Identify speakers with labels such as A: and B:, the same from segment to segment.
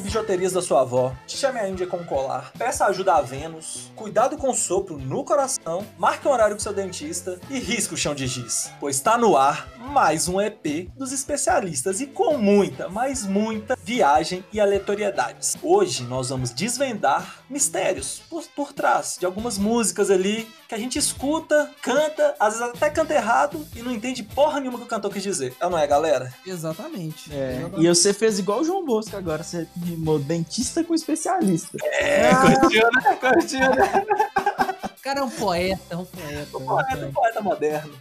A: bijuterias da sua avó, chame a Índia com um colar, peça ajuda a Vênus, cuidado com o sopro no coração, marque um horário com seu dentista e risque o chão de giz, pois está no ar mais um EP dos especialistas e com muita, mas muita viagem e aleatoriedades. Hoje nós vamos desvendar mistérios por, por trás de algumas músicas ali que a gente escuta, canta, às vezes até canta errado e não entende porra nenhuma que o cantor quis dizer. É ou não é, galera?
B: Exatamente.
C: É,
B: Exatamente.
C: e você fez igual o João Bosco agora, você rimou dentista com especialista. Ah!
A: É, curtiu, né? Curtiu, né?
B: O cara é um poeta, um poeta.
A: O poeta, o poeta moderno.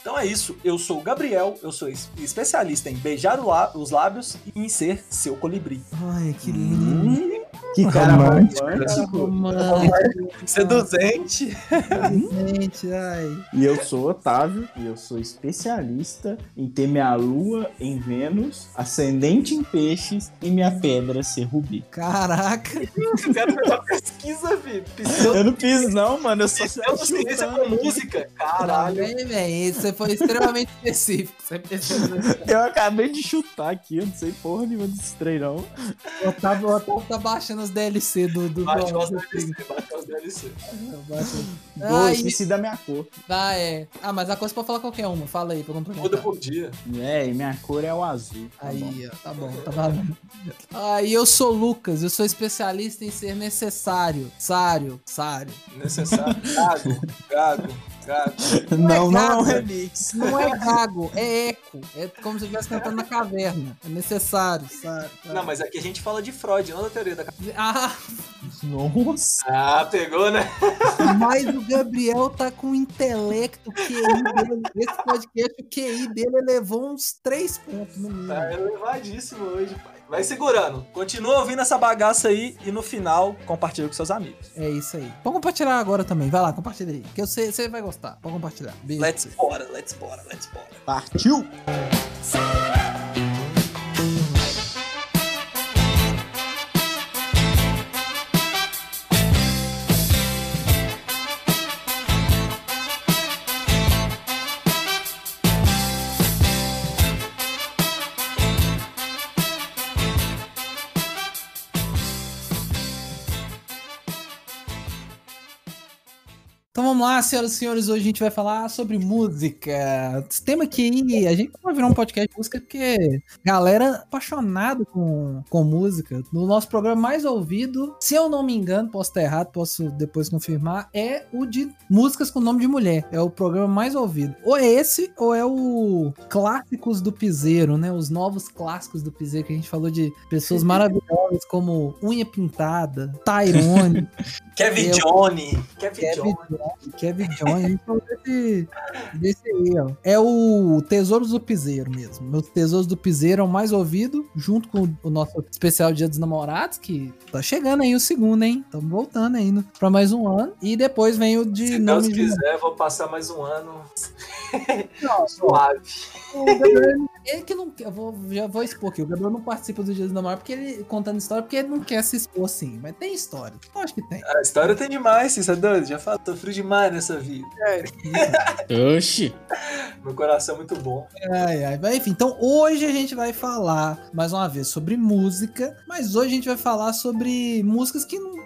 A: Então é isso. Eu sou o Gabriel, eu sou es- especialista em beijar o lá- os lábios e em ser seu colibri. Hum,
B: Ai, que lindo.
C: Hum, Que cara
D: Romântico.
C: romântico.
B: Hum. Mano,
A: Seduzente.
B: gente, ai.
C: E eu sou Otávio, e eu sou especialista em ter minha lua em Vênus, ascendente em peixes e minha pedra ser rubi.
B: Caraca.
A: Fizeram uma pesquisa, filho.
C: Eu não fiz não, mano, eu só
A: Pseudociência com música. Caralho.
B: Não, Vem, vem. Isso foi extremamente específico. Você precisa-
C: Eu acabei de chutar aqui, eu não sei porra nenhuma desse trem não.
B: O Otávio, o Otávio tá baixando os DLC do... do
A: Baixou as
B: do-
A: DLC, baixou as DLC.
C: Vou
B: Ai.
C: esqueci da minha cor.
B: Ah, é. Ah, mas a coisa pode falar qualquer uma. Fala aí pra
A: Muda
B: complementar.
A: por dia.
C: É, e minha cor é o azul. tá bom.
B: Aí, ó, tá bom, tá valendo. Aí eu sou o Lucas, eu sou especialista em ser necessário. Sário, sário.
A: Necessário. Gago, gago, gago.
C: Não, não é um
B: nada.
C: remix.
B: Não é gago, é eco. É como se eu estivesse cantando na caverna. É necessário, sário.
A: Não, mas aqui a gente fala de Freud, não da teoria da...
B: Ah,
C: Nossa.
A: Ah, pegou, né?
B: mas o Gabriel tá com o intelecto QI dele. Esse podcast, o QI dele elevou uns três pontos no mínimo.
A: Tá elevadíssimo hoje, pai. Vai segurando. Continua ouvindo essa bagaça aí e no final compartilha com seus amigos.
B: É isso aí. Pode compartilhar agora também. Vai lá, compartilha aí. Que eu sei, você vai gostar. Pode compartilhar. Beijo.
A: Let's bora, let's bora, let's bora.
C: Partiu!
B: Então vamos lá, senhoras e senhores, hoje a gente vai falar sobre música. Esse tema que a gente vai virar um podcast de música porque galera apaixonada com, com música. No nosso programa mais ouvido, se eu não me engano, posso estar errado, posso depois confirmar, é o de músicas com nome de mulher. É o programa mais ouvido. Ou é esse, ou é o clássicos do piseiro, né? Os novos clássicos do piseiro que a gente falou de pessoas maravilhosas como Unha Pintada, Tyrone,
A: Kevin
B: Eu-
A: Johnny. Kevin
B: Kevin
A: Johnny.
B: Jones, Kevin Jones, a gente falou desse, desse aí, ó. É o Tesouros do Piseiro mesmo. Meus Tesouros do Piseiro é o mais ouvido, junto com o nosso especial Dia dos Namorados, que tá chegando aí o segundo, hein? Estamos voltando ainda pra mais um ano. E depois vem o de
A: Se
B: nome
A: Deus
B: de
A: quiser, vou passar mais um ano
B: Nossa,
A: suave.
B: o Gabriel- Ele que não quer, eu vou, já vou expor aqui. O Gabriel não participa do Dia dos Namorados porque ele contando história, porque ele não quer se expor assim. Mas tem história. Eu acho que tem.
A: A história tem demais, sim, sabe? doido? Já falo, sofri demais nessa vida.
C: Oxi!
A: Meu coração é muito bom.
B: Ai, ai. Mas enfim, então hoje a gente vai falar mais uma vez sobre música, mas hoje a gente vai falar sobre músicas que não, não-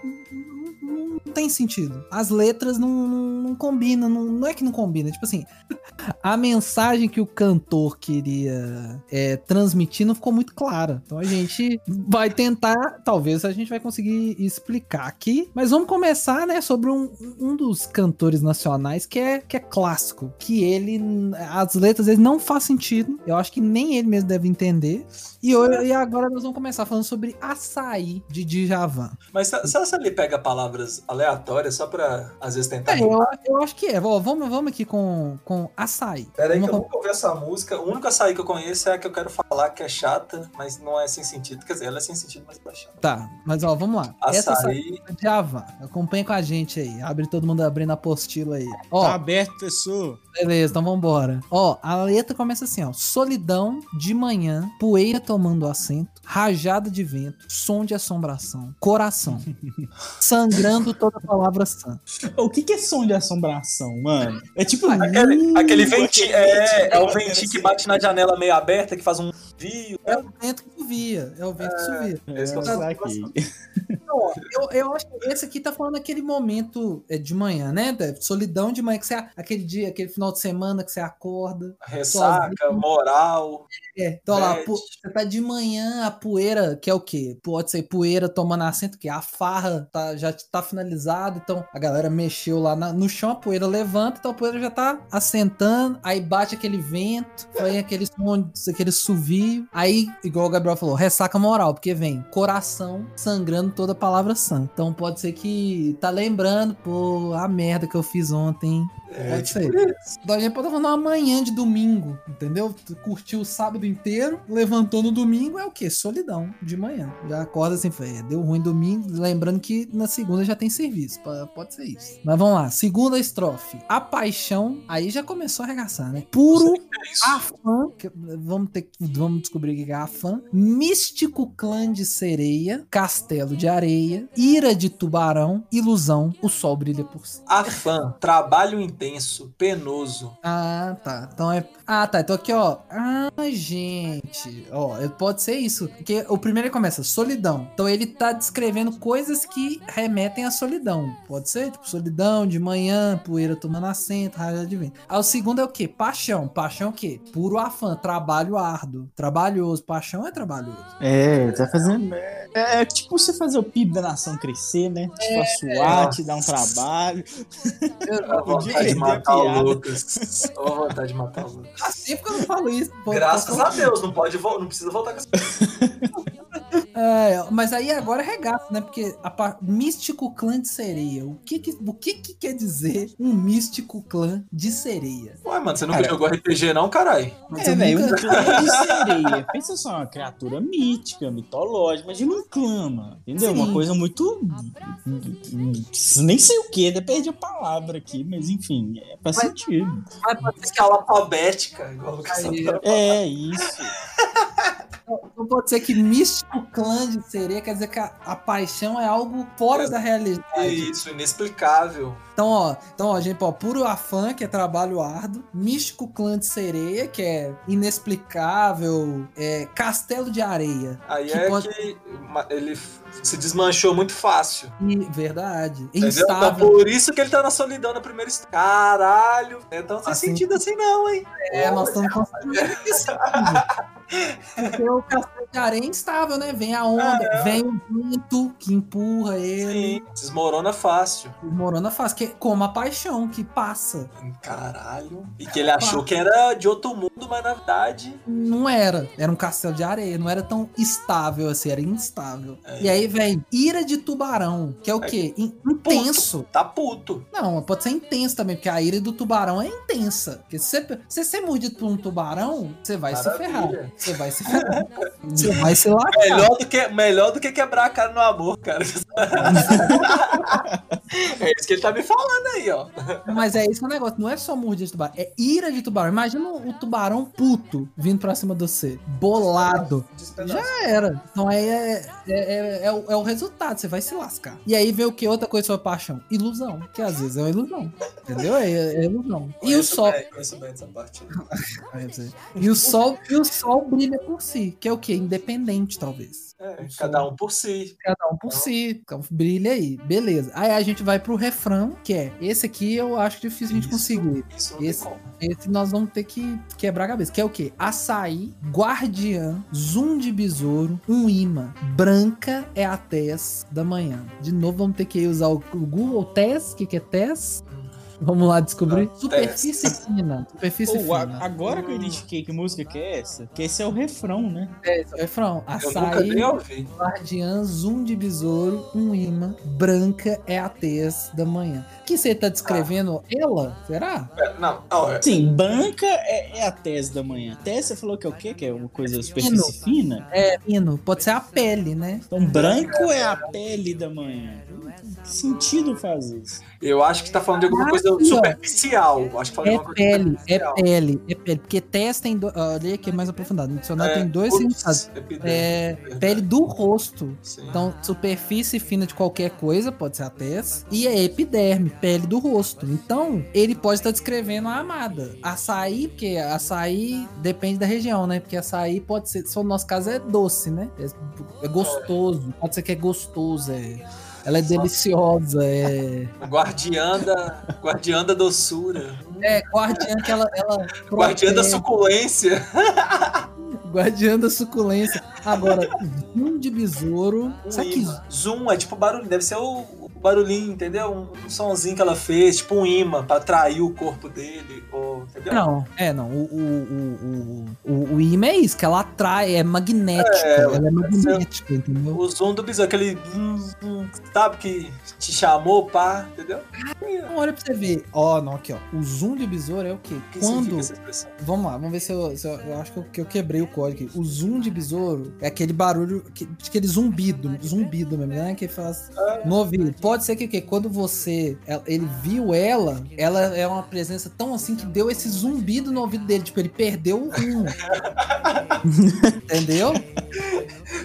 B: não- não tem sentido. As letras não, não- não combinam, não, não é que não combina, tipo assim, a mensagem que o cantor queria é, transmitir não ficou muito clara. Então a gente vai tentar, talvez a gente vai conseguir explicar aqui. Mas vamos começar, né, sobre um, um dos cantores nacionais que é, que é clássico, que ele, as letras dele não faz sentido. Eu acho que nem ele mesmo deve entender. E, hoje- e agora nós vamos começar falando sobre Açaí de Djavan.
A: Mas se se ela ali pega palavras aleatórias só pra, às vezes, tentar...
B: É, eu, eu acho que é. Ó, vamos, vamos aqui com, com Açaí.
A: Pera aí que
B: Vamos
A: eu nunca ouvi essa música. O único açaí que eu conheço é a que eu quero falar que é chata, mas não é sem sentido. Quer dizer, ela é sem sentido, mas ela é chata.
B: Tá, mas ó, vamos lá. Essa Açaí
A: Açaí,
B: Java, acompanha com a gente aí. Abre todo mundo abrindo a apostila aí. Ó,
C: Tá aberto, pessoal.
B: beleza, então vambora. Ó, a letra começa assim, ó. Solidão de manhã, poeira tomando assento, rajada de vento, som de assombração, coração. sangrando toda palavra sã.
C: O que, que é som de assombração, mano. É tipo.
A: Aquele,
C: "Uh,
A: aquele ventinho, é, é o ventinho que
C: aparecendo".
A: bate na janela meio aberta, que faz um fio.
B: É o vento que chovia. É o vento que chovia.
A: É isso que eu
C: É,
A: tô
C: saquei.
B: Então, ó, eu, eu acho que esse aqui tá falando aquele momento é, de manhã, né, Dev? Solidão de manhã, que você, aquele dia, aquele final de semana que você acorda.
A: Ressaca, moral.
B: É, então olha lá,
A: Bad.
B: pu- você tá de manhã, a poeira, que é o quê? Pode ser poeira tomando assento, que a farra tá- já tá finalizada, então a galera mexeu lá na- no chão, a poeira levanta, então a poeira já tá assentando, aí bate aquele vento, vem aquele som, aquele suvio, aí, igual o Gabriel falou, ressaca moral, porque vem coração sangrando toda a palavra santa. Então pode ser que tá lembrando, pô, a merda que eu fiz ontem, hein?
A: É,
B: Pode
A: tipo,
B: ser. Então a gente pode estar falando uma manhã de domingo, entendeu? Tu Curtiu o sábado inteiro, levantou no domingo, é o quê? Solidão de manhã. Já acorda assim, fala, "É, deu ruim domingo, lembrando que na segunda já tem serviço. po- Pode ser isso. Mas vamos lá, segunda estrofe. A paixão, aí já começou a arregaçar, né? Puro
A: é isso.
B: afã, que- vamos ter que- vamos descobrir o que que é afã. Místico clã de sereia, castelo de areia, ira de tubarão, ilusão, o sol brilha por si.
A: Afã, trabalho intenso, penoso.
B: Ah, tá. Então é. Ah, tá. Então aqui, ó. Ah, gente. Ó, é- pode ser isso. Porque o primeiro ele começa, solidão. Então ele tá descrevendo coisas que remetem à solidão. Pode ser? Tipo, solidão de manhã, poeira tomando assento, raiva de vento. Aí o segundo é o quê? Paixão. Paixão é o quê? Puro afã, trabalho árduo. Trabalhoso. Paixão é trabalhoso.
C: É, tá fazendo. É, é tipo você fazer o PIB da nação crescer, né? Tipo, a SWAT, dá um trabalho.
A: A
C: podia
A: vontade de
C: perder a
A: matar o
C: piada.
A: Lucas. A vontade de matar o Lucas.
B: Assim porque eu não falo isso. pô.
A: Graças a Deus, não pode vol- não precisa voltar com essa.
B: É, mas aí agora é regaço, né? Porque a pa- místico clã de sereia. O que que, o que que quer dizer um místico clã de sereia?
A: Ué, mano, você nunca
C: Cara.
A: jogou RPG, não, caralho?
B: Mas
C: É,
B: eu
C: velho,
B: nunca-
C: um clã de sereia. Pensa só, uma criatura mítica, mitológica. Imagina um clã, mano. Entendeu?
B: Sim.
C: Uma coisa muito. Nem sei o que, até perdi a palavra aqui, mas enfim, é, faz
B: Mas-
C: sentido.
A: Escala alfabética, igual o Lucas tá
B: Aí,
A: Santana.
C: É, isso.
B: Então pode ser que místico clã de sereia quer dizer que a, a paixão é algo fora da realidade.
A: Isso, inexplicável.
B: Então, ó, então, ó, gente, ó, puro afã, que é trabalho árduo, místico clã de sereia, que é inexplicável, é, castelo de areia,
A: Aí
B: Que
A: é
B: pode-
A: que ma- ele f- se desmanchou muito fácil.
B: e verdade,
A: Entendeu? Então,
B: instável.
A: por isso que ele tá na solidão na primeira est- Caralho! Então não tem
B: Assim-
A: sentido assim, não, hein?
B: É, nós estamos conseguindo isso. Porque o castelo de areia é instável, né? Vem a onda, vem o vento que empurra ele.
A: Sim, desmorona fácil.
B: Morona faz, que é como a paixão que passa.
A: Caralho. E que ele achou que era de outro mundo, mas na verdade.
B: Não era. Era um castelo de areia, não era tão estável assim, era instável.
A: É.
B: E aí vem ira de tubarão, que é o
A: É.
B: quê? In- Intenso.
A: Tá puto.
B: Não, pode ser intenso também, porque a ira do tubarão é intensa. Porque se você, se você ser mordido por um tubarão, você vai se ferrar.
A: Maravilha.
B: Você vai se ferrar. você vai se lascar.
A: Melhor do, que, melhor do que quebrar a cara no amor, cara. é isso que ele tá me falando aí, ó.
B: Mas é isso que é o negócio, não é só mordida de tubarão, é ira de tubarão. Imagina o tubarão puto vindo pra cima de você, bolado. Já era. Então aí é, é, é, é o, é o resultado, você vai se lascar. E aí vem o que? Outra coisa sobre paixão? Ilusão, que às vezes é uma ilusão. Entendeu? É, é ilusão. E o
A: Conheço
B: sol.
A: bem, conheço É, bem essa parte.
B: Aí você- E o sol, e o sol brilha por si, que é o quê? Independente, talvez.
A: É, cada um por si.
B: Cada um por si, então brilha aí, beleza. Aí a gente vai pro refrão, que é esse aqui eu acho difícil a gente
A: Isso.
B: conseguir.
A: Isso não tem
B: Esse-
A: como.
B: Esse nós vamos ter que quebrar a cabeça. Que é o quê? Açaí, guardiã, zoom de besouro, um imã. Branca é a Tess da manhã. De novo, vamos ter que usar o Google Tess. O que, que é Tess? Vamos lá descobrir. superfície fina. Superfície
C: Pô, a-
B: fina.
C: agora que eu identifiquei que música que é essa, que esse é o refrão, né?
B: É, esse é o refrão.
A: Eu nunca nem
B: Açaí,
A: ouvi.
B: guardiã, zoom de besouro, um imã. Branca é a Tess da manhã. que você tá descrevendo? Ela? Será?
A: É, Não, não, é-
C: Sim, branca é, é a tese da manhã. Tese você falou que é o quê? Que é uma coisa superfície fina?
B: É, fino. Pode ser a pele, né?
C: Então, branco é a pele da manhã. Que sentido faz isso?
A: eu acho que tá falando de alguma coisa do superficial. Acho que tá falei
B: É
A: uma coisa
B: pele, é
A: superficial.
B: pele, é pele. Porque testa tem dois. Olha aqui, é mais aprofundado. No dicionário
A: É,
B: tem dois
A: putz,
B: significados.
A: epidemia,
B: É
A: verdade.
B: pele do rosto.
A: Sim.
B: Então, superfície fina de qualquer coisa, pode ser a testa, e é epiderme, pele do rosto. Então, ele pode estar descrevendo a amada. Açaí, porque açaí depende da região, né? Porque açaí pode ser, só no nosso caso, é doce, né? É, é gostoso, pode ser que é gostoso, é... Ela é deliciosa, é...
A: Guardiã da, guardiã da doçura.
B: É, guardiã que ela... ela
A: Guardiã da
B: protege.
A: suculência.
B: Guardiã da suculência. Agora, zoom de besouro. Será
A: Um
B: que
A: imã. Zoom é tipo barulho, deve ser o, o barulhinho, entendeu? Um, somzinho que ela fez, tipo um imã pra atrair o corpo dele, ou, entendeu?
B: Não, é, não. O, o, o, o, o, o imã é isso, que ela atrai, é magnética.
A: É,
B: ela é
A: ser-
B: magnética, entendeu?
A: O zoom do besouro, aquele zum, zum, sabe que te chamou, pá, entendeu?
B: Então, olha pra você ver. Ó, não, aqui, ó. O zoom de besouro é o quê?
A: O que
B: Quando.
A: significa essa expressão?
B: Vamos lá, vamos ver se eu, se eu, eu acho que eu, que eu quebrei o código aqui. O zoom de besouro é aquele barulho, que- aquele zumbido, zumbido mesmo, né? Que faz
A: É.
B: no ouvido. Pode ser que o quê? Quando você, el- ele viu ela, ela é uma presença tão assim que deu esse zumbido no ouvido dele. Tipo, ele perdeu o rumo. Entendeu?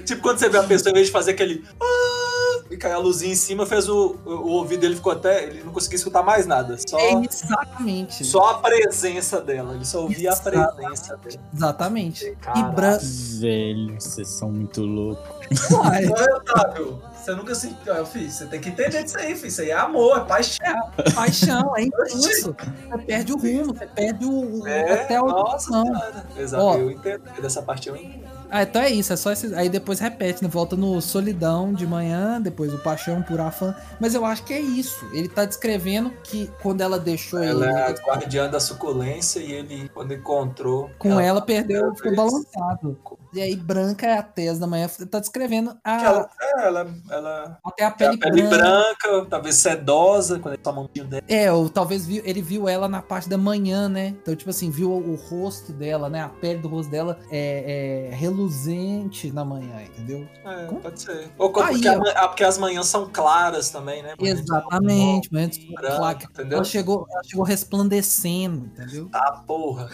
A: Tipo quando você vê a pessoa, em vez de fazer aquele. "Ah", E caiu a luzinha em cima, fez o, o o ouvido dele ficou até. Ele não conseguia escutar mais nada. Só,
B: É exatamente.
A: só a presença dela. Ele só ouvia a presença dela.
B: Exatamente.
A: Caraca.
B: E branco.
C: Velho, vocês são muito loucos.
B: Uai,
A: Olha, Otávio, você nunca sentiu. Eu fiz, você tem que entender disso aí, filho. Isso aí é amor, é paixão.
B: paixão, é impulso. Você perde o rumo, você perde o, o-
A: É,
B: até o
A: nossa
B: não.
A: senhora. Exato,
B: Ó.
A: eu entendo. Dessa parte eu entendo.
B: Ah, então é isso, é só esse. Aí depois repete, né? Volta no Solidão de manhã, depois o Paixão por Afã. Mas eu acho que é isso. Ele tá descrevendo que quando ela deixou
A: Ela é a
B: ele
A: guardiã da suculência e ele, quando encontrou.
B: com ela, perdeu,
A: ela fez-
B: ficou balançado. E aí, branca é a tese da manhã, tá descrevendo a,
A: Que ela, é, ela, ela
B: até a
A: tem
B: pele,
A: a pele
B: branca.
A: branca, talvez sedosa, quando ele toma um tiro dela.
B: É, ou talvez viu- ele viu ela na parte da manhã, né? Então, tipo assim, viu o, o rosto dela, né? A pele do rosto dela é, é reluzente na manhã, entendeu?
A: É,
B: Como?
A: pode ser. Ou como-
B: Aí,
A: porque, a
B: ó.
A: ma- ah, porque as manhãs são claras também, né? Manhã de
B: Exatamente, manhã de
A: sol, branco,
B: placa.
A: entendeu?
B: Ela chegou, ela chegou resplandecendo, entendeu?
A: Tá, porra.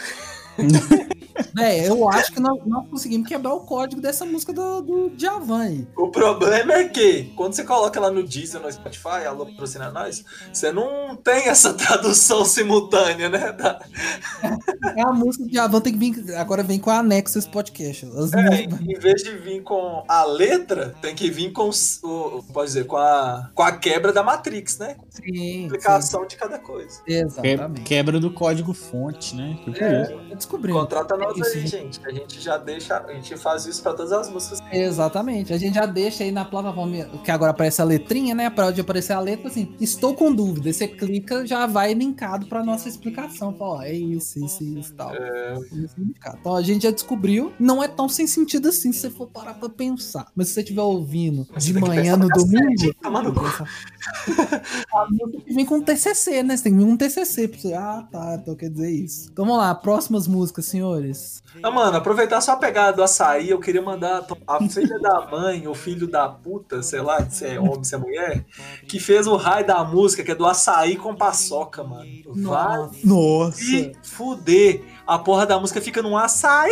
B: É, eu acho que nós, nós conseguimos quebrar o código dessa música do, do Djavan aí.
A: O problema é que, quando você coloca lá no Deezer, no Spotify, alô, patrocina nós, você não tem essa tradução simultânea, né? Da-
B: É a música do Djavan tem que vir, agora vem com a anexo esse podcast. As
A: É,
B: músicas-
A: em vez de vir com a letra, tem que vir com, s- o, pode dizer, com a, com a quebra da Matrix, né? Com a
B: Sim, sim,
A: explicação de cada coisa.
B: exatamente.
C: quebra do código fonte, né? Que curioso.
B: Eu descobri.
A: Contrata nós
B: é isso,
A: aí, gente. A gente já deixa, a gente faz isso pra todas as músicas.
B: Exatamente. A gente já deixa aí na plataforma que agora aparece a letrinha, né? Pra onde aparecer a letra, assim, estou com dúvida. Aí Você clica, já vai linkado pra nossa explicação. Fala, ó, é isso, isso, isso e tal.
A: É.
B: Isso, linkado. Então a gente já descobriu. Não é tão sem sentido assim se você for parar pra pensar. Mas se você estiver ouvindo
A: Mas
B: de
A: você tem que
B: manhã
A: pensar
B: no
A: pra tá
B: domingo.
A: Toma no cu.
B: a música que vem com TCC, né? Você tem que vir com TCC pra você. Ah, tá. Então quer dizer isso. Então vamos lá. Próximas músicas, senhores.
A: Ah, mano, aproveitar só a pegada do açaí, eu queria mandar a filha da mãe, ou filho da puta, sei lá, se é homem, se é mulher, que fez o raio da música, que é do açaí com paçoca, mano. Vai
C: Nossa!
A: se fuder. A porra da música fica num açaí!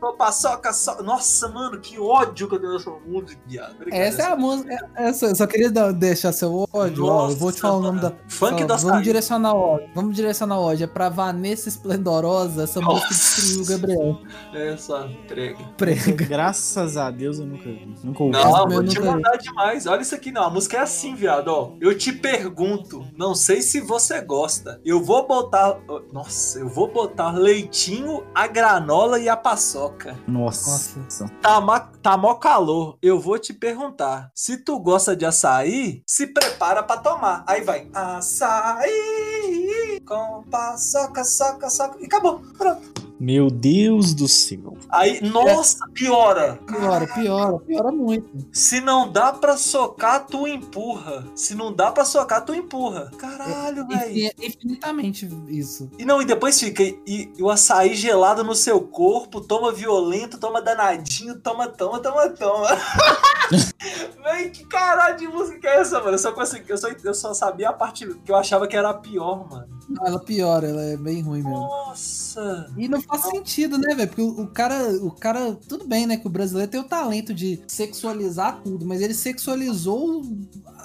A: Só paçoca, só... Nossa, mano, que ódio que eu tenho dessa música, viado. Obrigado.
B: Essa é a música. Essa, eu só queria dar- deixar seu ódio. ó, eu vou te falar o nome da.
A: Nossa, Funk
B: ó,
A: do açaí.
B: Vamos direcionar o ódio. Vamos direcionar o ódio. É pra Vanessa Esplendorosa. Essa
A: Nossa.
B: música destruiu o Gabriel.
A: Essa É entrega.
B: Prega.
C: Graças a Deus eu nunca vi. Nunca ouvi.
A: Não,
B: Mas
A: vou
B: eu
A: te
B: nunca vi.
A: mandar demais. Olha isso aqui, não. A música é assim, viado, ó. Eu te pergunto, não sei se você gosta. Eu vou botar. Nossa, eu vou botar leitinho, a granola e a paçoca.
C: Nossa.
A: Tá, ma... tá mó calor. Eu vou te perguntar. Se tu gosta de açaí, se prepara pra tomar. Aí vai. Açaí com paçoca, soca, soca. E acabou. Pronto.
C: Meu Deus do céu.
B: É.
A: Aí, nossa, piora.
B: Piora, piora, piora muito.
A: Se não dá pra socar, tu empurra. Se não dá pra socar, tu empurra. Caralho, velho.
B: Enfim, é infinitamente isso.
A: E não, e depois fica. E, e o açaí gelado no seu corpo, toma violento, toma danadinho, toma, toma, toma, toma. Véi, que caralho de música é essa, mano? Eu só, consegui, eu só, eu só sabia a parte que eu achava que era a pior, mano.
B: Não, ela piora, ela é bem ruim mesmo.
A: Nossa!
B: E não faz sentido, né, velho? Porque o, o cara, o cara, tudo bem, né, que o brasileiro tem o talento de sexualizar tudo, mas ele sexualizou o,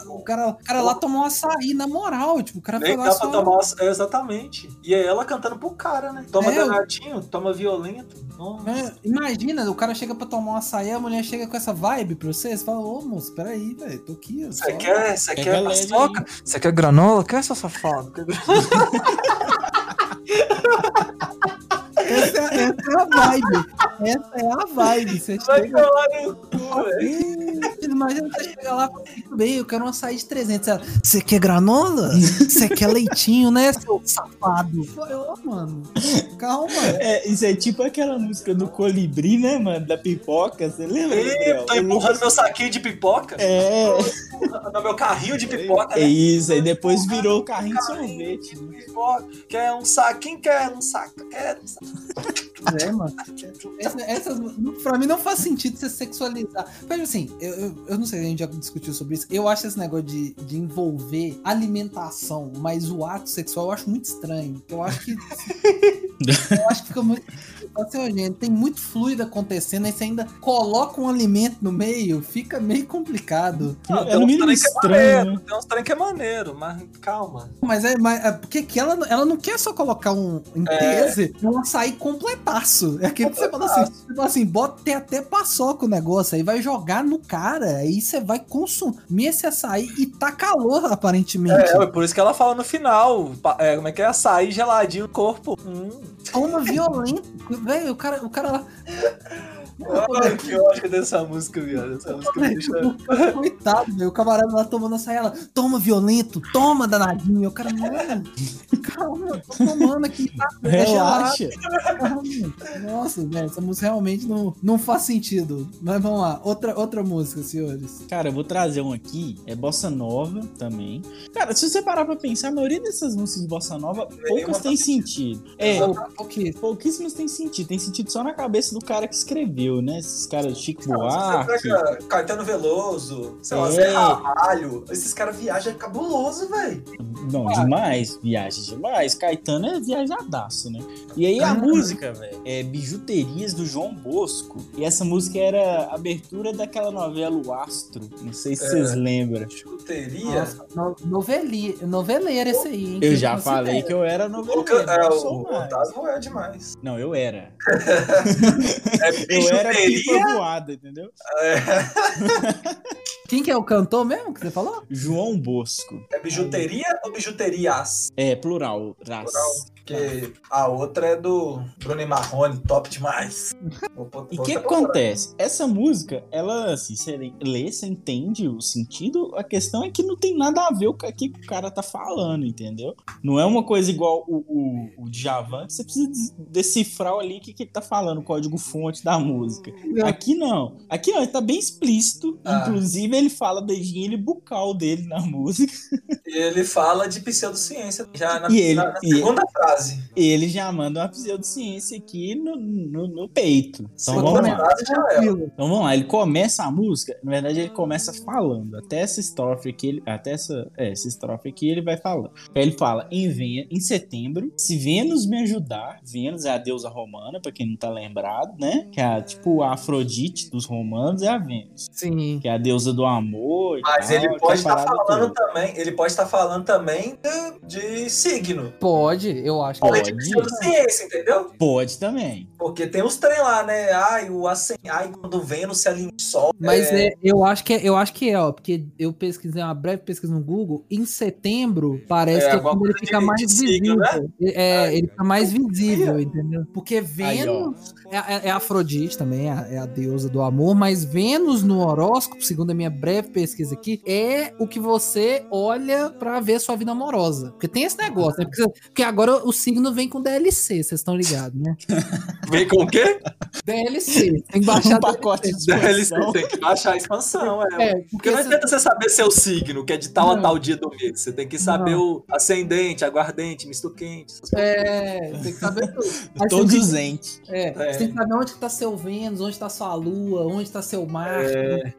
B: o cara, o cara lá tomou um açaí na moral, tipo, o cara foi
A: Nem
B: lá
A: dá pra
B: só
A: tomar. É, exatamente. E é ela cantando pro cara, né? Toma
B: É, eu-
A: danadinho, toma violento. Nossa.
B: Né? Imagina, o cara chega pra tomar um açaí, a mulher chega com essa vibe pra você, você fala, ô moço, peraí, velho, tô aqui. eu
A: Você
B: só-
A: quer, você
C: Pega
A: quer
C: leve
A: paçoca? Você quer granola? Quer, seu safado?
B: Essa, é- essa é a vibe. Essa é a vibe. Você
A: Vai
B: chega
A: tomar no cu, velho.
B: Ih, Imagina você chegar lá e falar, tudo bem, eu quero um açaí de 300. Ela, Você quer granola? Você quer leitinho, né, seu safado? Eu, ô, mano, calma.
C: É, isso é tipo aquela música do Colibri, né, mano? Da pipoca, você lembra? Gabriel?
A: Ih, Tô
C: O Lucas-
A: empurrando meu saquinho de pipoca. Tá
C: É,
A: No meu carrinho de pipoca,
C: é
A: né?
C: isso, aí depois virou o carrinho de
A: Carrinho
C: sorvete.
A: de pipoca. Quer um saquinho, quer um saco, quer um saco.
B: É, mano. Essa, essas- não- pra mim não faz sentido você sexualizar. Mas assim, eu, eu, eu não sei, a gente já discutiu sobre isso. Eu acho esse negócio de, de envolver alimentação, mas o ato sexual eu acho muito estranho. Eu acho que. eu acho que fica muito. Ansiogênio. Tem muito fluido acontecendo, aí você ainda coloca um alimento no meio, fica meio complicado.
A: Ah,
C: é no mínimo
A: tem uns trem que é
C: estranho, né?
A: Tem uns trem que é maneiro, mas calma.
B: Mas é, mas é porque que ela, ela não quer só colocar um em
A: É.
B: tese, é um açaí completaço. É aquele que você fala assim, você fala assim, bota tem até paçoca o negócio, aí vai jogar no cara, aí você vai consumir esse açaí e tá calor, aparentemente.
A: É, por isso que ela fala no final. pa- é, como é que é? Açaí geladinho no corpo. Hum.
B: Toma violento. É Velho, o cara, o cara lá.
A: Ai, que ódio dessa música, viado. Essa música me deixa...
B: Coitado, velho. O camarada lá tomando açaí, ela, toma violento, toma danadinho. O cara, mano, calma, eu tô tomando aqui, tá? É gelado.
C: Relaxa.
B: Nossa, velho, essa música realmente não, não faz sentido. Mas vamos lá, outra, outra música, senhores.
C: Cara, eu vou trazer um aqui. É bossa nova também. Cara, se você parar pra pensar, a maioria dessas músicas de bossa nova, poucas
A: faz
C: têm sentido. É,
B: Ou- ou que-
C: pouquíssimas têm sentido. Tem sentido só na cabeça do cara que escreveu, né? Esses caras de Chico
A: Você
C: Buarque.
A: pega Caetano Veloso, sei lá,
C: É.
A: Zé Ramalho. Esses caras viajam cabuloso, velho.
C: Não, demais. Viagem demais. Caetano é viajadaço, né? E aí a
B: Ah.
C: música, velho, é Bijuterias do João Bosco. E essa música era a abertura daquela novela O Astro. Não sei se
A: É.
C: vocês lembram.
A: Chuteria.
B: Nossa, no, noveli, noveleiro esse aí, hein?
C: Eu
B: Quem
C: já
B: considera?
C: falei que eu era
A: O Luca-
C: noveleiro.
A: é,
C: não
A: o
C: sou
A: o
C: mais.
A: Otávio é demais.
C: Não, eu era.
A: É
C: Eu era tipo-
A: bijuteria.
C: pipa voada, entendeu?
A: É,
B: Quem que é o cantor mesmo que você falou?
C: João Bosco.
A: é bijuteria ou bijuterias?
C: É, plural. Ras.
A: Plural. Porque a outra é do Bruno Marrone, top demais. Vou- vou-
C: E o
A: vou
C: que
A: até procurar.
C: acontece? Essa música, ela, assim, você lê, você entende o sentido, a questão é que não tem nada a ver com o que o cara tá falando, entendeu? Não é uma coisa igual o, o, o Djavan, que você precisa des- decifrar ali o que, que ele tá falando, o código-fonte da música. Aqui não. Aqui não, ele tá bem explícito.
A: Ah.
C: Inclusive, ele fala da higiene bucal dele na música.
A: E ele fala de pseudociência já na,
C: E ele-
A: na- na
C: e-
A: segunda frase.
C: E ele já manda uma pseudociência aqui no, no, no peito. Então
A: Segunda
C: vamos lá.
A: frase já é.
B: Tranquilo.
C: Então vamos lá, ele começa a música, na verdade ele começa falando, até essa estrofe aqui, ele, até essa, é, essa estrofe aqui ele vai falando. Aí ele fala, em, Ven- em setembro, se Vênus me ajudar, Vênus é a deusa romana, pra quem não tá lembrado, né? Que é a, tipo a Afrodite dos romanos é a Vênus,
B: Sim.
C: que é a deusa do amor e
A: Mas
C: tal,
A: ele pode
C: essa
A: estar
C: parada
A: falando
C: toda.
A: também. Ele pode estar falando também de, de signo.
B: Pode, eu acho que
A: Além de
C: Pode.
A: pseudociência, entendeu?
C: Pode também.
A: Porque tem uns trem lá, né? Ai, o assim, ai, quando o Vênus se alinha ao sol.
B: Mas é, eu acho que é, eu acho que é, ó, porque eu pesquisei uma breve pesquisa no Google, em setembro parece
A: É,
B: que é
A: alguma
B: quando
A: coisa
B: ele fica
A: de- né? Ah,
B: mais
A: de signo,
B: visível. É,
A: então.
B: ele fica mais visível, entendeu? Porque
C: Aí, ó.
B: Vênus é, é- é Afrodite também, é, a- é a deusa do amor, mas Vênus no horóscopo, segundo a minha breve pesquisa aqui, é o que você olha pra ver sua vida amorosa. Porque tem esse negócio, né? Porque, porque agora o signo vem com DLC, vocês estão ligados, né?
A: Vem com o quê?
B: DLC. Tem que
C: Um
B: baixar
C: pacote de
A: DLC,
C: expansão.
A: tem que baixar a expansão, é.
B: É,
A: Porque
B: porque
A: não
B: cê-
A: adianta você saber seu signo, que é de tal a
B: Não.
A: tal dia do mês. Você tem que saber o ascendente, aguardente, misto quente. essas coisas.
B: é, tem que saber tudo. Aí cê
C: Todos
B: diz-
C: os entes.
B: É,
A: É.
B: Você tem que saber onde que tá seu Vênus, onde tá sua Lua, onde tá seu Marte.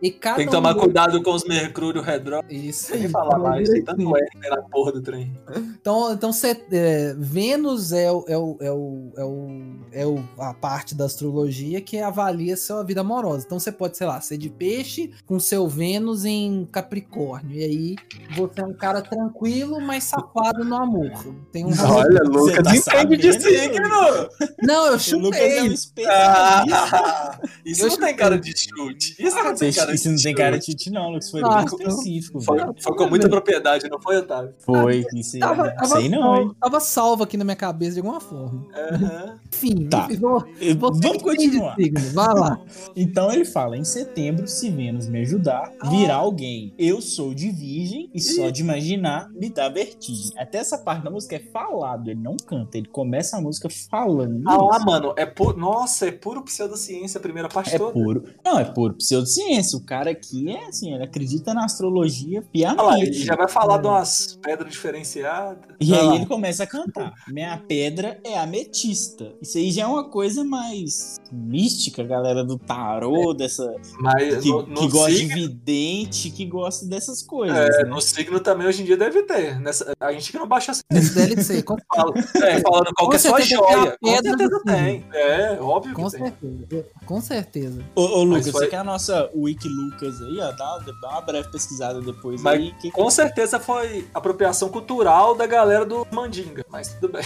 B: E cada
A: É, Tem que tomar
B: um... é
A: cuidado com os Mercúrio Redro.
B: Isso
A: Tem
B: aí.
A: que falar
B: então,
A: mais, tem tanto
B: direitinho.
A: R na porra do trem.
B: Então, então cê- é, Vênus é, o- é, o- é, o- é, o- é o- a parte da astrologia que avalia sua vida amorosa. Então você pode, sei lá, ser de peixe com seu Vênus em Capricórnio. E aí você é um cara tranquilo, mas safado no amor. Tem um...
A: Olha,
C: Lucas,
A: Lucas, entende de
C: sabendo?
A: signo!
B: Não, eu
C: O Lucas é um
B: chutei.
A: Ah,
C: especialista.
A: isso
B: Eu
A: não tem
B: chutei.
A: cara de chute. Isso não tem cara de
C: Isso não tem cara de
A: chute.
C: tite, não, Lucas. Foi
B: Ah,
C: bem
B: eu-
C: específico,
A: Foi,
C: velho.
A: foi com muita propriedade, não foi, Otávio?
C: Foi, isso
B: Tava, tava,
C: sei né? não, hein?
B: salvo, tava salvo aqui na minha cabeça de alguma forma.
A: Aham.
B: Enfim,
C: Tá.
B: enfim, vou-
C: Eu-
B: Você
C: Vamos
B: que entende
C: continuar.
B: signo, Vai lá.
C: Então ele fala: em setembro, se Vênus me ajudar,
A: Ah.
C: virá alguém. Eu sou de virgem e só de imaginar me dá vertigem. Até essa parte da música é falado, ele não canta, ele começa a música falando.
A: Ah lá,
C: isso.
A: mano, é pu... nossa, é puro pseudociência a primeira parte
C: É
A: toda.
C: puro. Não, é puro pseudociência. O cara aqui é assim, ele acredita na astrologia
A: Ah lá, ele
C: piamente.
A: já vai falar de umas pedras diferenciadas.
C: E
A: Ah lá.
C: aí ele começa a cantar. Minha pedra é ametista. Isso aí já é uma coisa mais mística, galera do
A: É.
C: tarô, dessa
A: Mas
C: que,
A: É, no, no
C: que gosta
A: signo-
C: de vidente, que gosta dessas coisas.
A: É,
C: né?
A: no signo também hoje em dia deve ter. Nessa, a gente que não baixa assim,
B: Esse DLC, com,
A: fala, é, falando qual que é
B: Com
A: sua
B: certeza tem a
A: joia. Com
B: pedra do
A: certeza tem.
B: signo.
A: É, óbvio
B: com
A: que tem.
B: certeza. Com certeza.
C: Ô, ô, Lucas,
A: foi-
C: você quer a nossa Wiki Lucas aí, ó? Dá, dá uma breve pesquisada depois
A: Mas
C: aí. Que...
A: Com certeza foi apropriação cultural da galera do Mandinga, mas tudo bem.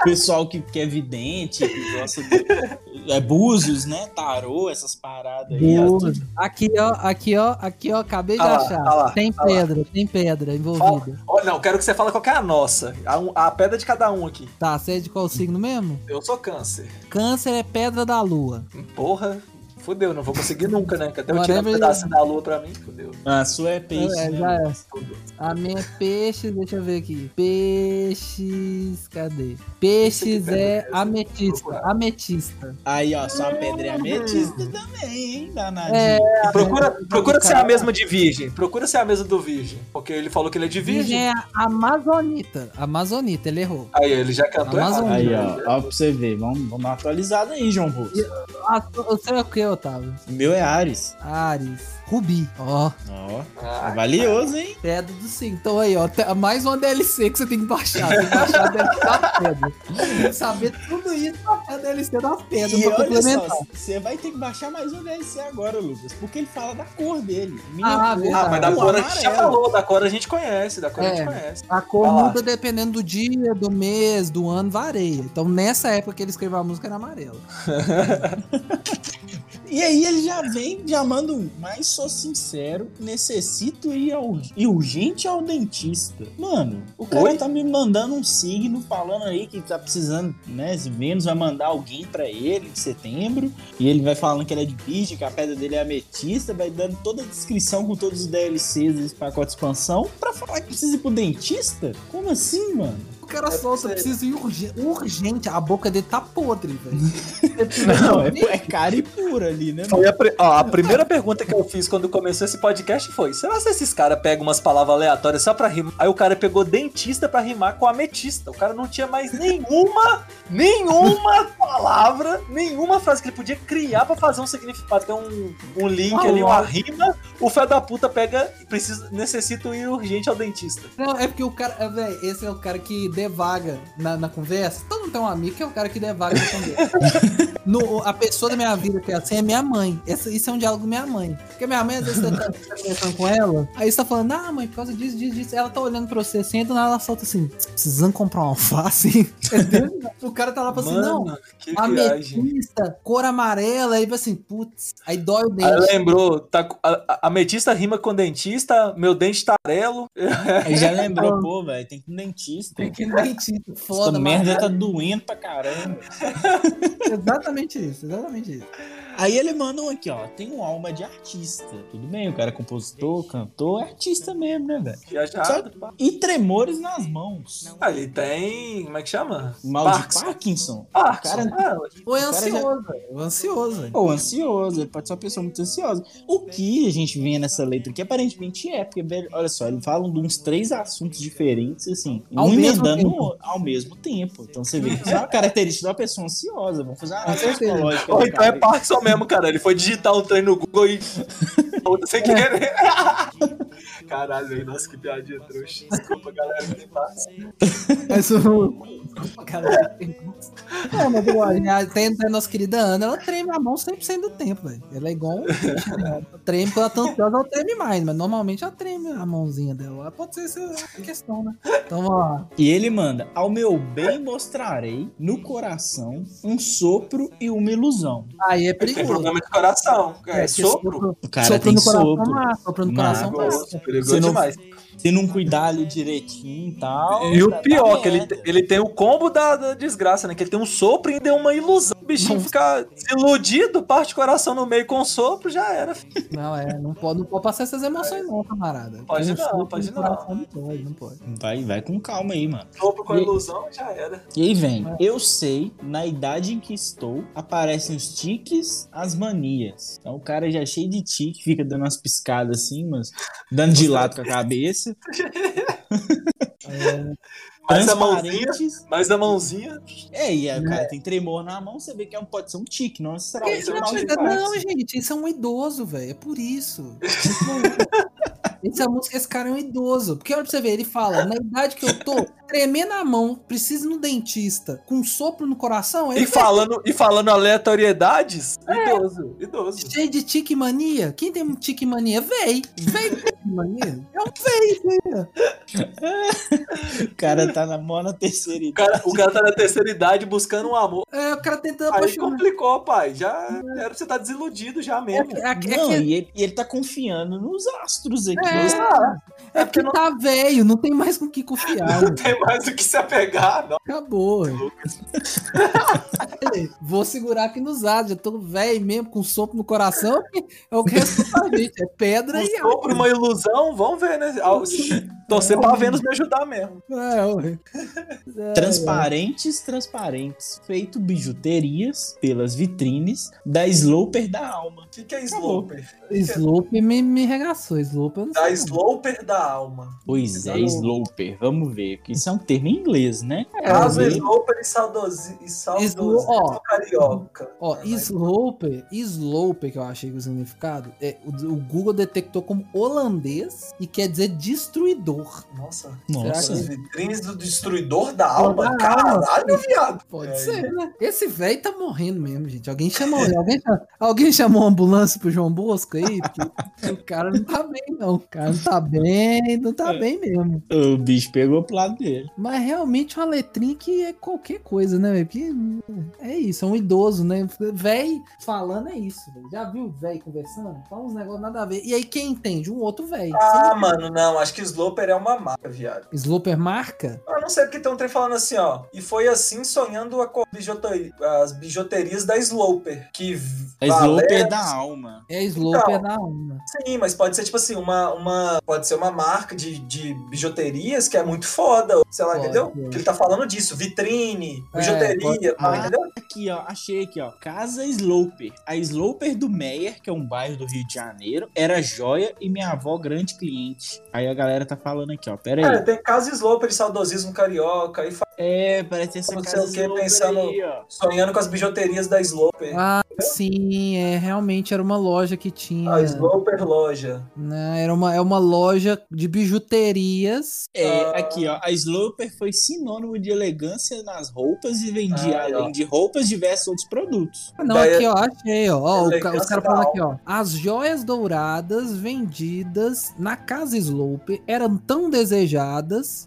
C: O pessoal que, que é vidente, que gosta de. É búzios, né? Tarô, essas paradas aí. ó.
B: Aqui, ó, aqui, ó, aqui, ó, acabei de
A: Ah lá,
B: achar.
A: ah lá,
B: tem
A: ah lá.
B: pedra, tem pedra envolvida.
A: Ó, não, quero que você fale qual que é a nossa. A, um- a pedra de cada um aqui.
B: Tá, você é de qual signo mesmo?
A: Eu sou câncer.
B: Câncer é pedra da lua.
A: Porra, fudeu, não vou conseguir nunca, né? Que até eu tirar um
B: Whatever
A: pedaço da lua pra mim, fudeu.
C: A sua é peixe,
B: É,
C: né?
B: já é.
A: Fudeu.
B: A minha é peixes, deixa eu ver aqui. Peixes, cadê? Peixes
A: pedra é
B: é
A: essa? Vou
B: ametista.
A: procurar.
B: Ametista.
C: Aí, ó, sua pedra é ametista também, hein, danadinho.
B: É,
A: E procura procura
B: do
A: ser a
B: cara.
A: mesma de virgem. Procura ser a mesma do virgem. Porque ele falou que ele é de virgem.
B: virgem é amazonita. Amazonita, ele errou.
A: Aí, ele já cantou
B: Amazon.
C: Aí,
A: errado.
C: ó, ó, pra você ver. Vamos, vamos dar uma atualizada aí, João Russo.
B: Ah, o seu é o que, Otávio?
C: O meu é Ares.
B: Ares. Rubi. Ó.
C: Ó,
A: Ah,
C: é valioso, hein?
B: Pedra do Sim. Então aí, ó, te- mais uma DLC que você tem que baixar. Tem que baixar a DLC da pedra. Tem que saber tudo isso pra baixar a DLC da pedra
C: E
B: pra
C: olha
B: complementar.
C: só, você vai ter que baixar mais um DLC agora, Lucas, porque ele fala da cor dele.
B: Ah,
C: cor,
B: verdade.
A: Ah, mas da
C: o
A: cor a gente já
C: amarelo.
A: falou, da cor a gente conhece, da cor a gente
B: É.
A: conhece.
B: A cor
A: Vai lá.
B: muda dependendo do dia, do mês, do ano, varia. Então nessa época que ele escreveu a música era amarelo.
C: E aí ele já vem, já manda um, mas sou sincero, necessito ir ao, ir urgente ao dentista. Mano, o cara
A: Oi?
C: tá me mandando um signo falando aí que tá precisando, né, se Vênus vai mandar alguém pra ele em setembro, e ele vai falando que ele é de virgem, que a pedra dele é ametista, vai dando toda a descrição com todos os DLCs desse pacote de expansão pra falar que precisa ir pro dentista? Como assim, mano?
B: O cara
A: É
B: solta,
A: sério.
B: preciso ir urgente. Urgente, a boca dele tá podre, velho.
C: Não, é, é cara e pura ali, né? mano?
A: Foi a, pri- ó, a primeira pergunta que eu fiz quando começou esse podcast foi: será que esses caras pegam umas palavras aleatórias só pra rimar? Aí o cara pegou dentista pra rimar com ametista. O cara não tinha mais nenhuma, nenhuma palavra, nenhuma frase que ele podia criar pra fazer um significado. Tem um, um link
B: Ah,
A: ali, uma
B: lá.
A: rima. O fé da puta pega e precisa, necessito ir urgente ao dentista.
B: Não, é porque o cara, é, velho, esse é o cara que devaga na, na conversa. Todo mundo tem um amigo que é o cara que devaga na conversa. No- a pessoa da minha vida que é assim é minha mãe. Essa- isso é um diálogo com minha mãe. Porque minha mãe, às vezes, você tá, você tá conversando com ela, aí você tá falando, ah, mãe, por causa disso, disso, disso. Ela tá olhando pra você assim, e do nada ela solta assim, precisando comprar uma alface? o cara tá lá falando assim, não,
A: Mano, que viagem.
B: ametista, cor amarela, aí vai assim, putz, aí dói o
A: Aí
B: dente.
A: lembrou, tá, com- a, a- ametista rima com dentista, meu dente tá amarelo.
C: Aí já lembrou, pô, velho, tem que ir no dentista.
B: é Tem que ir no dentista,
C: Essa
B: foda, mano.
C: merda tá doendo pra caramba.
B: Exatamente isso, exatamente isso.
C: Aí ele manda um aqui, ó. Tem um alma de artista. Tudo bem, o cara é compositor, cantor, é artista mesmo, né, velho?
A: Viajado. pá.
C: E tremores nas mãos.
A: Ah, ele tem. Como é que chama?
C: Mal
A: Parkinson.
C: de Parkinson.
A: Parkinson.
C: Cara,
A: Ah,
B: Ou é
C: O cara já-
B: ansioso, velho. Ou ansioso, velho.
C: Ou ansioso, ele pode ser uma pessoa muito ansiosa. O que a gente vê nessa letra que aparentemente é, porque, velho, olha só, eles falam de uns três assuntos diferentes, assim,
B: Ao
C: um
B: mesmo
C: emendando
B: tempo.
C: o outro ao mesmo tempo. Então você vê que isso é uma característica de uma pessoa ansiosa. Vamos fazer uma
B: Com
C: análise
B: certeza.
C: psicológica.
A: Ou
C: do
A: então é
C: cara.
A: Parkinson mesmo, cara. Ele foi digitar um trem no Google e. Outra sem querer. Caralho, velho. Nossa, que piadinha trouxa. Desculpa, galera, que tá- tem Parkinson.
C: É
B: Mas o. Cara, não, mas igual, a- tem, tem a nossa querida Ana, ela treme a mão 100% do tempo, velho. Ela é igual um bicho, né? Ela treme quando ela tá ansiosa, ela treme mais, mas normalmente ela treme a mãozinha dela. Pode ser essa a questão, né? Então vamos lá.
C: E ele manda: Ao meu
A: É.
C: bem mostrarei no coração um sopro e uma ilusão.
B: Aí é
A: Ele tem
B: perigoso.
A: problema de coração. É,
B: É,
A: sopro.
C: O cara
B: sopro
C: tem
B: no coração, é
C: sopro.
B: mata, sopro no
C: Mata.
B: coração. mata.
A: Perigoso, perigoso
C: Você não-
A: demais.
C: Se não cuidar ali direitinho e tal.
A: E o
C: dá- dá
A: pior, que ele,
C: merda.
A: ele tem o combo da, da desgraça, né? Que ele tem um sopro e ainda é uma ilusão. O bichinho fica iludido, parte o coração no meio com o sopro, já era. filho.
B: Não, é, não pode, não pode passar essas emoções, não, camarada.
A: Pode
B: Tem um
A: não,
B: sopro
A: pode
B: no
A: não.
B: coração, Não pode, não pode.
C: Vai, vai com calma aí, mano.
A: Sopro com a
C: E-
A: ilusão, já era.
C: E aí vem,
B: É.
C: eu sei, na idade em que estou, aparecem os tiques, as manias. Então o cara já é cheio de tique, fica dando umas piscadas assim, mas dando de lado com a cabeça.
B: É,
A: Mas a mãozinha,
C: Transparentes.
A: mas a mãozinha.
C: É, e aí o cara tem tremor na mão, você vê que é um, pode ser um tique, não necessariamente
A: Isso
C: é um
A: não
C: mal de
A: chega,
C: Parkinson.
B: Né? não, gente, isso é um idoso, velho. É por isso. Essa música, esse cara é um idoso. Porque olha pra você ver, ele fala, na idade que eu tô, tremendo a mão, preciso ir no dentista, com um sopro no coração, ele
A: E falando, e falando aleatoriedades, idoso, idoso.
B: "É, cheio de tique mania. Quem tem tique mania? Véi. Véi, tique mania. É um véi, véi.
C: O cara tá na mó na
A: O
C: terceira idade.
A: cara, o cara tá na terceira idade buscando um amor.
B: É, o cara tentando
A: Aí
B: apaixonar.
A: complicou, pai. Já era pra você estar desiludido já
B: É,
A: mesmo.
B: que- é, que- é
C: Não,
B: que-
C: e ele, e ele tá confiando nos astros aqui.
B: É. é porque
A: não-
B: tá velho, não tem mais com o que confiar. né?
A: Não tem mais o que se apegar, não.
B: Acabou. Vou segurar aqui nos ados. Eu tô velho mesmo, com sopro no coração. É o que resta pra gente. É pedra e água.
A: Ou por uma ilusão, vamos ver, né? Ah, se- Torcer pra Vênus me ajudar mesmo.
B: É, ué. É,
C: Transparentes, transparentes. Feito bijuterias pelas vitrines da Sloper da alma.
A: O que,
B: Tá
A: que é
C: Acabou.
A: Sloper?
B: Slope me, me regaçou. Slope eu não
A: Da
B: sei.
A: Sloper da alma.
C: Pois é,
A: Não.
C: Sloper. Vamos ver. Porque isso é um termo em inglês, né?
A: Caso
C: é.
A: Sloper e saudosi- e
B: Slo- ó.
A: saudosismo carioca.
B: Ó, slope, slope que eu achei que o significado é o, o Google detectou como holandês e quer dizer destruidor.
A: Nossa.
B: Tá
C: Nossa.
A: As vitrines do destruidor da
B: Alma,
A: alma? Caralho, viado.
B: Pode
A: É,
B: ser, né? Esse velho tá morrendo mesmo, gente. Alguém chamou, alguém, cha- alguém chamou a ambulância pro João Bosco aí? Porque o cara não tá bem, não. O cara não tá bem, não tá bem mesmo.
C: O bicho pegou pro lado dele.
B: Mas realmente é uma letrinha que é qualquer coisa, né, velho? Porque é isso, é um idoso, né? Velho falando é isso, velho. Já viu o velho conversando? Fala uns negócios nada a ver. E aí quem entende? Um outro velho.
A: Ah, mano, não. Acho que Sloper é uma marca, viado.
B: Sloper marca?
A: Ah, não sei porque tem um trem falando assim, ó. E foi assim sonhando a co- bijoteri- as bijuterias da Sloper. Que v-
C: A Sloper
A: valera-
C: da alma.
B: É Sloper
A: Então.
B: da alma.
A: Sim, mas pode ser tipo assim, uma. uma pode ser uma marca de, de bijuterias que é muito foda. ou Sei lá,
B: Pode,
A: entendeu?
B: pode.
A: Que ele tá falando disso. Vitrine,
B: É,
A: bijuteria,
B: pode-
A: pá, entendeu?
C: Aqui, ó. Achei aqui, ó. Casa Sloper. A Sloper do Meyer, que é um bairro do Rio de Janeiro, era joia e minha avó grande cliente. Aí a galera tá falando aqui, ó. Pera
A: É,
C: aí.
A: tem caso Sloper de saudosismo carioca e fa-
C: É, parece essa
A: Não sei
C: casa
A: o que,
C: Sloper
A: pensando-
C: aí, ó.
A: sonhando com as bijuterias da Sloper.
B: Ah, sim, é, realmente era uma loja que tinha.
A: A Sloper Loja.
B: Né, era uma, é uma loja de bijuterias.
C: É,
A: Ah.
C: aqui, ó. A Sloper foi sinônimo de elegância nas roupas e vendia,
A: Ah,
C: além
A: ó.
C: de roupas, diversos outros produtos.
B: Ah, não,
A: Daí- é
B: aqui, ó, achei, ó. ó o, ca- os
A: Elegância
B: caras
A: da
B: falando aqui, ó. As joias douradas vendidas na Casa Slope eram tão desejadas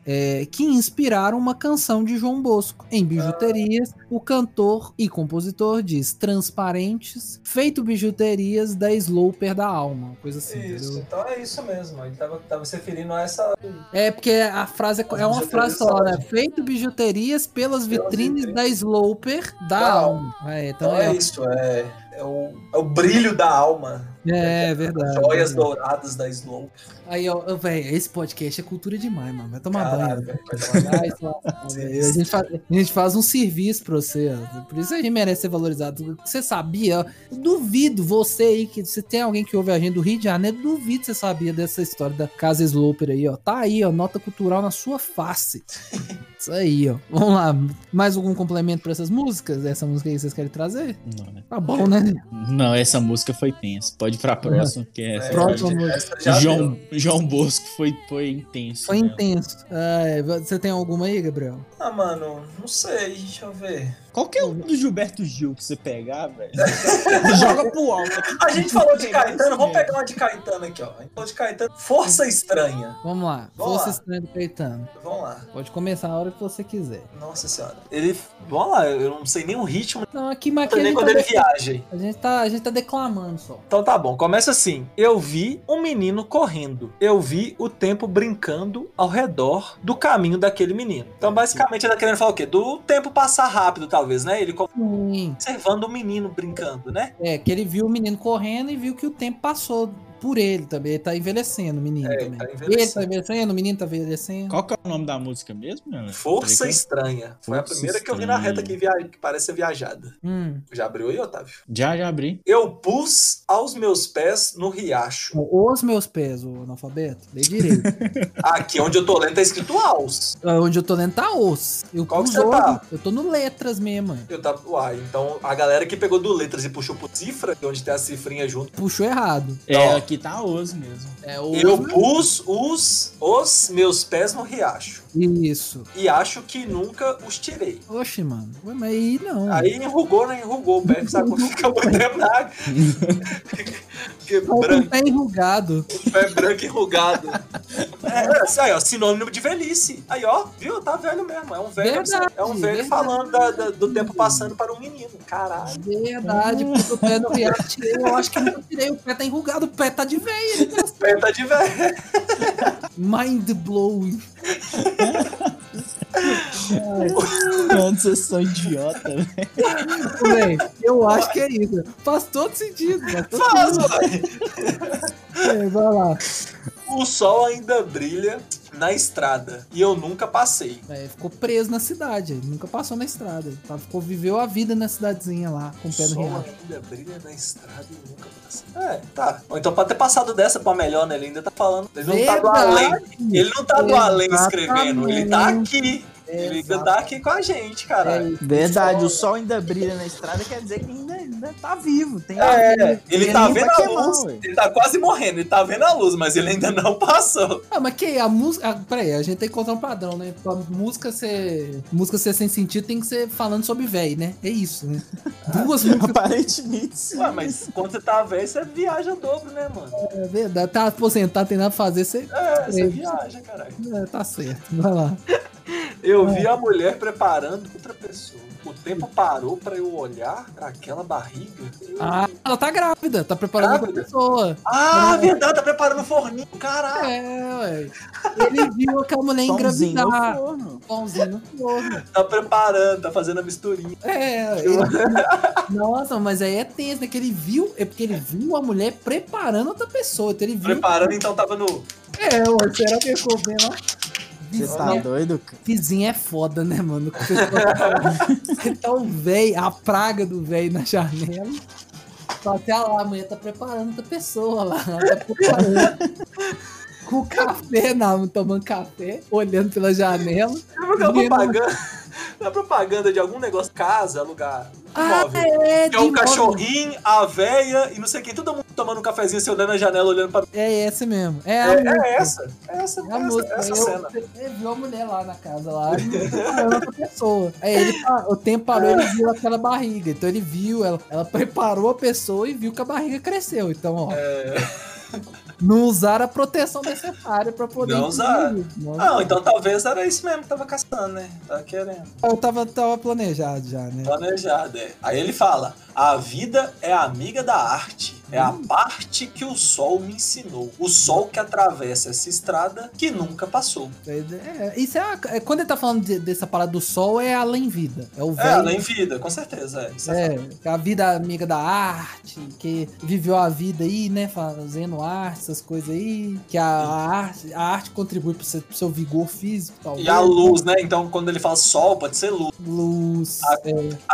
B: é, que inspiraram uma canção de João Bosco. Em
A: Ah.
B: bijuterias, o cantor e compositor diz transparentes, feito bijuterias da Sloper da alma. uma Coisa assim,
A: Isso,
B: entendeu?
A: então é isso mesmo. Ele tava, tava se referindo a essa.
B: É porque a frase é, co-
A: As
B: é uma
A: bijuterias
B: frase só,
A: são
B: né? Feito bijuterias pelas,
A: Pelas
B: vitrines
A: vitrines.
B: da Sloper da
A: Da
B: alma. É, então
A: Então é
B: é,
A: isso, é. É o, é o brilho da alma.
B: É, é verdade.
A: Joias douradas da Snow.
B: Aí, ó, ó, velho, esse podcast é cultura demais, mano. Vai tomar
A: Caralho,
B: banho.
A: velho, vai tomar banho.
B: Vai tomar banho, velho. a, gente faz, a gente faz um serviço pra você. ó. Por isso a gente merece ser valorizado. Você sabia? Eu duvido você aí, que se tem alguém que ouve a gente do Rio de Janeiro, duvido que você sabia dessa história da Casa Sloper aí, ó. Tá aí, ó, nota cultural na sua face. Isso aí, ó. Vamos lá. Mais algum complemento pra essas músicas? Essa música aí que vocês querem trazer?
C: Não, né?
B: Tá bom, né?
A: É,
C: Não, essa música foi tensa. Pode ir pra próxima, porque essa.
A: É,
B: Próxima
A: essa
B: música.
A: já deu.
C: João, João Bosco foi, foi intenso. né?
B: Foi
C: mesmo.
B: intenso. É, você tem alguma aí, Gabriel?
A: Ah, mano, não sei, deixa eu ver.
C: Qualquer um do Gilberto Gil que você pegar, velho, joga pro alto.
A: A gente falou de Caetano, vamos pegar uma de Caetano aqui, ó. A gente falou de Caetano. Força Estranha.
B: Vamos lá.
A: Vamos
B: Força
A: lá.
B: Estranha do Caetano.
A: Vamos lá.
B: Pode começar a hora que você quiser.
A: Nossa senhora. Ele. Vamos lá, eu não sei nem o ritmo,
B: Não, aqui, mas aqui a,
A: nem
B: gente tá
A: quando ele
B: de-
A: viaja.
B: a gente tá, a gente tá declamando só.
A: Então tá bom, começa assim. Eu vi um menino correndo. Eu vi o tempo brincando ao redor do caminho daquele menino. Então, basicamente, ele tá querendo falar o quê? Do tempo passar rápido, talvez, né? Ele
B: Sim.
A: observando o menino brincando, né?
B: É, que ele viu o menino correndo e viu que o tempo passou por ele também. Ele tá envelhecendo, o menino
A: É,
B: também.
A: tá
B: Ele tá
A: envelhecendo.
B: envelhecendo, o menino tá envelhecendo.
C: Qual que é o nome da música mesmo? meu?
A: Força
C: Peraí que
A: Estranha. Foi a
C: Hum, Força
A: primeira que eu vi na
C: Estranha.
A: reta que, via... que parece ser viajada.
B: Hum.
A: Já abriu aí, Otávio?
C: eu- Já, já abri.
A: Eu pus aos meus pés no riacho.
B: Os meus pés, o analfabeto. Lê direito.
A: Aqui onde eu tô lendo tá escrito aos.
B: Ah, Onde eu tô lendo tá os. Eu
A: Qual que
B: pus
A: você tá?
B: os. Eu tô no letras mesmo. mano.
A: Eu tava. Uai, então a galera que pegou do letras e puxou pro cifra, que é onde tem a cifrinha junto.
B: Puxou errado.
C: É,
A: Ó.
C: aqui tá Oz mesmo.
B: É os.
A: Eu pus os, os meus pés no riacho.
B: Isso.
A: E acho que nunca os tirei.
B: Oxe, mano. Ué, mas aí não.
A: Aí enrugou, né? Enrugou o pé, sabe? Quando fica muito tempo na água. Porque branco,
B: Tá enrugado.
A: pé branco enrugado. É, isso aí, ó, sinônimo de velhice. Aí, ó, viu? Tá velho mesmo. É um velho,
B: Verdade,
A: é um velho
B: verdade.
A: falando da- da- do tempo passando para um menino. Caralho.
B: Verdade, porque o pé do Riacho tirei. Eu acho que nunca tirei. O pé tá enrugado, o pé tá de velho.
A: O pé tá de velho.
B: Mind blowing.
C: Mano, vocês são idiota, velho.
B: Véi, eu acho que é isso. Faz todo sentido. Faz todo
A: Faz, uai.
B: sentido. É, vai lá.
A: O sol ainda brilha na estrada. E eu nunca passei.
B: Véi, É, ficou preso na cidade. Ele nunca passou na estrada. Ele tá- ficou, viveu a vida na cidadezinha lá, com o pé no
A: Sol
B: Riacho.
A: ainda brilha na estrada e nunca passa. É, tá. Ou então pode ter passado dessa pra melhor, né? Ele ainda tá falando. Ele não tá do além. Ele não tá do além escrevendo. Ele tá aqui. Ele ainda tá aqui com a gente,
B: É
A: caralho.
D: Verdade, o sol ainda brilha na estrada, quer dizer que ainda, ainda tá vivo. Tem
A: É, ele tá
D: nem
A: vendo
D: vai
A: a
D: queimar,
A: luz.
D: ué.
A: Ele tá quase morrendo. Ele tá vendo a luz, mas ele ainda não passou.
B: Ah, mas que aí, a música. Ah, peraí, a gente tem que encontrar um padrão, né? Pra música ser. Música ser sem sentido tem que ser falando sobre véi, né? É isso, né? Duas músicas.
D: Aparentemente sim.
A: Ué, mas quando você tá velho, você viaja dobro, né, mano?
B: É verdade. Tá aposentado, tem nada pra fazer, você.
A: É, você
B: É.
A: viaja, caralho.
B: É, tá certo. Vai lá.
A: Eu
B: É.
A: vi a mulher preparando outra pessoa. O tempo parou pra eu olhar pra aquela barriga.
B: Ah, ela tá grávida, tá preparando
A: Grávida?
B: a pessoa.
A: Ah, verdade, tá preparando o forninho, caralho.
B: É, ué. Ele viu que a mulher
D: Pãozinho tá no
B: engravidar.
D: forno.
B: Pãozinho no forno.
A: Tá preparando, tá fazendo a misturinha.
B: É, ele- Nossa, mas aí é tenso, né? Que ele viu. É porque ele viu a mulher preparando outra pessoa. Então ele viu.
A: Preparando, então tava no.
B: É, ué, será que ele ficou vendo? ó?
D: Você tá
B: Vizinha-
D: doido, cara?
B: Vizinha é foda, né, mano? Com o pessoal falando. então, véi, a praga do véi na janela. Só até lá, amanhã tá preparando outra pessoa lá. Tá preparando. Com café na mão, tomando café, olhando pela janela.
A: Lembra aquela
B: Menino.
A: propaganda? Na propaganda de algum negócio, casa, lugar,
B: Ah,
A: imóvel.
B: é,
A: Que é o
B: de imóvel.
A: cachorrinho, a véia e não sei quem, todo mundo tomando um cafezinho, se olhando na janela, olhando pra.
B: É esse mesmo. É, a
A: É,
B: música.
A: é essa, é essa,
B: É a
A: essa,
B: música.
A: essa
B: Eu-
A: cena.
B: Ele viu a mulher lá na casa, lá, preparando "Ah, é outra pessoa. Aí ele, pa- o tempo parou, ele viu aquela barriga. Então ele viu, ela, ela preparou a pessoa e viu que a barriga cresceu. Então, ó.
A: É.
B: Não usaram a proteção necessária pra poder.
A: Não usaram.
B: impedir. Não
A: Não,
B: usaram.
A: então talvez era isso mesmo, que tava caçando, né? Tava querendo.
B: Eu tava, tava planejado já, né?
A: Planejado, é. Aí ele fala: a vida é amiga da arte. É a parte que o sol me ensinou. O sol que atravessa essa estrada que nunca passou.
B: É, isso é, a- é- quando ele tá falando de- dessa parada do sol, é além vida. É o
A: É,
B: velho.
A: além vida, com certeza. É, isso é fato.
B: É, a vida amiga da arte, que viveu a vida aí, né? Fazendo arte, essas coisas aí. Que a, a arte, a arte contribui pro seu, pro seu vigor físico, talvez.
A: E a luz, né? Então, quando ele fala sol, pode ser luz.
B: Luz.
A: A-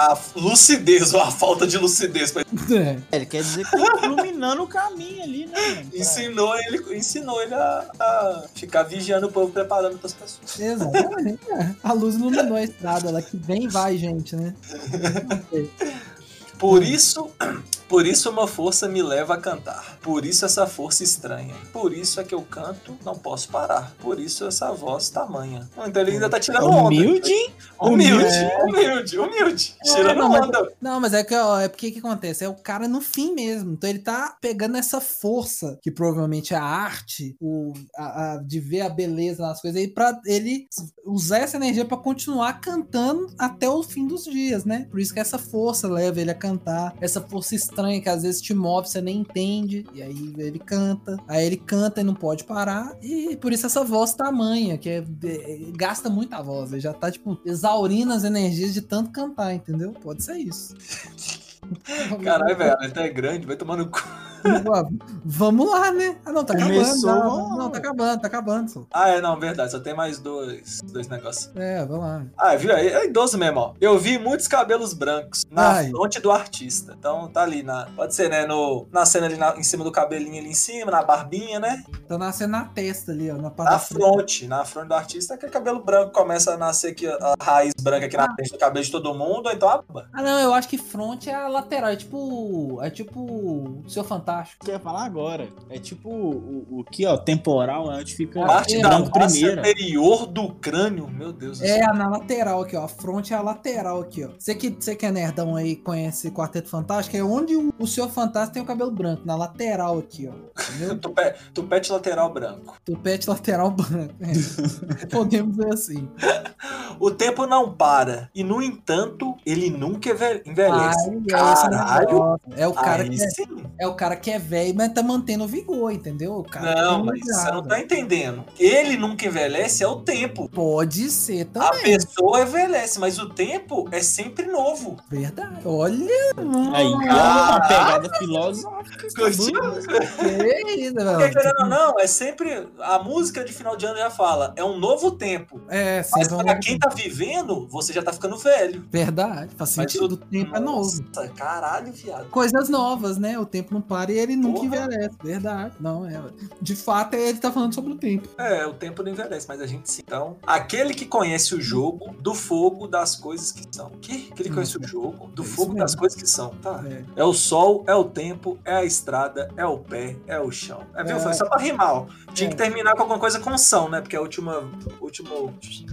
A: A lucidez ou a falta de lucidez. pra-
B: É, é.
C: Ele quer dizer que tá iluminando o caminho ali, né? mano?
A: Ensinou ele, ensinou ele a, a ficar vigiando o povo, preparando pras pessoas.
B: Exatamente. é. A luz iluminou a estrada lá, que vem e vai, gente, né? Hum.
A: Por isso, por isso uma força me leva a cantar. Por isso essa força estranha. Por isso é que eu canto, não posso parar. Por isso essa voz tamanha. Então ele
B: Hum.
A: ainda tá
B: É
A: tirando
C: É Humilde, hein?
A: onda. Humilde, humilde, humilde. Tirando
B: É, não, mas-
A: onda.
B: Não, mas é que ó, é porque o que acontece? É o cara no fim mesmo. Então ele tá pegando essa força, que provavelmente é a arte, o, a- a- de ver a beleza nas coisas aí, pra ele usar essa energia pra continuar cantando até o fim dos dias, né? Por isso que essa força leva ele a cantar, essa força estranha que às vezes te move, você nem entende, e aí ele canta, aí ele canta e não pode parar, e por isso essa voz tamanha, que é, é- gasta muita voz, ele já tá, tipo, exaurindo as energias de tanto cantar, entendeu? Pode ser isso.
A: Caralho, velho, ele tá grande, vai tomar no cu.
B: Vamos lá, né? Ah, não, tá acabando.
C: Começou,
B: não,
C: vamos lá.
B: não, tá acabando, tá acabando. só.
A: Ah, é, não, verdade, só tem mais dois, dois negócios.
B: É, vamos lá.
A: Ah, viu? É, é idoso mesmo, ó. Eu vi muitos cabelos brancos na
B: Ai.
A: fronte do artista. Então tá ali na. Pode ser, né? No, na cena ali na- em cima do cabelinho ali em cima, na barbinha, né?
B: Tá nascendo na testa ali, ó. Na parte
A: Na
B: da frente.
A: fronte, na fronte do artista, aquele cabelo branco começa a nascer aqui, a raiz branca aqui na frente do cabelo de todo mundo, ou então a barba.
B: Ah, não, eu acho que front é a lateral. É tipo. É tipo. O seu Fantástico.
C: Que eu ia falar agora. É tipo o, o que, ó, temporal, é onde fica
A: Parte
B: é,
A: da
C: branco
A: massa
C: primeiro.
A: anterior do crânio, meu Deus do céu.
B: É, na lateral aqui, ó. A front é a lateral aqui, ó. Você que, você que é nerdão aí, conhece Quarteto Fantástico, é onde o, o seu Fantástico tem o cabelo branco, na lateral aqui, ó. Entendeu?
A: Tupé, tupete lateral branco.
B: Tupete lateral branco. É. Podemos ver assim.
A: O tempo não para, e no entanto, ele nunca enve- envelhece.
B: Ai, é esse
A: Caralho!
B: negócio. É o cara
A: Aí
B: que é
A: sim.
B: É o cara que é velho, mas tá mantendo o vigor, entendeu? O cara
A: Não,
B: tá
A: mas você não
B: ligado.
A: tá entendendo. Ele nunca envelhece é o tempo.
B: Pode ser
A: A
B: também.
A: pessoa envelhece, mas o tempo é sempre novo.
B: Verdade. Olha, mano.
C: Aí,
A: Ah.
C: ó, uma pegada filosófica.
A: Curtiu?
B: Que isso,
A: Porque,
B: mano.
A: querendo ou não, é sempre. A música de final de ano já fala, é um novo tempo.
B: É,
A: Mas
B: vocês vão...
A: pra quem tá vivendo, você já tá ficando velho.
B: Verdade. Faz
A: Mas
B: sentido. O tempo é novo.
A: Nossa, caralho, viado.
B: Coisas novas, né? O tempo não para e ele nunca
A: Porra.
B: envelhece. Verdade. Não, é. De fato, ele tá falando sobre o tempo.
A: É, o tempo não envelhece, mas a gente sim. Então, aquele que conhece o jogo do fogo das coisas que são. Que? Aquele que conhece o jogo do
B: É isso
A: fogo
B: mesmo.
A: das coisas que são. Tá.
B: É.
A: É o sol, é o tempo, é a estrada, é o pé, é o chão. É, viu?
B: É.
A: Foi só pra rimar, ó. Tinha
B: É.
A: que terminar com alguma coisa com são, né? Porque a última, última,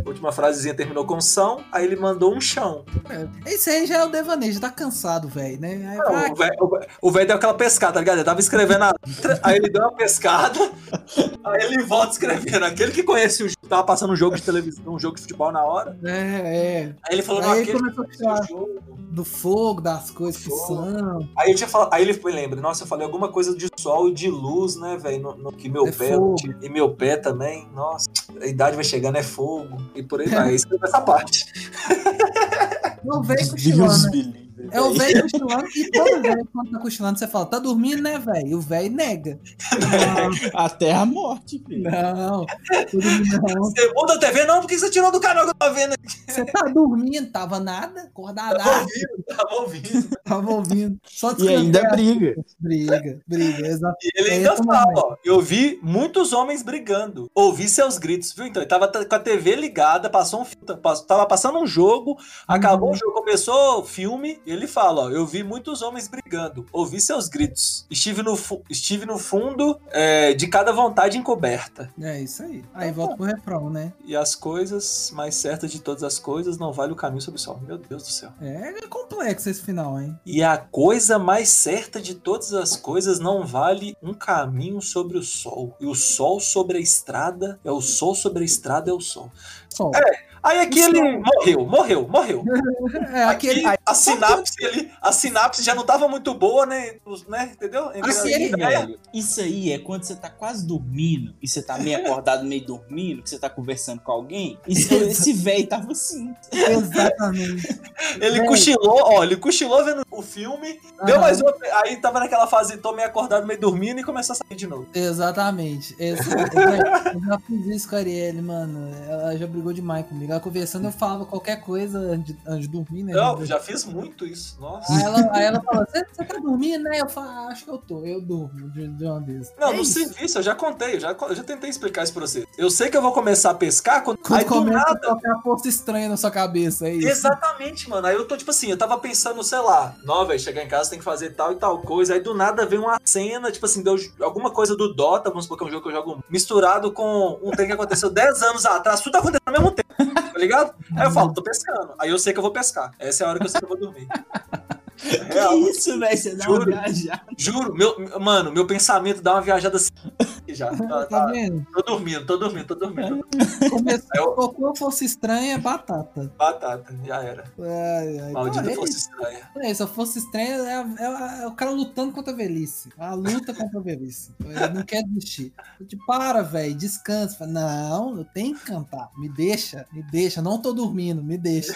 A: última frasezinha terminou com são, aí ele mandou um chão.
B: É. Esse aí já é o devanejo, tá cansado, velho, né? Aí, vai,
A: Não, o velho- o velho- O velho deu aquela pescada, tá ligado? Ele tava escrevendo a letra, aí ele deu uma pescada, aí ele volta escrevendo. Aquele que conhece o jogo, tava passando um jogo de televisão, um jogo de futebol na hora.
B: é, é.
A: Aí ele falou, não,
B: Aí
A: aquele
B: ele começou a
A: que conhece
B: falar
A: o jogo.
B: do fogo, das coisas que
A: Fogo.
B: são.
A: Aí, eu tinha falado, aí ele foi, lembra, nossa, eu falei alguma coisa de sol e de luz, né, velho? No, no que meu
B: É
A: pé
B: fogo.
A: e meu pé também, nossa, a idade vai chegando, é fogo. E por aí vai. Aí escreveu essa parte.
B: Não vem com
C: Deus
B: né?
C: me livre,
B: É o
C: velho.
B: velho cochilando e todo velho quando tá cochilando você fala, tá dormindo, né, velho? E o velho nega.
C: Até a morte, filho.
B: Não, tô dormindo não.
A: Você muda a TV, não, porque você tirou do canal que eu tava vendo aqui.
B: Você tá dormindo, tava nada, acordada,
A: Tava ouvindo, tava ouvindo.
B: tava ouvindo. Só
C: E ainda briga.
B: briga, briga, exato.
A: E ele
B: É
A: ainda
B: isso
A: fala,
B: mesmo.
A: ó, eu vi muitos homens brigando, ouvi seus gritos, viu? Então, ele tava t- com a TV ligada, passou um filme, tava passando um jogo, acabou o jogo, começou o filme, e ele fala, ó, eu vi muitos homens brigando, ouvi seus gritos, estive no, fu- estive no fundo é, de cada vontade encoberta.
B: É isso aí. Aí volta pro refrão, né?
A: E as coisas mais certas de todas as coisas não vale o caminho sob o sol. Meu Deus do céu.
B: É complexo esse final, hein?
A: E a coisa mais certa de todas as coisas não vale um caminho sobre o sol. E o sol sobre a estrada é o sol sobre a estrada é o sol.
B: Sol.
A: Aí aqui ele morreu, morreu, morreu.
B: É, aquele,
A: Aqui- a sinapse ali, a sinapse já não tava muito boa, né? Os- né? Entendeu? Entre
B: Assim,
A: a
B: ele-
A: ideia-
C: Velho, isso aí é quando você tá quase dormindo e você tá meio acordado, meio dormindo, que você tá conversando com alguém. E se- esse velho tava assim.
B: Exatamente.
A: Ele
B: Velho.
A: cochilou, ó, ele cochilou vendo o filme, deu
B: Aham.
A: mais um. uma. Aí tava naquela fase, tô meio acordado, meio dormindo e começou a sair de novo.
B: Exatamente. Esse- velho, eu já fiz isso com a Arielle, mano. Ela já brigou demais comigo. Ela conversando, eu falava qualquer coisa antes de, antes de dormir, né?
A: Não, já fiz muito isso, nossa.
B: Aí ela, aí ela fala, você você tá dormindo, né? Eu falo, "Ah, acho que eu tô. Eu durmo de, de uma vez.
A: Não,
B: É
A: no
B: isso.
A: serviço, eu já contei, eu já, co- eu já tentei explicar isso pra você. Eu sei que eu vou começar a pescar quando,
B: Quando
A: aí do
B: começa a
A: nada.
B: tocar força estranha na sua cabeça, é isso.
A: Exatamente, mano. Aí eu tô tipo assim, eu tava pensando, sei lá, não, velho, chegar em casa tem que fazer tal e tal coisa. Aí do nada vem uma cena, tipo assim, deu alguma coisa do Dota, vamos supor que é um jogo que eu jogo misturado com um trem que aconteceu 10 anos atrás, tudo acontecendo ao mesmo tempo, tá ligado? Aí eu falo, tô pescando. Aí eu sei que eu vou pescar. Essa é a hora que eu sei que eu vou dormir. É Real.
C: Que isso, velho? Você dá uma
A: Juro.
C: viajada.
A: Juro, meu, mano, meu pensamento dá uma viajada assim. Já, tá,
B: Tá
A: tá, É
B: vendo?
A: tô dormindo, tô dormindo, tô dormindo.
B: Começou, tocou força estranha, é batata.
A: Batata, já era.
B: Ai, ai. Então,
A: Maldita
B: é
A: força estranha.
B: É, se eu fosse estranho, é, a- é a- é o cara lutando contra a velhice. A luta contra a velhice. Ele não quer desistir. Eu te para, velho, descansa. Fala, Não, eu tenho que cantar. Me deixa, me deixa. Não tô dormindo, me deixa.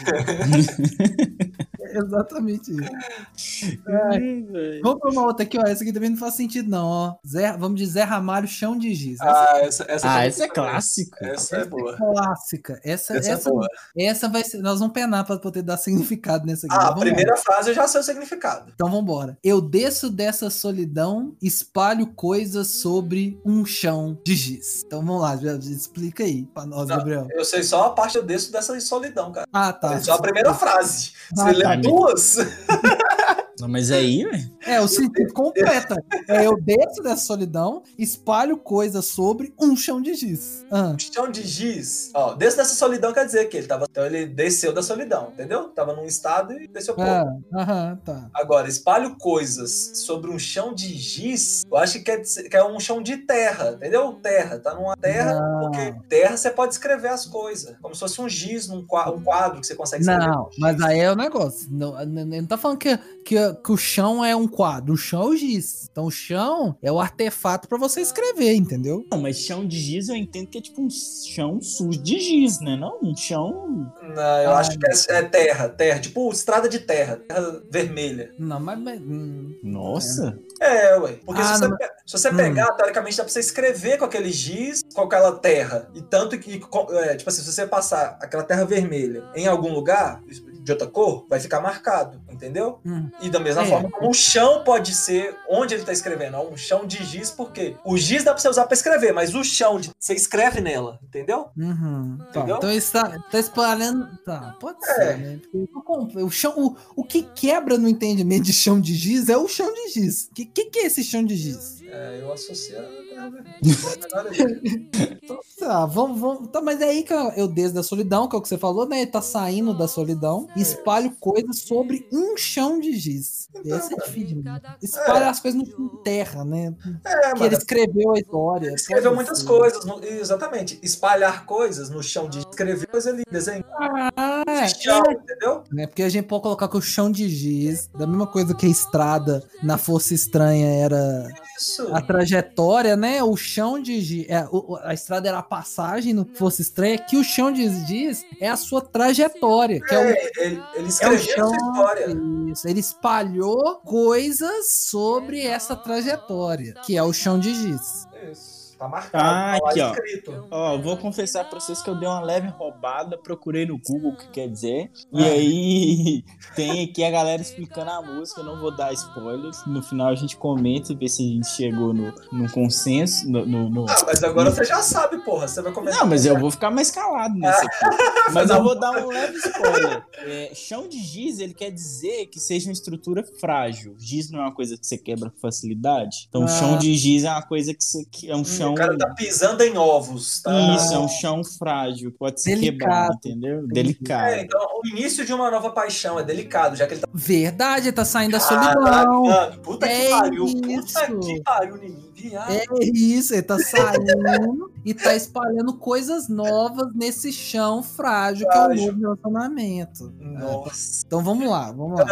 B: É exatamente isso. É, vamos pra uma outra aqui, ó. Essa aqui também não faz sentido, não, ó. Zé, vamos de Zé Ramalho, chão de giz. Essa
A: Ah, essa, essa
C: Ah,
A: também-
C: esse é clássico.
A: Essa é boa.
B: é clássica. Essa,
A: Essa
B: essa,
A: é boa.
B: essa vai ser. Nós vamos penar pra poder dar significado nessa aqui.
A: Ah, a
B: Vamos lá.
A: primeira frase eu já sei o significado.
B: Então vambora. Eu desço dessa solidão, espalho coisas sobre um chão de giz. Então vamos lá, já- já explica aí pra nós,
A: Não.
B: Gabriel.
A: Eu sei só a parte desse dessa solidão, cara.
B: Ah, tá.
A: É Só a primeira frase.
B: Ah,
A: Você
C: tá.
A: lê duas?
C: Não, mas aí, velho.
B: É, o sentido completo. É, eu desço dessa solidão, espalho coisas sobre um chão de giz. Ah,
A: Chão de giz. Ó, desço dessa solidão quer dizer que ele tava. Então ele desceu da solidão, entendeu? Tava num estado e desceu pro outro.
B: ah, aham, tá.
A: Agora, espalho coisas sobre um chão de giz, eu acho que quer, dizer- que é um chão de terra, entendeu? Terra, tá numa terra,
B: Não.
A: porque terra você pode escrever as coisas, como se fosse um giz, num qua- um quadro que você consegue escrever. um
B: Não, mas aí é o negócio. Não, não, não tá falando que, que, que o chão é um quadro. O chão é o giz. Então o chão é o artefato pra você escrever, entendeu?
C: Não, mas chão de giz eu entendo que é tipo um chão sujo de giz, né? Não, um chão.
A: Não, eu
B: Ah,
A: acho que é, é terra, terra, tipo estrada de terra, terra vermelha.
B: Não, mas. mas hum,
C: Nossa.
A: É, ué. Porque
B: Ah,
A: se, você,
B: não,
A: pe- se você
B: Hum.
A: pegar, teoricamente dá pra você escrever com aquele giz, com aquela terra. E tanto que, co- é, tipo assim, se você passar aquela terra vermelha em algum lugar de outra cor, vai ficar marcado, entendeu?
B: hum.
A: E da mesma
B: É.
A: forma, como um chão pode ser onde ele tá escrevendo, ó, um chão de giz, porque o giz dá pra você usar pra escrever, mas o chão, de- você escreve nela, entendeu?
B: Uhum. Tá,
A: Entendeu?
B: então está, tá espalhando. Tá, pode
A: É.
B: ser, né? Porque eu compro- O, chão, o, o que quebra no entendimento de chão de giz é o chão de giz. O que, que, que é esse chão de giz?
A: É, eu associo a terra É,
B: Tá, vamos, vamos. Tá, mas é aí que eu, eu desço da solidão, que é o que você falou, né? Ele tá saindo da solidão e espalho coisas sobre um chão de giz.
A: Então,
B: Esse é difícil. né? Espalha as coisas no em terra, né?
A: um É,
B: Que ele
A: mano.
B: escreveu a história. assim?
A: Escreveu
B: pode
A: muitas
B: ser.
A: coisas, no- exatamente. Espalhar coisas no chão de escrever coisa ali, desenhar
B: Ah,
A: chão, entendeu?
B: né? Porque a gente pode colocar que o chão de giz, da mesma coisa que a estrada na Força Estranha era
A: Isso.
B: a trajetória, né? O chão de giz, é, o- o- a estrada era a passagem no Força Estranha, que o chão de giz é a sua trajetória, que é o
A: É, ele, ele
B: é o
A: escreveu
B: chão.
A: essa história.
B: Isso, ele espalhou coisas sobre essa trajetória, que é o chão de giz.
A: Isso. Tá marcado,
C: Ah,
A: tá lá
C: aqui, ó.
A: escrito.
C: Ó, vou confessar pra vocês que eu dei uma leve roubada, procurei no Google o que quer dizer. E
A: Ah.
C: aí tem aqui a galera explicando a música, eu não vou dar spoilers. No final a gente comenta e vê se a gente chegou no, no consenso. No, no- no-
A: Ah, mas agora você já sabe, porra. Você vai começar.
C: Não, mas eu vou ficar mais calado nessa aqui. Mas eu vou dar um leve spoiler. É, chão de giz, ele quer dizer que seja uma estrutura frágil. Giz não é uma coisa que você quebra com facilidade. Então,
B: Ah.
C: chão de giz é uma coisa que, você, que é um chão chão.
A: O cara tá pisando em ovos, tá?
C: Isso, é um chão frágil, pode se quebrar,
B: Delicado.
C: entendeu? Delicado.
A: É, então o início de uma nova paixão é delicado, já que ele tá.
B: Verdade, ele tá saindo da solidão.
A: Caraca, puta que
B: É
A: pariu,
B: isso.
A: puta que pariu, Nini. Viado.
B: É isso, ele tá saindo e tá espalhando coisas novas nesse chão frágil que é o novo relacionamento.
A: Nossa.
B: Então vamos lá, vamos lá.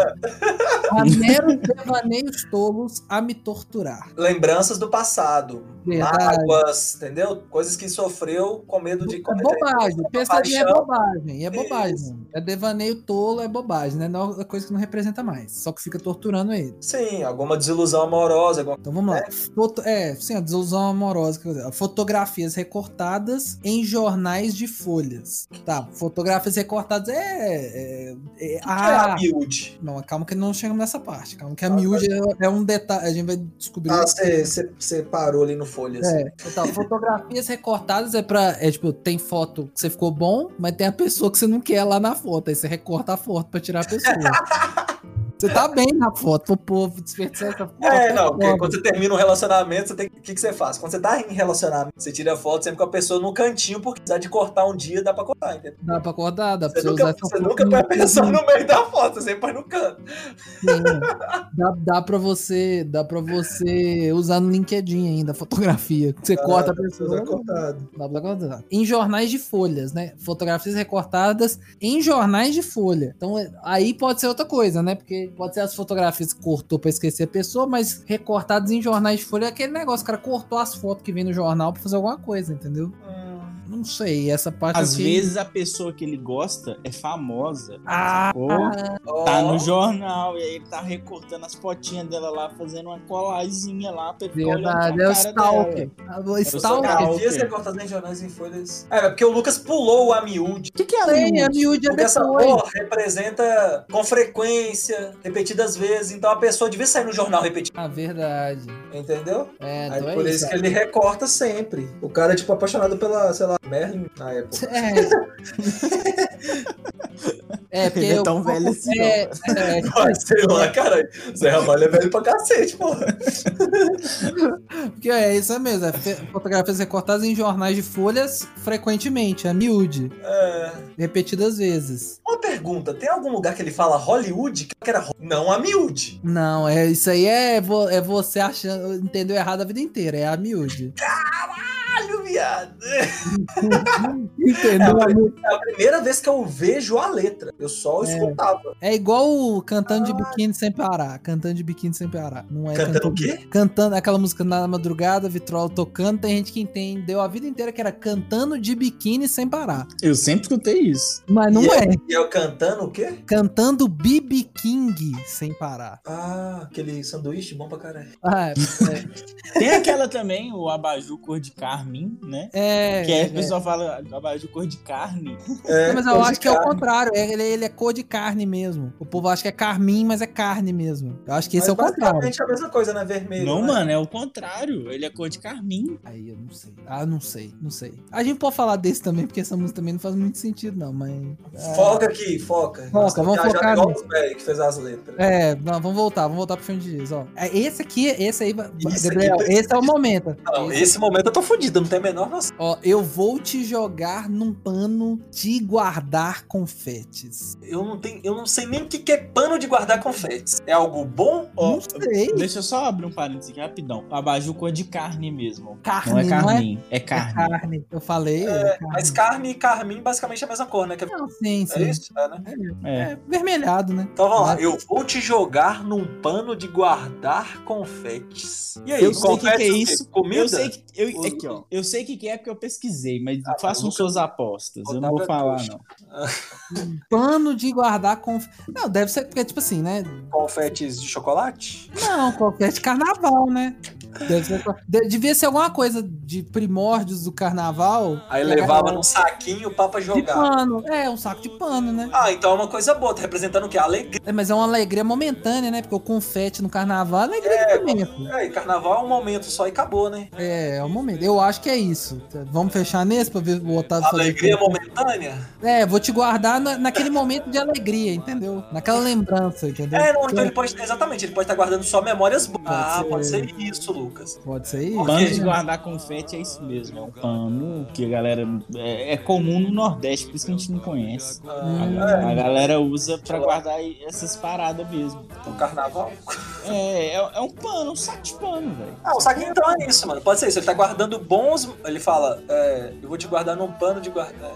B: Maneiros devaneios tolos a me torturar.
A: Lembranças do passado.
B: Verdade.
A: Mágoas, entendeu? Coisas que sofreu com medo de
B: É bobagem, pensadinha é
A: paixão.
B: bobagem, é
A: Isso.
B: bobagem. É devaneio tolo, é bobagem, né? Não é coisa que não representa mais, só que fica torturando ele.
A: Sim, alguma desilusão amorosa, alguma
B: Então vamos lá. Foto- é, sim, a desilusão amorosa. quer dizer, Fotografias recortadas em jornais de folhas. Tá, fotografias recortadas é. é, é- ah,
A: Ah, miúde.
B: não, calma que não chegamos nessa parte. Calma que a
A: Ah,
B: miúde é, é um detalhe. A gente vai descobrir.
A: Ah, você parou ali no assim. folhas.
B: É, então, fotografias recortadas é pra. É tipo, tem foto que você ficou bom, mas tem a pessoa que você não quer lá na foto. Aí você recorta a foto pra tirar a pessoa. Você tá bem na foto, o povo desperdiçar essa foto.
A: É, não, porque
B: foda.
A: quando você termina um relacionamento, você tem o que, que você faz? Quando você tá em relacionamento, você tira foto sempre com a pessoa no cantinho, porque precisar de cortar um dia, dá pra cortar, entendeu?
B: Dá pra acordar, dá pra
A: Você
B: você
A: nunca,
B: usar essa
A: você
B: foto
A: nunca
B: no
A: põe a pessoa
B: Facebook.
A: no meio da foto, você sempre põe no canto.
B: É. Dá, dá pra você, dá pra você usar no LinkedIn ainda a fotografia. Você
A: Ah,
B: corta a pessoa.
A: é cortado.
B: Dá pra cortar. Em jornais de folhas, né? Fotografias recortadas em jornais de folha. Então é- aí pode ser outra coisa, né? Porque pode ser as fotografias que cortou pra esquecer a pessoa, mas recortadas em jornais de folha é aquele negócio, o cara cortou as fotos que vem no jornal pra fazer alguma coisa, entendeu?
A: Hum.
B: Não sei, essa parte assim,
C: Às
B: aqui-
C: vezes a pessoa que ele gosta é famosa.
B: Ah,
C: Ou tá no jornal, e aí ele tá recortando as potinhas dela lá, fazendo uma colazinha lá pra ficar olhando pra
B: verdade, é o
C: cara
B: Stalker.
C: dela.
B: Ah, O
C: sou
B: Stalker.
C: cara.
A: Fotografias
C: ok.
A: recortadas em jornais em folhas. É, é porque o Lucas pulou a miúde.
C: O que, que é
B: Tem, a
C: miúde?
B: miúde é
A: Porque essa
B: depois.
A: porra representa com frequência, repetidas vezes. Então a pessoa devia sair no jornal repetido,
B: Ah, verdade.
A: entendeu?
B: É,
A: Aí
B: então é
A: por isso, que ele recorta sempre. O cara é tipo apaixonado pela, sei lá, Merlin na época.
B: É. É, porque
D: Ele é
B: eu-
D: tão velho assim, não.
B: É, é,
A: Vai, sei lá, cara. Zé Ramalho é velho pra cacete, porra.
B: porque é isso mesmo. É fe- fotografias recortadas em jornais de folhas frequentemente, a miúde,
A: É,
B: repetidas vezes.
A: Uma pergunta: tem algum lugar que ele fala Hollywood? Que era Ho- não a miúde.
B: Não, é isso aí é, vo- é você achando, entendeu errado a vida inteira, é a miúde.
A: Caralho, viado.
B: Entendeu? a miúde?
A: É a primeira vez que eu vejo a letra. Eu só escutava.
B: É igual o cantando de biquíni sem parar, cantando de biquíni sem parar. Não é
A: Cantando o quê?
B: cantando aquela música na madrugada, Vitrol tocando, tem gente que entendeu a vida inteira que era cantando de biquíni sem parar.
C: Eu sempre escutei isso.
B: Mas não
A: E
B: é.
A: E eu cantando o quê?
B: Cantando BB King sem parar.
A: Ah, aquele sanduíche bom pra caralho.
B: Ah,
C: Tem aquela também, o abajur cor de carmim, né?
B: é.
C: que aí
B: é,
C: o pessoal fala abajur cor de carne.
A: É,
B: Não, mas eu
A: coisa
B: acho
A: de
B: que é o
A: cara.
B: contrário. é- Ele, ele é cor de carne mesmo. O povo acha que é carmim, mas é carne mesmo. Eu acho que esse
A: Mas
B: é o contrário.
A: basicamente é a mesma coisa, né? Vermelho.
C: Não,
A: né?
C: mano, é o contrário. Ele é cor de carmim.
B: Aí eu não sei. Ah, não sei, não sei. A gente pode falar desse também, porque essa música também não faz muito sentido, não, mas. é.
A: Foca aqui, foca.
B: Foca, vamos
A: viajando
B: focar
A: igual
B: nisso.
A: os velhos que fez as letras.
B: É, não, vamos voltar, vamos voltar pro filme de dias, ó. É, Esse aqui, esse aí, vai-
A: Isso aqui
B: Gabriel,
A: precisa-
B: esse é o momento.
A: Não,
B: Esse-
A: esse momento eu tô fudido, não tem a menor noção.
B: Ó, eu vou te jogar num pano de guardar confetes.
A: Eu não, tenho, eu não sei nem o que que é pano de guardar confetes. É algo bom?
C: Ó,
B: não sei.
C: Deixa eu só abrir um parênteses aqui rapidão. Abajur cor de carne mesmo.
B: Carne,
C: Não é
B: não é?
C: carmim, é
B: É
C: carne.
B: carne. Eu falei. é carne.
C: Uhum.
A: Mas carne e carmim basicamente é a mesma cor, né? Que é,
B: Não, sim,
A: é
B: sim.
A: isso? É, né?
C: É.
B: É, vermelhado, né?
A: Então vamos lá. Eu vou te jogar num pano de guardar confetes. E aí,
C: Eu sei
A: confetes
C: que que é
A: o quê?
C: isso.
A: Comida?
C: Eu sei que eu,
A: O-
C: aqui, ó. Eu sei que que é porque eu pesquisei, mas
A: Ah,
C: façam
A: nunca-
C: suas apostas. Eu não
A: Otávio é
C: vou falar
A: trouxa.
C: não.
B: Pano de guardar confetes. Não, deve ser, porque, tipo assim, né?
A: Confetes de chocolate?
B: Não, qualquer de carnaval, né? Deve ser, de- devia ser alguma coisa de primórdios do carnaval.
C: É,
A: Aí
B: Que a
A: levava
B: galera-
A: num saquinho pra pra
C: Tipo
B: De
A: jogar.
B: pano. É, um saco de pano, né?
A: Ah, então é uma coisa boa. Tá representando o quê? Alegria.
B: É, mas é uma alegria momentânea, né? Porque o confete no carnaval é alegria de momento. né?
A: E carnaval é um momento só e acabou, né?
B: É, é o momento. Eu acho que é isso. Vamos fechar nesse pra ver o Otávio fazer.
A: Alegria momentânea?
B: É, vou te guardar na- naquele momento de alegria, entendeu? Naquela lembrança, entendeu?
A: É, não, então ele pode. Exatamente, ele pode estar guardando só memórias boas.
B: Pode
A: Ah,
B: ser.
A: pode ser isso, Lu. Lucas.
B: Pode ser isso?
A: Por
C: Pano
A: quê?
C: de guardar confete é isso mesmo. É um pano que a galera. É, é comum no Nordeste, por isso que a gente não conhece. A,
B: Hum.
C: a galera usa pra guardar essas paradas mesmo.
A: No Um carnaval?
C: É, é, é um pano, um saco de pano, velho.
A: Ah, o saquinho então é isso, mano. Pode ser isso. Ele tá guardando bons. Ele fala, é, eu vou te guardar num pano de guarda.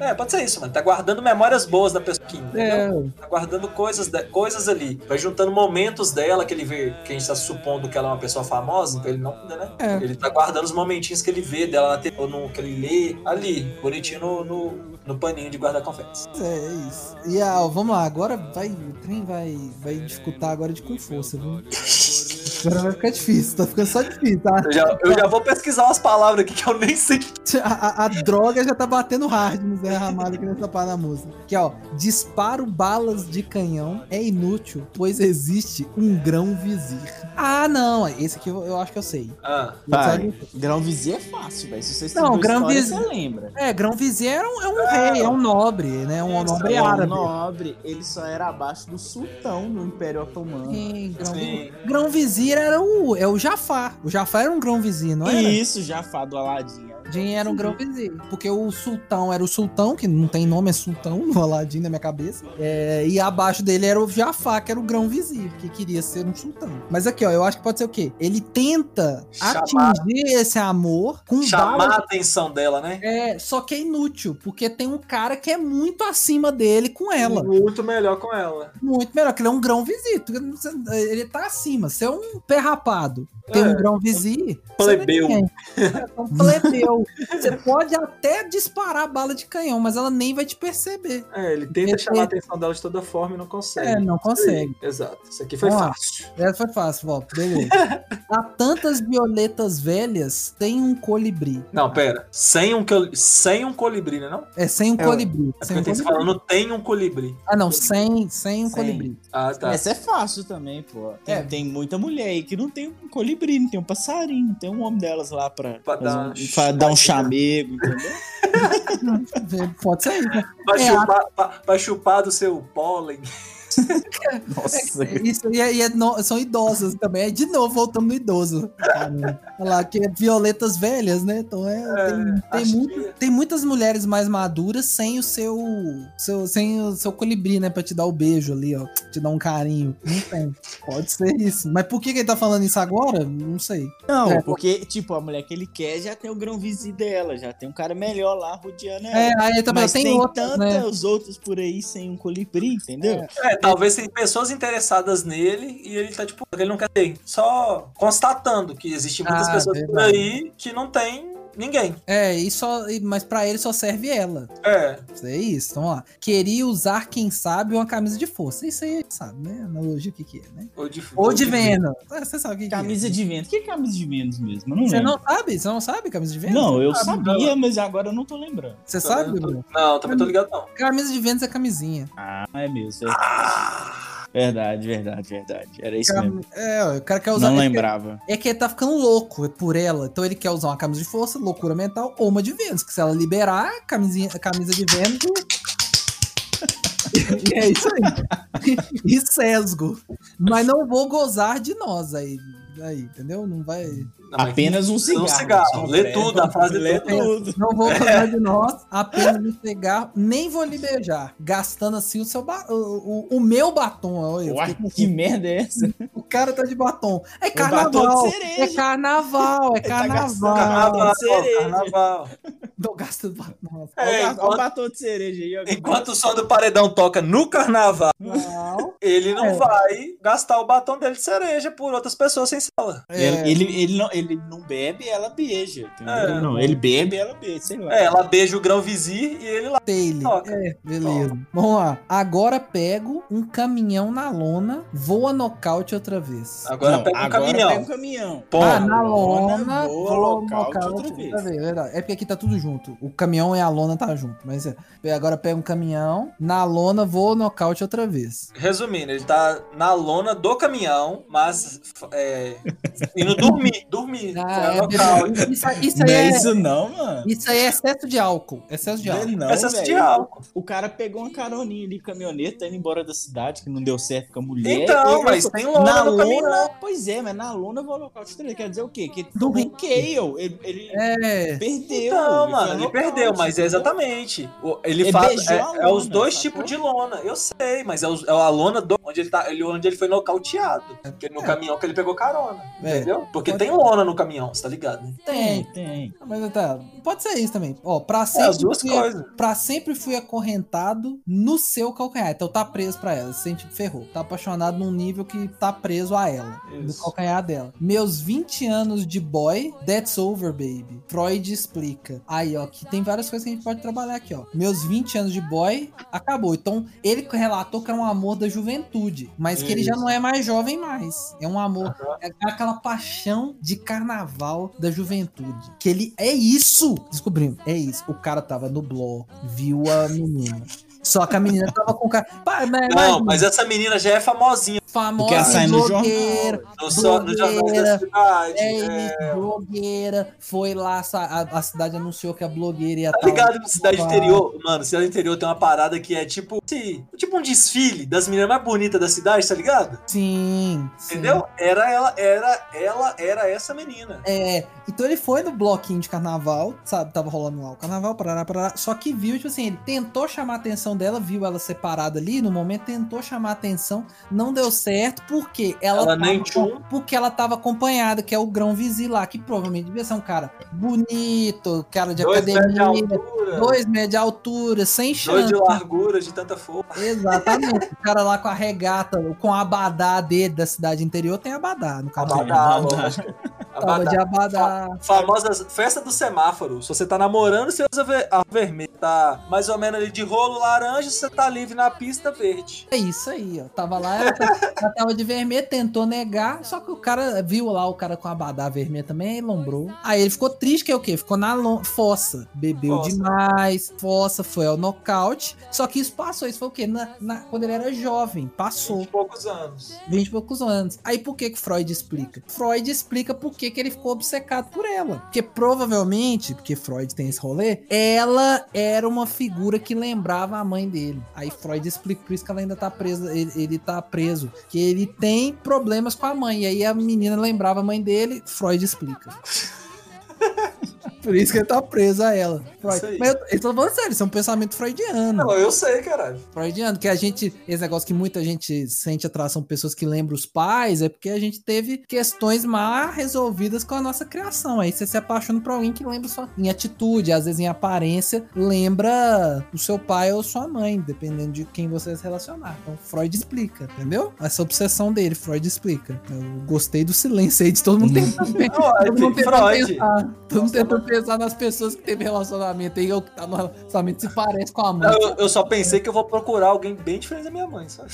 A: É, é, pode ser isso, mano. Tá guardando memórias boas da pessoa. Entendeu?
B: É,
A: Tá guardando coisas, da- coisas ali. Vai juntando momentos dela que ele vê, que a gente tá supondo que ela é uma pessoa famosa, então ele não, né?
B: É.
A: Ele tá guardando os momentinhos que ele vê dela na TV, ou no, que ele lê ali, bonitinho no, no, no paninho de guardar confetes.
B: é isso. E ah, vamos lá, agora vai, o trem vai, vai dificultar agora de com força, viu? Agora vai ficar difícil, tá ficando só difícil, tá?
A: Eu já, eu já vou pesquisar umas palavras aqui que eu nem sei. que-
B: A, a- a droga já tá batendo hard no Zé Ramalho aqui nessa parada da música. Que ó, disparo balas de canhão é inútil, pois existe um grão vizir. Ah, não, esse aqui eu, eu acho que eu sei.
A: Ah,
C: Vai. Grão Vizir é fácil, velho. Se você estudou
B: Não, Grão
C: história,
B: Vizir-
C: você lembra.
B: É, grão vizir é um, é um rei, é um nobre, né? Um nobre
C: É um
B: árabe.
C: nobre, ele só era abaixo do sultão no Império Otomano.
B: Sim, grão vizir.
A: sim.
B: Grão vizir era o, é o Jafar. O Jafar era um grão vizir, não era?
C: Isso, já fá do Aladim.
B: Jin era um grão vizir. Porque o sultão era o sultão, que não tem nome, é sultão, no Aladim na minha cabeça. É, e abaixo dele era o Jafar, que era o grão vizir, que queria ser um sultão. Mas aqui, ó, eu acho que pode ser o quê? Ele tenta
A: Chamar.
B: atingir esse amor com
A: chamar
B: balas
A: a atenção dela, né?
B: É, só que é inútil, porque tem um cara que é muito acima dele com ela.
A: um Muito melhor com ela.
B: Muito melhor, que ele é um grão vizir. Ele tá acima. Você é um pé rapado, tem
A: É.
B: um grão vizir. você não é
A: Plebeu.
B: ninguém. É um plebeu. Você pode até disparar a bala de canhão, mas ela nem vai te perceber.
A: É, ele
B: tenta chamar a
A: atenção dela de toda forma e não consegue.
B: É, não consegue.
A: Exato. Isso aqui
B: foi Vamos lá.
A: fácil.
B: Essa foi fácil, Volta. Beleza. Há tantas violetas velhas, tem um colibri.
A: Não, pera. Sem um, col- sem um colibri, né? Não?
B: É sem um
C: É,
B: colibri.
A: É porque
B: sem um
A: eu tenho que você
B: colibri.
A: falando tem um colibri.
B: Ah, não, sem, sem um
C: Sem.
B: colibri.
A: Ah, tá.
C: Essa é fácil também, pô. Tem,
B: É.
C: tem muita mulher aí que não tem um colibri, não tem um passarinho, não tem um homem delas lá pra,
A: Pra
C: fazer
A: dar
C: um,
A: uma
C: pra dar um chamego, entendeu?
B: Pode ser isso. né?
A: Pra,
B: é,
A: chupar, pra, pra chupar do seu pólen.
C: Nossa,
B: Isso, e, é- e é no- são idosas também. É de novo voltando no idoso. Olha lá, que é violetas velhas, né? Então é, tem, tem,
A: acho
B: muito-
A: que-
B: tem muitas mulheres mais maduras sem o seu, seu- sem o seu colibri, né? Pra te dar o beijo ali, ó. Te dar um carinho. Não tem. Pode ser isso. Mas por que, que ele tá falando isso agora? Não sei.
C: Não,
B: É.
C: porque, tipo, a mulher que ele quer já tem o grão vizinho dela, já tem um cara melhor lá rodeando ela.
B: É, aí ele também
C: Mas
B: tem,
C: tem,
B: outras, né?
C: tantos outros por aí sem um colibri, entendeu?
A: É, talvez tem pessoas interessadas nele e ele tá tipo, ele não quer ter. Só constatando que existem muitas
B: Ah,
A: pessoas por
B: verdade.
A: aí que não tem ninguém.
B: É, e só, e- mas pra ele só serve ela.
A: É.
B: Isso É isso, vamos lá. Queria usar, quem sabe, uma camisa de força. Isso aí, sabe, né? Analogia, o que que é, né?
A: Ou de,
B: Ou de Venom. Ah, Você sabe o que, que é.
C: Camisa de vento. O que é camisa de vento mesmo? Eu não
B: Você
C: lembro.
B: não sabe? Você não sabe camisa de Vênus?
C: Não, eu
A: Ah, não.
C: sabia, mas agora eu não tô lembrando.
B: Você
A: Tá
B: sabe,
A: vendo?
B: Bruno?
A: Não, também tô ligado não.
B: Camisa de Vênus é camisinha.
C: Ah, é mesmo. é.
A: Ah!
C: Verdade, verdade, verdade. Era isso
B: Cam-
C: mesmo.
B: É, ó, o cara quer usar. é
C: Não
B: que-
C: lembrava.
B: É que ele tá ficando louco por ela. Então ele quer usar uma camisa de força, loucura mental, ou uma de Vênus. Que se ela liberar a camisinha, a camisa de Vênus. e é isso aí. e sesgo. Mas não vou gozar de nós aí. Aí, entendeu? Não vai.
A: Não, mas-
C: Apenas um cigarro.
A: Um cigarro. Lê
C: Lê
A: tudo, a frase
C: Lê
A: toda.
C: tudo.
B: Não vou gozar de nós, apenas me pegar, nem vou lhe beijar. Gastando assim o seu ba- o, o- o meu batom. ó, eu
C: Uai,
B: fiquei
C: que merda é essa?
B: O cara tá de batom. É
C: batom
B: carnaval.
C: de cereja.
B: É carnaval, é
C: tá gastando
B: carnaval.
A: Carnaval,
C: Cereja.
A: carnaval.
B: Não gasta do batom. Nossa,
A: É,
C: Olha o
A: enquanto-
C: batom de cereja aí, ó.
A: Enquanto o som do paredão toca no carnaval,
B: Não.
A: ele não
B: É.
A: vai gastar o batom dele de cereja por outras pessoas sem sala.
B: É,
C: Ele, ele, ele não, ele não bebe, ela beija. entendeu?
A: É.
C: Não, ele bebe, ela beija, sei lá.
A: É, ela beija o grão vizir e ele lá.
B: Taylor.
A: Toca.
B: É, beleza. Vamos lá. Agora pego um caminhão na lona, vou a nocaute outra vez.
A: Agora
C: Não,
A: pega um
C: agora
A: caminhão.
C: Pega um caminhão.
A: Ponto.
B: ah, na lona,
C: lona,
B: vou
C: vou
B: ao
C: nocaute
B: nocaute
C: outra
B: outra vez. verdade. É porque aqui tá tudo junto. junto. O caminhão e a lona tá junto. Mas é, agora pega um caminhão, na lona vou nocaute outra vez.
A: Resumindo, ele tá na lona do caminhão, mas é, indo dormir, dormir.
B: Ah,
A: Foi
B: é,
A: ao local.
B: Isso, isso
C: Não
B: aí
C: é
B: é,
C: isso não, mano.
B: isso aí é excesso de álcool. Excesso de
C: Não é
B: álcool.
C: não,
A: Excesso de
C: velho.
A: álcool.
C: O cara pegou uma caroninha ali, caminhoneta, indo embora da cidade, que não deu certo com a mulher.
A: Então,
C: E-
A: mas tem
C: Na
A: lona no caminhão.
C: lona, pois é, mas na lona vou alocar os três. Quer dizer o quê? Que ele
B: Do
C: foi bloqueio. Ele, ele
B: É.
C: perdeu.
A: Então,
C: foi tipo,
A: mano, ele
C: nocaute,
A: perdeu, mas é
C: entendeu?
A: exatamente. O- Ele
C: Ele
A: faz.
C: beijou
A: É, é
C: a
A: os
C: lona,
A: dois
C: sacou?
A: tipos de lona. Eu sei, mas é, os- é a lona do- onde, ele tá, ele, onde ele foi nocauteado. Porque no
B: É.
A: caminhão que ele pegou carona.
B: É.
A: Entendeu? Porque
B: Pode
A: tem
B: ser.
A: lona no caminhão, você tá ligado? né?
C: Tem, tem.
B: Mas tá, pode ser isso também. Ó, pra
A: É,
B: sempre.
A: as duas
B: fui-
A: coisas.
B: Pra sempre fui acorrentado no seu calcanhar. Então tá preso pra ela. Se sente ferrou. Tá apaixonado num nível que tá preso a ela.
A: Isso.
B: Do calcanhar dela. Meus 20 anos de boy, that's over, baby. Freud explica. Aí, ó, que tem várias coisas que a gente pode trabalhar aqui, ó. Meus 20 anos de boy, acabou. Então, ele relatou que era um amor da juventude. Mas que ele já
A: Isso.
B: não é mais jovem mais. É um amor é aquela paixão de carnaval da juventude. Que ele é isso! Descobrimos, é isso. O cara tava no bloco, viu a menina. Só que a menina tava com o cara. Pá, mas,
A: Não, mas essa menina já é famosinha.
C: Porque ela
B: famosa
C: sai no jornal.
B: blogueira.
A: No, só, no jornal da
B: Blogueira.
A: cidade.
B: É
A: É,
B: isso, blogueira. Foi lá, sa- a, a cidade anunciou que a blogueira ia
A: Tá
B: tá
A: ligado que cidade
B: Opa.
A: interior, mano, cidade interior tem uma parada que é tipo, se- tipo um desfile das meninas mais bonitas da cidade, tá ligado?
B: Sim, sim.
A: Entendeu? Era ela, era ela, era essa menina.
B: É, então ele foi no bloquinho de carnaval, sabe? Tava rolando lá o carnaval, parará, parará. Só que viu, tipo assim, ele tentou chamar a atenção dela, viu ela separada ali no momento, tentou chamar a atenção, não deu certo, porque ela,
A: Ela nem
B: tava,
A: tinha um.
B: porque ela tava acompanhada, que é o grão vizir lá, que provavelmente devia ser um cara bonito, cara de
A: dois metros de
B: academia,
A: altura, dois,
B: dois metros de altura, sem chance.
A: de largura, de tanta força.
B: Exatamente. o cara lá com a regata, com a abadá dele da cidade interior, tem abadá no carnaval.
A: Abadá,
C: Abadá.
A: lógico.
B: Tava de
A: Abadá.
B: abadá.
A: Famosa festa do semáforo. Se você tá namorando, você usa ver- a vermelha. Tá mais ou menos ali de rolo laranja, você tá livre na pista verde.
B: É isso aí, ó. Tava lá, ela, tá- ela tava de vermelho, tentou negar, só que o cara viu lá o cara com a badá vermelha também, aí lombrou. Aí ele ficou triste, que é o quê? Ficou na lon- fossa. Bebeu
A: Fossa.
B: demais, fossa, foi ao nocaute. Só que isso passou, isso foi o quê? Na- na- quando ele era jovem, passou.
A: De poucos anos.
B: 20 e poucos anos. Aí por que que Freud explica? Freud explica por que que ele ficou obcecado por ela. Porque provavelmente, porque Freud tem esse rolê, ela era uma figura que lembrava a mãe dele. Aí Freud explica por isso que ela ainda tá presa, ele, ele tá preso, que ele tem problemas com a mãe. E aí a menina lembrava a mãe dele, Freud explica. Por isso que ele tá preso a ela. Freud.
A: Isso aí.
B: Mas eu, eu tô falando sério, isso é um pensamento freudiano.
A: Não, eu sei, caralho.
B: Freudiano, que a gente, esse negócio que muita gente sente atração por pessoas que lembram os pais, é porque a gente teve questões mal resolvidas com a nossa criação. Aí você se apaixona por alguém que lembra sua, em atitude, às vezes em aparência, lembra o seu pai ou sua mãe, dependendo de quem você se relacionar. Então, Freud explica, entendeu? Essa obsessão dele, Freud explica. Eu gostei do silêncio aí de todo mundo tentando
A: Não,
B: pensar. Todo
A: é,
B: mundo tentando
A: Freud.
B: pensar, todo mundo tentando pensar nas pessoas que teve relacionamento aí, ou que tá no relacionamento se parece com a mãe.
A: Não, Eu, eu só pensei que eu vou procurar alguém bem diferente da minha mãe, sabe?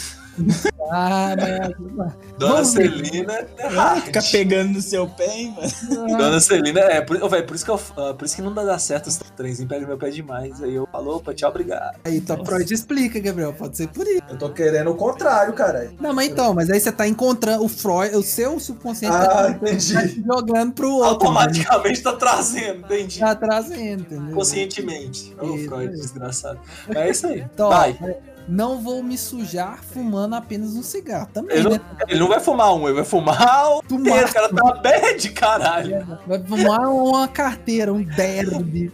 B: Ah, mas
A: Dona
B: Vamos ver.
A: Celina é
C: Ah,
A: hard.
C: fica pegando no seu pé, hein, mano.
A: Dona Celina, é, por, ô, véi, por isso que eu, ah, por isso que não dá, dá certo os trenzinhos pegam meu pé demais. Aí eu falo, opa, tchau, obrigado.
B: Aí tá Freud explica, Gabriel. Pode ser por isso.
A: Eu tô querendo o contrário, cara.
B: Não, mas então, mas aí você tá encontrando o Freud, o seu subconsciente
A: Ah,
B: tá
A: entendi.
B: jogando pro outro. né?
A: Automaticamente tá trazendo, entendi.
B: Tá trazendo, entendeu?
A: Conscientemente. Ô,
B: Isso
A: Freud,
B: aí.
A: desgraçado. Mas é isso aí.
B: Então, ó,
A: Vai.
B: não vou me sujar fumando apenas um cigarro. Também,
A: Ele não,
B: né?
A: ele não vai fumar um, ele vai fumar o
B: Fumar,
A: inteiro. O cara tá bad, caralho.
B: vai fumar uma carteira, um derby.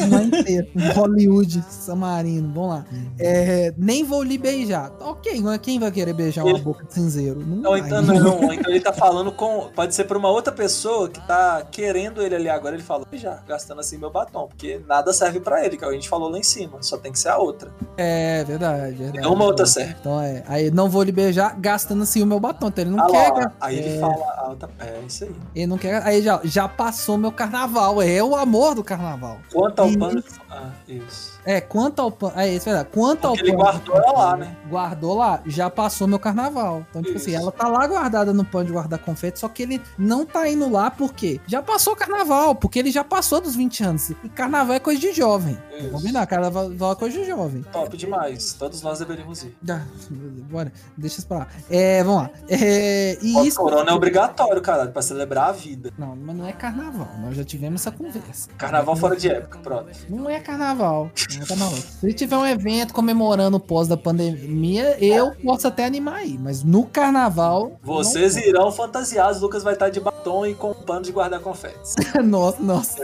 B: Fumar inteiro. Um Hollywood samarino. Vamos lá. É, nem vou lhe beijar. Ok, mas quem vai querer beijar uma
A: Ele-
B: boca de cinzeiro? Não
A: Não,
B: vai. né?
A: então não. ou Então ele tá falando com. Pode ser pra uma outra pessoa que tá querendo ele ali agora. Ele falou, já, gastando assim meu batom. Porque nada serve pra ele, que a gente falou lá em cima. Só tem que ser a outra.
B: É verdade, verdade.
A: Não uma outra serve.
B: Então é, aí não vou lhe beijar gastando assim o meu batom, então ele não
A: Ah
B: quer.
A: lá,
B: ga-
A: aí ele
B: É.
A: fala a outra. É isso aí.
B: Ele não quer. Aí já, já passou meu carnaval, é o é amor do carnaval.
A: Quanto ao
B: E-
A: pano. Ah, isso.
B: É, quanto ao pano. É, isso é verdade. Quanto ao
A: Porque ele
B: pano-
A: guardou ela lá, né?
B: Guardou lá, já passou meu carnaval. Então, tipo assim,
A: Isso.
B: ela tá lá guardada no pano de guardar confete, só que ele não tá indo lá porque já passou o carnaval, porque ele já passou dos 20 anos. E carnaval é coisa de jovem.
A: Isso.
B: Vamos combinar, carnaval é coisa de jovem.
A: Top demais. Todos nós deveríamos ir.
B: Ah, bora, deixa isso pra lá. É, vamos lá. É, e
A: O
B: isso.
A: corona é obrigatório, caralho, pra celebrar a vida.
B: Não, mas não é carnaval. Nós já tivemos essa conversa.
A: Carnaval fora de época, pronto.
B: Não é carnaval. Não é carnaval. Se tiver um evento comemorando o pós da pandemia, eu posso até animar aí. Mas no carnaval.
A: Vocês irão fantasiados, Lucas vai estar de batom e com um pano de guardar confetes.
B: não- Nossa, nossa.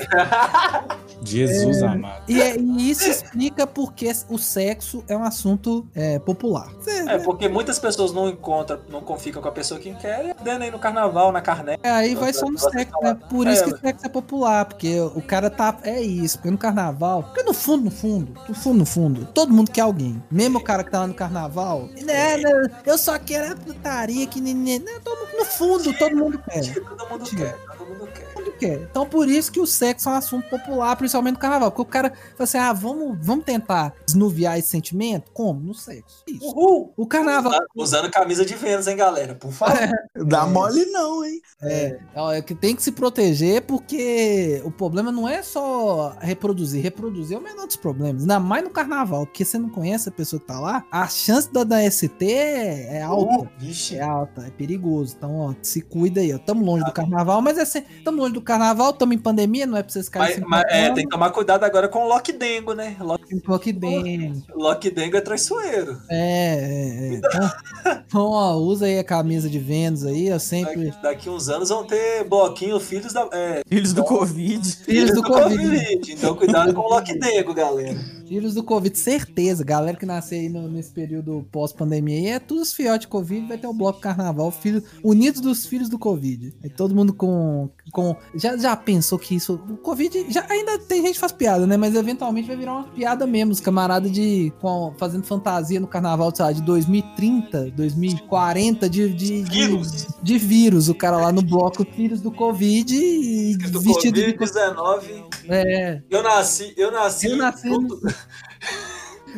C: Jesus amado.
B: E, é- e isso explica porque o sexo é um assunto é, popular.
A: É, porque muitas pessoas não encontram, não ficam com a pessoa que quer, dando aí no carnaval, na carne.
B: É, Aí vai só no sexo, né? Por isso que sexo é popular, porque o cara tá. É isso, porque no carnaval. Porque no fundo, no fundo, no fundo, no fundo, todo mundo quer alguém. Mesmo o cara que tá lá no carnaval. Né, né, eu só quero a putaria que. nenê. Né, todo mundo- no fundo, todo mundo quer.
A: Todo mundo quer, todo mundo quer.
B: Todo mundo quer. Então por isso que o sexo é um assunto popular, principalmente no carnaval. Porque o cara fala assim: ah, vamos, vamos tentar desnuviar esse sentimento? Como? No sexo. Isso.
A: Uhul!
B: O carnaval.
A: Usando- Usando camisa de Vênus, hein, galera? Por favor.
D: Dá mole não, hein?
B: É, ó, é que tem que se proteger porque o problema não é só reproduzir. Reproduzir é o menor dos problemas. Ainda mais no carnaval, porque você não conhece a pessoa que tá lá, a chance da da ST é alta.
A: Uh, vixe.
B: É alta, é perigoso. Então, ó, se cuida aí. ó. Tamo longe
A: Ah.
B: do carnaval, mas é assim, tamo longe do carnaval, tamo em pandemia, não é pra vocês ficarem
A: Mas,
B: se
A: mas, é,
B: importando.
A: tem que tomar cuidado agora com o Loki Dengo, né? Loki,
B: Tem um pouco dentro.
A: Loki Dengo é traiçoeiro.
B: É, é, é. Então, então, ó, usa aí a camisa de Vênus aí, eu sempre.
A: Daqui, daqui uns anos vão ter bloquinho Filhos da. é,
D: Filhos do Covid.
B: Filhos do Covid.
A: Então cuidado com o Loki Dengo, galera.
B: Vírus do Covid, certeza. Galera que nasceu aí no- nesse período pós-pandemia aí, é tudo os fiotes de Covid, vai ter o bloco carnaval, filho, unidos dos filhos do Covid. É todo mundo com. com já, já pensou que isso. O Covid. Já, ainda tem gente que faz piada, né? Mas eventualmente vai virar uma piada mesmo. Os camaradas de. com- fazendo fantasia no carnaval, sei lá, de 2030, 2040, de. de, de
A: Vírus.
B: de vírus, o cara lá no bloco Filhos do Covid e
A: Do
B: vestido de
A: Covid-19.
B: É.
A: Eu nasci, eu nasci.
B: Eu nasci
A: junto-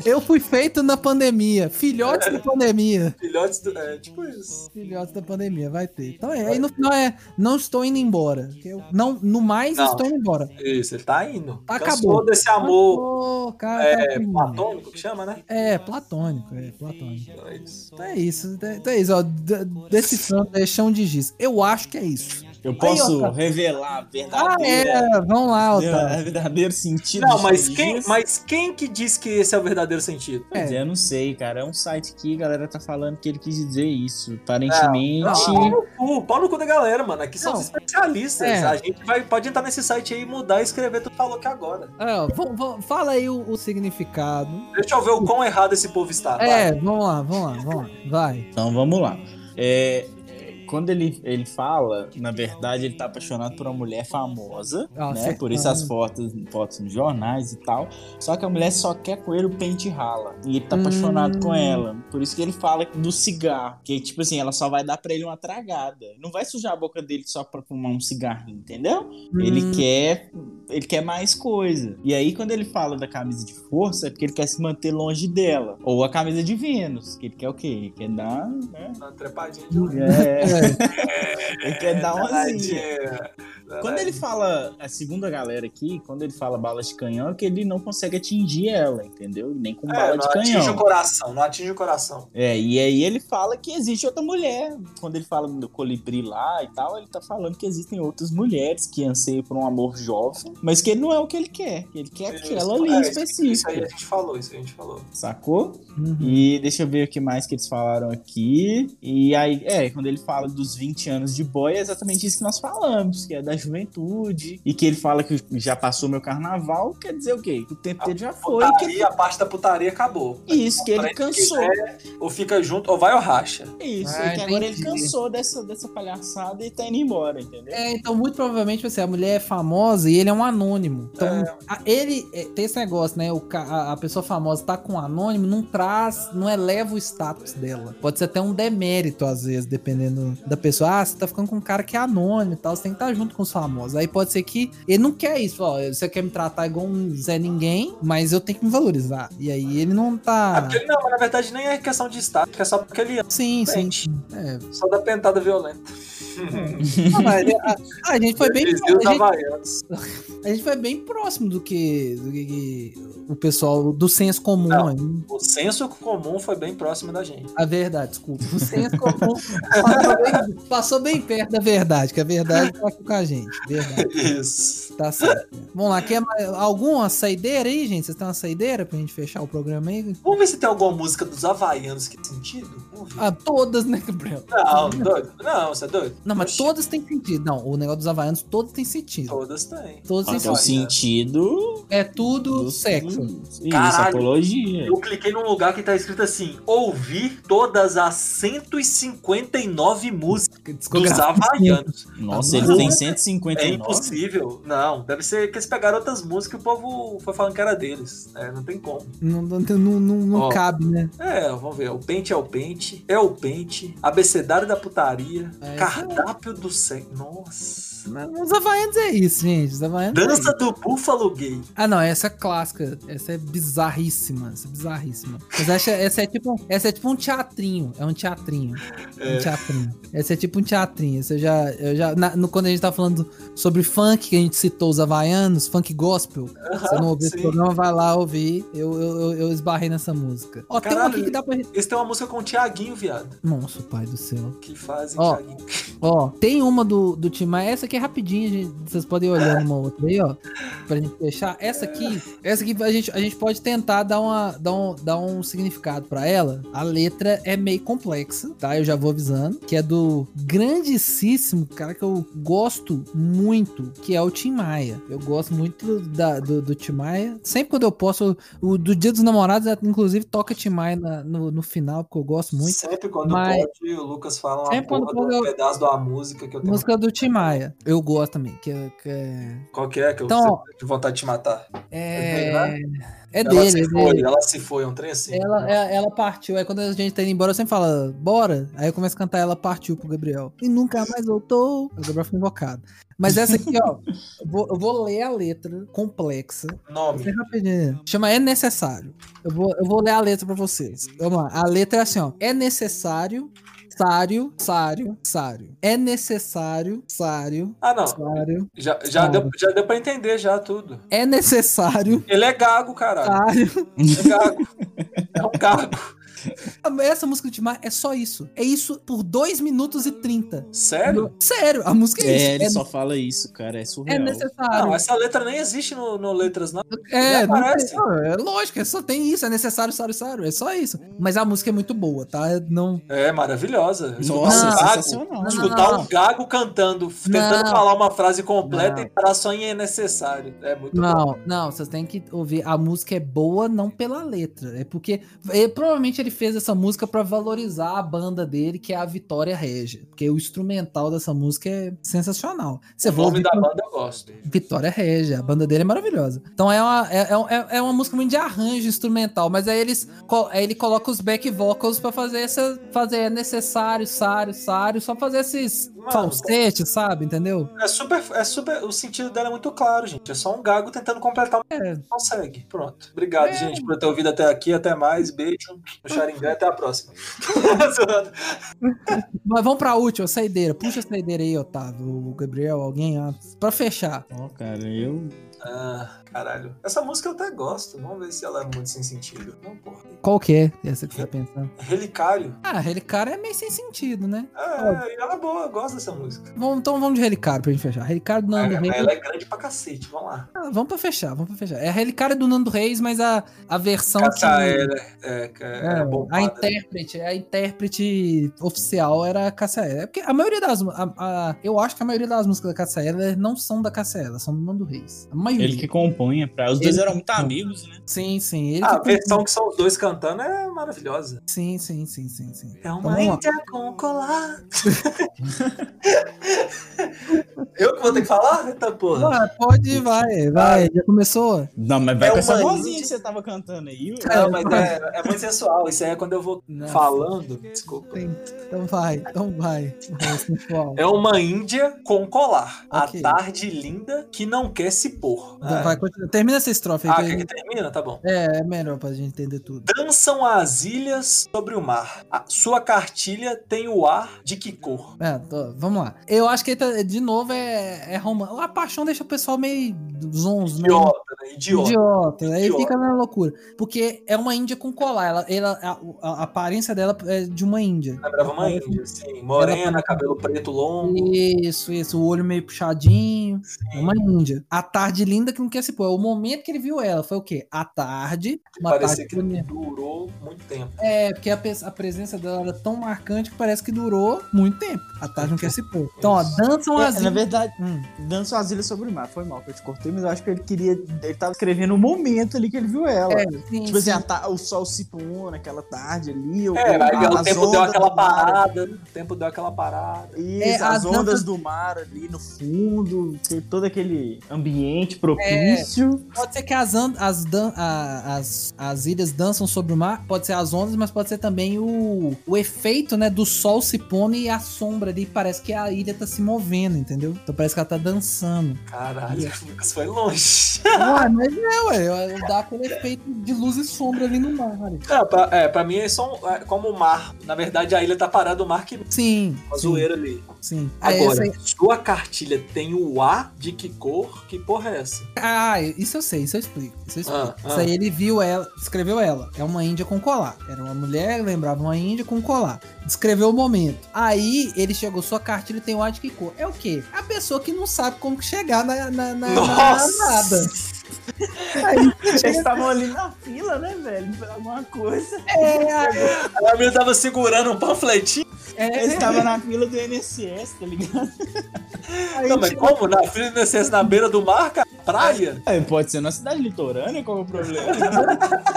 B: Eu fui feito na pandemia. Filhotes da pandemia.
A: Filhotes do. É, tipo isso.
B: Filhotes da pandemia, vai ter. Então é, aí no final é, não estou indo embora. Que eu- não, no mais,
A: Não.
B: estou indo embora.
A: Isso, ele tá indo.
B: Tá,
A: Cansou
B: acabou.
A: desse amor
B: Ô, cara, tá
A: é,
B: aqui,
A: platônico que chama, né?
B: É, platônico, é, platônico.
A: Então é isso.
B: Então é isso, então é isso, ó, de- decifrando, é chão de giz. Eu acho que é isso.
C: Eu posso
B: Otávio.
C: revelar a
B: Ah,
C: verdadeira,
B: é, vamos lá, Otávio.
C: o verdadeiro sentido
A: Não,
C: de
A: mas
C: tudo
A: quem,
C: isso?
A: mas quem que diz que esse é o verdadeiro sentido?
C: Pois é, eu não sei, cara. É um site que a galera tá falando que ele quis dizer isso. Aparentemente.
A: Ah, Pau no cu, pau no cu da galera, mano. Aqui são
B: Não.
A: os especialistas.
B: É.
A: A gente vai, pode entrar nesse site aí, mudar e escrever tudo que falou aqui agora.
B: Ah, vamos- vamos- fala aí o, o significado.
A: Deixa eu ver o quão errado esse povo está. Ah, vai.
B: É, vamos lá, vamos lá, vamos lá. Vai.
C: Então vamos lá. É, é, quando ele, ele fala, na verdade, ele tá apaixonado por uma mulher famosa,
B: Ah,
C: né?
B: certo.
C: Por isso as fotos, fotos nos jornais e tal. Só que a mulher só quer com ele o pente rala. E ele tá
B: Hum.
C: apaixonado com ela. Por isso que ele fala do cigarro. Que, tipo assim, ela só vai dar pra ele uma tragada. Não vai sujar a boca dele só pra fumar um cigarrinho, entendeu?
B: Hum.
C: Ele quer, ele quer mais coisa. E aí quando ele fala da camisa de força é porque ele quer se manter longe dela. Ou a camisa de Vênus, que ele quer o quê? Ele quer dar, né?
A: Tá trepadinho de leve.
C: É. ele quer dar É, uma zinha.
A: Tadinha.
C: Quando ele fala, a segunda galera aqui, quando ele fala bala de canhão, é que ele não consegue atingir ela, entendeu? Nem com
A: É,
C: bala
A: não
C: de
A: atinge o
C: canhão.
A: coração, não atinge o coração.
C: É, e aí ele fala que existe outra mulher. Quando ele fala do colibri lá e tal, ele tá falando que existem outras mulheres que anseiam por um amor jovem, mas que ele não é o que ele quer. que Ele quer aquela
A: É,
C: ali
A: Isso aí a
C: específica,
A: gente falou, isso aí a gente falou.
C: sacou?
B: Uhum.
C: E deixa eu ver o que mais que eles falaram aqui. E aí, é, quando ele fala dos 20 anos de boy, é exatamente isso que nós falamos, que é da juventude. E que ele fala que já passou meu carnaval, quer dizer o quê? Que o tempo dele já foi. que
A: Putaria,
C: ele-
A: a parte da putaria acabou.
C: Isso, que ele
A: Pra quem
C: cansou.
A: quiser, Ou fica junto, ou vai ou racha.
C: Isso,
B: Ah,
C: é que agora ele
B: entendi.
C: cansou dessa, dessa palhaçada e tá indo embora, entendeu?
B: É, então muito provavelmente vai ser a mulher é famosa e ele é um anônimo. Então, a- ele é, tem esse negócio, né? O, ca- a, a pessoa famosa tá com um anônimo, não traz, não eleva o status dela. Pode ser até um demérito, às vezes, dependendo da pessoa. Ah, você tá ficando com um cara que é anônimo e tal, você tem que estar junto com os os famosos. Aí pode ser que ele não quer isso, ó. Você quer me tratar igual um Zé Ninguém, mas eu tenho que me valorizar. E aí ele não
A: Ah,
B: tá.
A: porque- não, mas na verdade nem é questão de estática, é só porque ele ama.
B: Sim, sim.
A: Gente,
B: É.
A: só da pentada violenta.
B: Não, mas Ah, a, a gente foi bem.
A: Eles viram os
B: a gente-
A: havaianos.
B: A gente foi bem próximo do que, do que- que o pessoal do senso comum.
A: Não.
B: aí.
A: O senso comum foi bem próximo da gente.
B: A verdade, desculpa. O senso comum passou, bem, passou bem perto da verdade, que a verdade tá aqui com a gente. Verdade,
A: Isso.
B: tá certo. Vamos lá, quer mais, alguma saideira aí, gente? Vocês têm uma saideira pra gente fechar o programa aí?
A: Vamos ver se tem alguma música dos havaianos que tem sentido? Vamos ver.
B: Ah, todas, né, Gabriel?
A: Não, doido. Não, você é doido?
B: Não, mas
A: Oxi,
B: todas têm sentido. Não, o negócio dos havaianos, todas têm sentido.
A: Todas têm.
B: Todas têm
C: Até o
A: Olha.
B: sentido.
C: sentido
B: É tudo
C: do
A: hum,
B: sexo.
C: assim, Isso,
A: Caralho.
C: apologia.
A: Eu cliquei num lugar que tá escrito assim: ouvir todas as 159 músicas dos
B: Discografia.
A: havaianos.
C: Nossa,
B: Ah,
C: ele
B: não.
C: tem
A: É
C: 159.
A: impossível. Não, deve ser que eles pegaram outras músicas e o povo foi falando que era deles. É, não tem como.
B: Não, não, não, não- não
A: Ó.
B: cabe, né?
A: É, vamos ver. O pente é o pente, é o pente, abecedário da putaria,
B: É,
A: cardápio do sexo. Nossa.
B: Mas Os havaianos é isso, gente. Os havaianos é
A: Dança do búfalo gay.
B: Ah, não, essa é clássica. Essa é bizarríssima. Essa é bizarríssima. Mas essa, essa, é tipo, essa é tipo um teatrinho. É um teatrinho. É. Um teatrinho. Essa é tipo um teatrinho. Essa eu já. Eu já na- no, quando a gente tá falando sobre funk, que a gente citou os havaianos, funk gospel. Se eu não ouviu esse
A: sim.
B: programa, vai lá ouvir. Eu, eu, eu, eu esbarrei nessa música. Ó, tem uma
A: Caralho.
B: aqui que dá pra. gente-
A: Eles têm uma música com o Tiaguinho, viado.
B: Nossa, pai do céu.
A: Que fazem
B: Ó.
A: Tiaguinho.
B: Ó, tem uma do, do Tim Maia. Essa aqui é rapidinha, gente. Vocês podem olhar uma outra aí, ó. Pra gente fechar. Essa aqui, essa aqui a gente, a gente pode tentar dar, uma, dar, um, dar um significado pra ela. A letra é meio complexa, tá? Eu já vou avisando. Que é do grandíssimo cara que eu gosto muito, que é o Tim Maia. Eu gosto muito da- do, do Tim Maia. Sempre quando eu posso, o, do Dia dos Namorados, inclusive, toca Tim Maia na- no, no final, porque eu gosto muito.
A: Sempre quando
B: Mas-
A: pode, o Lucas fala uma
B: Sempre quando
A: porra
B: pode,
A: de um
B: eu-
A: pedaço da música que eu tenho.
B: Música do Tim Maia. Eu gosto também, que é- que é...
A: Qual que é que eu
B: Então, ó.
A: tenho vontade de te matar?
B: É,
A: É
B: é
A: ela
B: dele, é
A: se foi,
B: dele.
A: ela se foi, é um trem assim.
B: Ela, é- ela partiu. Aí quando a gente tá indo embora, eu sempre falo, bora. Aí eu começo a cantar, ela partiu pro Gabriel. E nunca mais voltou. O Gabriel foi invocado. Mas essa aqui, ó, eu vou, eu vou ler a letra complexa. Essa
A: Nome.
B: é rapidinha. Chama É Necessário. Eu vou, eu vou ler a letra pra vocês. Vamos lá. A letra é assim, ó. É necessário, sário, sário, sário. É necessário, sário,
A: Ah, não.
B: sário.
A: Já, já,
B: Nome.
A: deu, já deu pra entender já tudo.
B: É necessário,
A: Ele é gago, caralho.
B: sário.
A: É gago. É um gago.
B: Essa música do Tim Maia é só isso. É isso por 2 minutos e 30.
A: Sério?
B: Sério, a música é,
C: É,
B: isso.
C: ele
B: É,
C: só fala isso, cara. É
B: é
C: surreal.
B: necessário.
A: Não, essa letra nem existe no, no Letras, não.
B: é,
A: nem
B: não tem-
A: aparece.
B: não, é lógico, é só tem isso. É necessário, sário, sário. É só isso. Mas a música é muito boa, tá? Não.
A: É maravilhosa.
C: Nossa,
B: Não.
A: um gago,
C: sensacional.
B: Ah, Não,
A: escutar um gago cantando, tentando
B: Não.
A: falar uma frase completa
B: Não.
A: e parar só em é necessário. É muito bom.
B: Não, não, vocês têm que ouvir. A música é boa não pela letra. É porque é, provavelmente ele fez essa música pra valorizar a banda dele, que é a Vitória Regia. Porque o instrumental dessa música é sensacional. Você
A: O
B: vai
A: nome
B: ouvir
A: da banda eu gosto.
B: Vitória Regia, a banda dele é maravilhosa. Então é uma, é, é- é uma música muito de arranjo instrumental, mas aí eles co- aí ele coloca os back vocals pra fazer essa fazer é necessário, sário, sário, só fazer esses
A: Mano,
B: falsetes, sabe, entendeu?
A: É super, é super. O sentido dela é muito claro, gente. É só um gago tentando completar o
B: É.
A: que consegue. Pronto. Obrigado, gente, por ter ouvido até aqui. Até mais. Beijo. O Sharingan. Até a próxima. Zoando.
B: Mas vamos pra última, saideira. Puxa a saideira aí, Otávio, o Gabriel, alguém, ó, pra fechar.
C: Ó, cara, eu.
A: ah, caralho. Essa música eu até gosto. Vamos ver se ela é muito sem sentido. Não, porra.
B: Qual que é essa que você tá pensando?
A: Relicário.
B: Ah, Relicário é meio sem sentido, né?
A: É, e ela é boa. Eu gosto dessa música.
B: Vamos, então vamos de Relicário pra gente fechar. Relicário do Nando
A: Ah,
B: Reis.
A: mas ela é grande pra cacete. Vamos lá.
B: Ah, vamos pra fechar, vamos pra fechar. É a Relicária do Nando Reis, mas a, a versão
A: Essa
B: que...
A: é, é, é,
B: Então, assim, É,
A: é, bombada.
B: a intérprete, a intérprete oficial era a Cassaela. É porque a maioria das. mu- A, a- eu acho que a maioria das músicas da Cassaela não são da Cassaela, são do Nando Reis. A maioria.
C: Ele que compunha pra. Os
B: Ele
C: dois
B: que
C: eram muito
B: compõe.
C: amigos, né?
B: Sim, sim. Ele
A: Ah, A
B: que-
A: versão que são os dois cantando é maravilhosa.
B: Sim, sim, sim, sim, sim.
A: É
B: Então, vamos lá.
A: índia com colar. Eu que vou ter que falar? Eita porra.
B: Ué, Ah, pode, vai, vai. Já começou?
C: Não, mas vai
A: É
C: com essa
A: uma
C: vozinha
A: índia.
C: que você tava cantando aí. ué.
A: Não, mas é, é muito sensual. Isso aí é quando eu vou
B: Não.
A: falando. Desculpa.
B: Tem- Então vai, então vai. Vai, sensual.
A: É uma Índia com colar.
B: Ok.
A: A tarde linda que não quer se pôr.
B: Então
A: Ah,
B: vai, continua. Termina essa estrofe aí.
A: ah,
B: que a
A: quer que
B: gente-
A: termina? Tá bom.
B: É, é melhor pra gente entender tudo.
A: Dançam as ilhas sobre o mar. A sua cartilha tem o ar de que cor?
B: É, tô- vamos lá. Eu acho que ele tá- de novo é, é romano. A paixão deixa o pessoal meio zonzo, né?
A: Idiota, né? Idiota.
B: Idiota. Aí
A: Idiota.
B: fica na loucura. Porque é uma índia com colar. Ela, ela- a, a aparência dela é de uma índia.
A: Lembrava uma Índia, assim. Morena, cabelo preto longo.
B: Isso, isso. O olho meio puxadinho. É uma índia. A tarde linda que não quer se pôr. é O momento que ele viu ela foi o quê? A tarde. Uma
A: Parecia
B: tarde
A: que
B: bonita.
A: durou muito tempo.
B: É, porque a, pes- a presença dela era tão marcante que parece que durou muito tempo. A tarde não quer se pôr. Então, ó, dançam as
D: É, na
B: índias.
D: verdade,
B: Hum.
D: dançou as ilhas sobre o mar. Foi mal que eu te cortei, mas eu acho que ele queria. Ele tava escrevendo o momento ali que ele viu ela.
B: É, sim,
D: Tipo assim,
B: sim.
D: a ta- o sol se pondo naquela tarde ali.
A: É,
D: o,
A: aí o
D: as
A: tempo deu
D: ondas
A: aquela
D: do mar.
A: parada. O tempo deu aquela parada.
D: Isso,
B: É,
D: as,
B: as
D: ondas
B: danças-
D: do mar ali no fundo, tem todo aquele ambiente propício.
B: Pode ser que as, an- as, dan- a- as, as ilhas dançam sobre o mar, pode ser as ondas, mas pode ser também o, o efeito, né, do sol se pondo e a sombra ali, parece que a ilha tá se movendo, entendeu? Então parece que ela tá dançando.
A: Caralho, isso foi longe.
B: ué, mas é, ué, eu- dá aquele efeito de luz e sombra ali no mar.
A: É, pra, é, pra mim é só um- é como o mar. Na verdade, a ilha tá parada, o mar que.
B: Sim,
A: Uma
B: sim,
A: zoeira ali.
B: sim. É, essa
A: Agora,
B: aí-
A: sua cartilha tem o A de que cor? Que porra é essa?
B: Ah, isso eu sei, isso eu explico. Isso eu explico.
A: Ah,
B: isso
A: ah.
B: aí ele viu ela, escreveu ela. É uma índia com colar. Era uma mulher, lembrava uma índia com colar. Descreveu o momento. Aí ele chegou, sua cartilha tem o ar de que cor? É o quê? A pessoa que não sabe como que chegar na, na, na,
A: Ah, Nossa!
B: na é nada. É.
D: Eles estavam ali na fila, né, velho? Pra alguma coisa.
B: É,
A: A minha tava segurando um panfletinho.
B: é,
D: Eles estavam na fila do INSS, tá ligado?
B: aí
A: Não, mas
B: chegou-
A: como? né? Na filha de na beira do mar, cara? Praia?
C: É, pode ser na cidade litorânea, qual é o problema?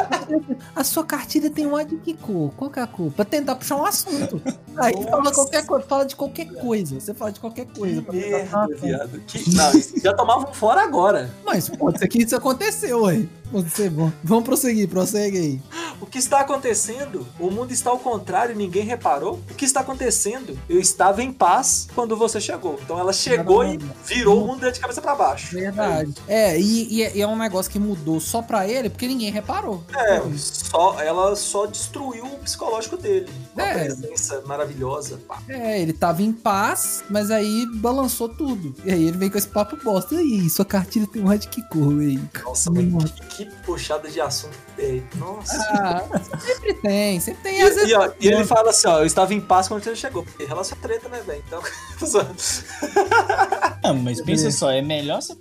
B: A sua cartilha tem o ar de que cor? Qual que é a cor? Pra tentar puxar um assunto. Aí fala qualquer coisa, fala de qualquer coisa. Você fala de qualquer coisa. pra tentar puxar um
A: Merda,
B: assunto.
A: viado. Que- Não, isso já tomavam fora agora.
B: Mas pode ser que isso aconteceu, ué. Pode ser bom. Vamos prosseguir, prossegue aí.
A: O que está acontecendo? O mundo está ao contrário e ninguém reparou? O que está acontecendo? Eu estava em paz quando você chegou. Então ela chegou e virou o mundo de cabeça pra baixo.
B: Verdade. É, e, e é- e é um negócio que mudou só pra ele, porque ninguém reparou.
A: É, só, ela só destruiu o psicológico dele. Uma
B: É.
A: presença maravilhosa. pá.
B: É, ele tava em paz, mas aí balançou tudo. E aí ele vem com esse papo bosta. E aí, sua cartilha tem mais de que cor, aí?
A: Nossa,
B: Hum.
A: mas que, que puxada de assunto. é, nossa.
B: Ah, sempre tem, sempre tem. Às
A: E,
B: vezes
A: e, ó, e ele fala assim, ó, eu estava em paz quando você chegou. Porque relação é treta, né, velho? Então,
C: Não, mas pensa só, é melhor você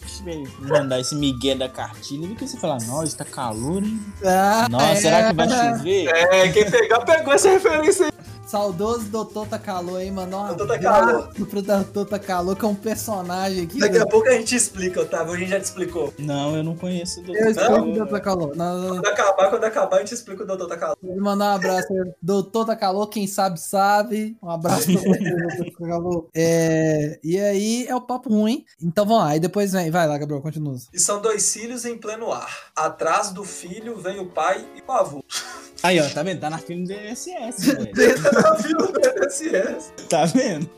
C: mandar esse migué da cartilha do que você falar, nossa, tá calor, hein?
B: Ah,
C: Nossa, será que vai
B: é.
C: chover?
A: é, quem pegar, pegou essa referência aí.
B: Saudoso doutor tá Tacalô aí, mandou uma.
A: Doutor tá Tacalô.
B: abraço pro doutor Tacalô, que é um personagem aqui.
A: Daqui a
B: né?
A: pouco a gente explica, Otávio. A gente já te explicou.
C: Não, eu não conheço o doutor.
B: Eu escuto o
C: Não,
B: doutor Tacalô. Não, não, não.
A: Quando acabar, quando acabar, a gente explica o doutor tá Takalu.
B: Vou mandar um abraço. aí. Doutor Tacalô, quem sabe, sabe. Um abraço pra você, doutor Tacalô. É, e aí é o papo ruim. Então vamos lá. E depois vem. Vai lá, Gabriel, continua.
A: E são dois filhos em pleno ar. Atrás do filho vem o pai e o avô.
C: Aí, ó, tá vendo? Tá na fila do INSS, velho.
A: Tá vindo do INSS.
C: né? Tá vendo?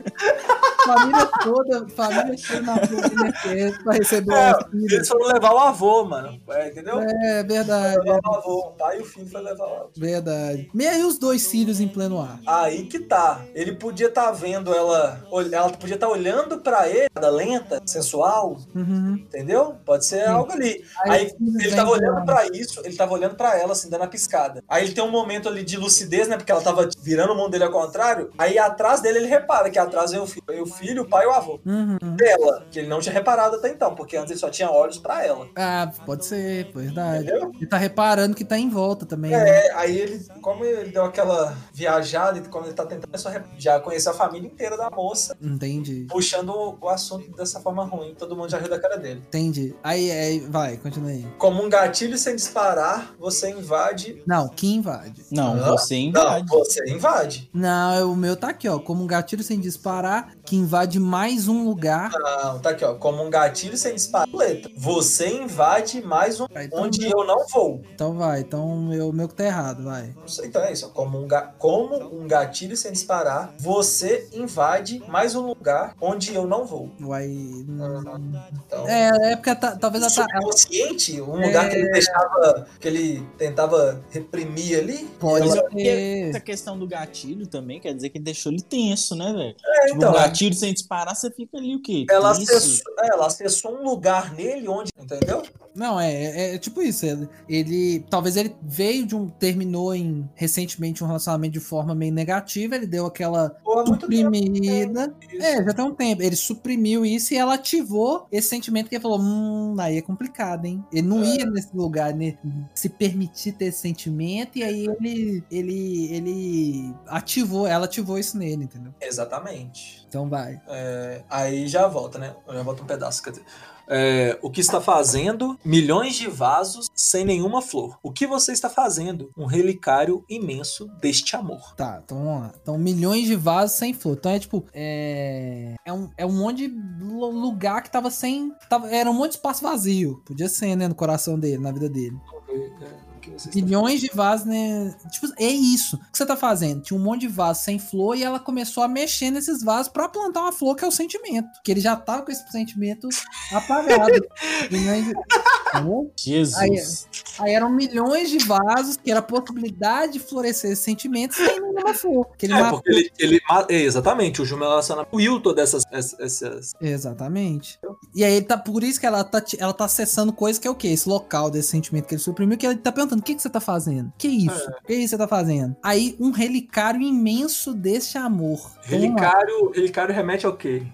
B: Família toda, família toda na frente do INSS pra receber
A: É,
B: o filho.
A: Eles foram levar o avô, mano. É, entendeu?
B: É verdade,
A: Levar o avô. O pai e o filho foi levar o avô.
B: verdade. E aí os dois filhos em pleno ar.
A: Aí que tá. Ele podia estar vendo ela. ol- Ela podia estar olhando pra ele, da lenta, sensual,
B: Uhum.
A: entendeu? Pode ser algo ali. Aí
B: os filhos
A: Ele tava
B: vêm
A: olhando
B: lá.
A: pra isso, ele tava olhando pra ela, assim, dando a piscada. Aí ele tem um momento ali de lucidez, né? Porque ela tava virando o mundo dele ao contrário. Aí atrás dele ele repara que atrás vem o filho, vem o, filho o pai e o avô.
B: Uhum.
A: Dela, que ele não tinha reparado até então, porque antes ele só tinha olhos pra ela.
B: Ah, pode ser, verdade.
A: Entendeu?
B: Ele tá reparando que tá em volta também. né?
A: É, aí ele, como ele deu aquela viajada, e como ele tá tentando só re- já conhecer a família inteira da moça,
B: Entendi.
A: puxando o- o assunto dessa forma ruim, todo mundo já riu da cara dele.
B: Entendi. Aí, aí, vai, continua aí.
A: Como um gatilho sem disparar, você invade.
B: Não, que invade.
C: Não,
A: Hã?
C: você é
A: Não,
C: invade.
A: você invade.
B: é, Não, o meu tá aqui, ó. Como um gatilho sem disparar, que invade mais um lugar.
A: Não, tá aqui, ó. Como um gatilho sem disparar. Letra. Você invade mais um
B: Ah, Então,
A: onde eu não vou.
B: então vai, então meu, meu que tá errado, vai.
A: Não sei, então é isso. ó. Como um, ga- como um gatilho sem disparar, você invade mais um lugar onde eu não vou.
B: Vai.
A: Então,
B: É, é porque tá- talvez ela tá. É. ela-
A: subconsciente, um lugar que ele deixava, que ele tentava reprimir ali.
B: Pode
C: Mas eu-
B: ser.
C: Essa questão do gatilho também quer dizer que deixou ele tenso, né, velho?
A: É,
B: um
C: Tipo,
A: então,
C: o gatilho sem disparar, você fica ali o quê?
A: ela
C: Tenso?
A: acessou, é, ela acessou um lugar nele onde, entendeu?
B: Não, é, é- é tipo isso. Ele, ele- Talvez ele veio de um. Terminou em recentemente um relacionamento de forma meio negativa. Ele deu aquela
A: Pô, há Tá muito tempo. né?
B: suprimida.
A: isso.
B: É, já tem um tempo. Ele suprimiu isso e ela ativou esse sentimento que ele falou: hum, aí é complicado, hein? Ele não
A: É.
B: ia nesse lugar, né? Se permitir ter esse sentimento. E aí ele. Ele. Ele ativou, ela ativou isso nele, entendeu?
A: Exatamente.
B: Então vai.
A: É, aí já volta, né? Já volta um pedaço. Quer dizer. É, o que está fazendo? Milhões de vasos sem nenhuma flor. O que você está fazendo? Um relicário imenso deste amor.
B: Tá, então vamos lá. Então, milhões de vasos sem flor. Então é tipo. É, é, um, é um monte de lu- lugar que tava sem. Tava, era um monte de espaço vazio. Podia ser, né? No coração dele, na vida dele.
A: é, O que você está-
B: Milhões de vasos, né? Tipo, é isso. O que você tá fazendo? Tinha um monte de vasos sem flor e ela começou a mexer nesses vasos pra plantar uma flor, que é o sentimento. Que ele já tava com esse sentimento apagado. Milhões de- Entendeu?
C: Jesus.
B: Aí, é. Aí eram milhões de vasos, que era a possibilidade de florescer esses sentimentos sem nenhuma flor. Que ele
A: É,
B: matou.
A: porque ele, ele ma- é, exatamente, o Jumel relacionamento todas essas, essas, essas.
B: Exatamente. E aí ele tá. Por isso que ela tá, te- ela tá acessando coisa que é o quê? Esse local desse sentimento que ele suprimiu, que ele tá perguntando: o que, que você tá fazendo? Que isso?
A: É.
B: O que isso você tá fazendo? Aí um relicário imenso desse amor. Então, uma-
A: Relicário, relicário remete ao quê?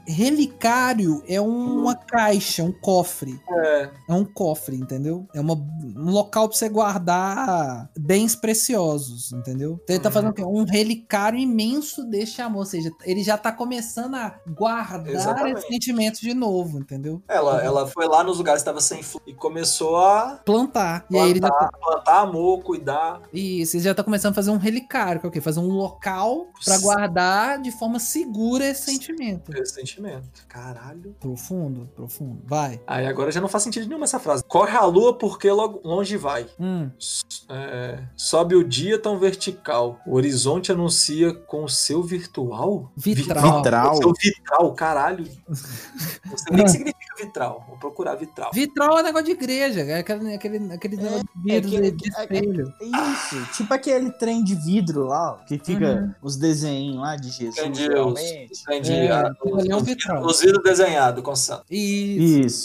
B: relicário é uma caixa, um cofre.
A: É,
B: É um cofre, entendeu? É uma, um local pra você guardar bens preciosos, entendeu? Então ele tá
A: Uhum.
B: fazendo o quê? um relicário imenso desse amor. Ou seja, ele já tá começando a guardar
A: Exatamente.
B: esse sentimento de novo, entendeu?
A: ela, ela foi lá nos lugares que estava sem flor e começou a
B: plantar. E aí ele já,
A: plantar, plantar amor, cuidar.
B: isso, ele já tá começando a fazer um relicário, que é o quê? Fazer um local pra
A: Sim.
B: guardar de forma segura esse sentimento.
A: é, Esse sentimento. Caralho.
B: Profundo, profundo. Vai.
A: Aí agora já não faz sentido nenhuma essa frase. Corre a lua porque logo longe vai.
B: Hum.
A: S- é, sobe o dia tão vertical. O horizonte anuncia com o seu virtual.
B: Vitral. Vitral.
C: Vitral.
A: O seu vitral, caralho. Não sei nem o que significa vitral. Vou procurar vitral.
B: é um negócio de igreja. É aquele, aquele, aquele negócio de vidro
C: aquele-
B: de
C: é-
B: espelho.
C: Isso, tipo aquele trem de vidro lá, ó, que fica os desenhinhos lá de Jesus,
A: Entendi, os-
C: realmente.
A: Entendi.
B: É,
A: Ah,
B: aquilo ali é um
A: os-
B: vitral.
A: Os vidros desenhados com santo.
B: Isso,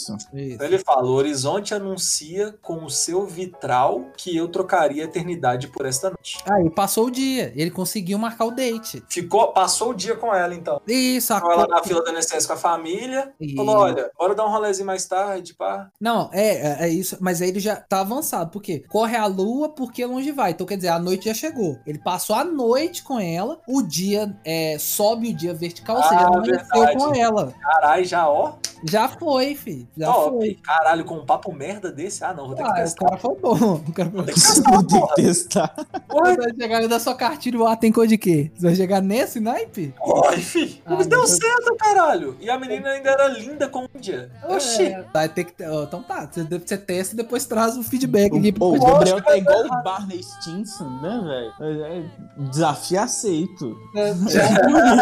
C: Isso.
B: isso.
A: Então ele fala: o horizonte anuncia com o seu vitral que eu trocaria a eternidade por esta noite.
B: Aí passou o dia. Ele conseguiu marcar o date.
A: Ficou, passou o dia com ela, então.
B: Isso, a
A: Ficou ela na fila da NSS com a família.
B: Isso.
A: Falou: olha, bora dar um rolezinho mais tarde, pá.
B: Não, é, é, é isso, mas aí ele já tá avançado, porque corre a lua porque longe vai. Então quer dizer, a noite já chegou. Ele passou a noite com ela, o dia é, sobe o dia vertical, ou
A: Ah,
B: seja, amanheceu
A: verdade.
B: com ela.
A: Caralho, já, ó.
B: Já foi, fi. Já
A: Top.
B: foi.
A: Caralho, com um papo merda desse? Ah, não, vou ter que
B: Ah, o
A: testar.
B: cara foi bom. O cara foi bom.
A: Vou ter que testar,
C: Tem
A: porra.
C: que testar.
B: Você vai chegar da sua cartilha lá, tem cor de quê? Você vai chegar nesse naipe?
A: Ai, fi.
B: Ah,
A: Mas deu
B: não.
A: certo, caralho. E a menina ainda era linda com um dia. Oxi.
B: É, Vai ter que. ter- ó, Então tá, você, deve- você testa e depois traz o feedback aqui.
C: Pô, o
B: pro-
C: Gabriel tá igual o Barney Stinson, né, velho? É, é, Desafio aceito.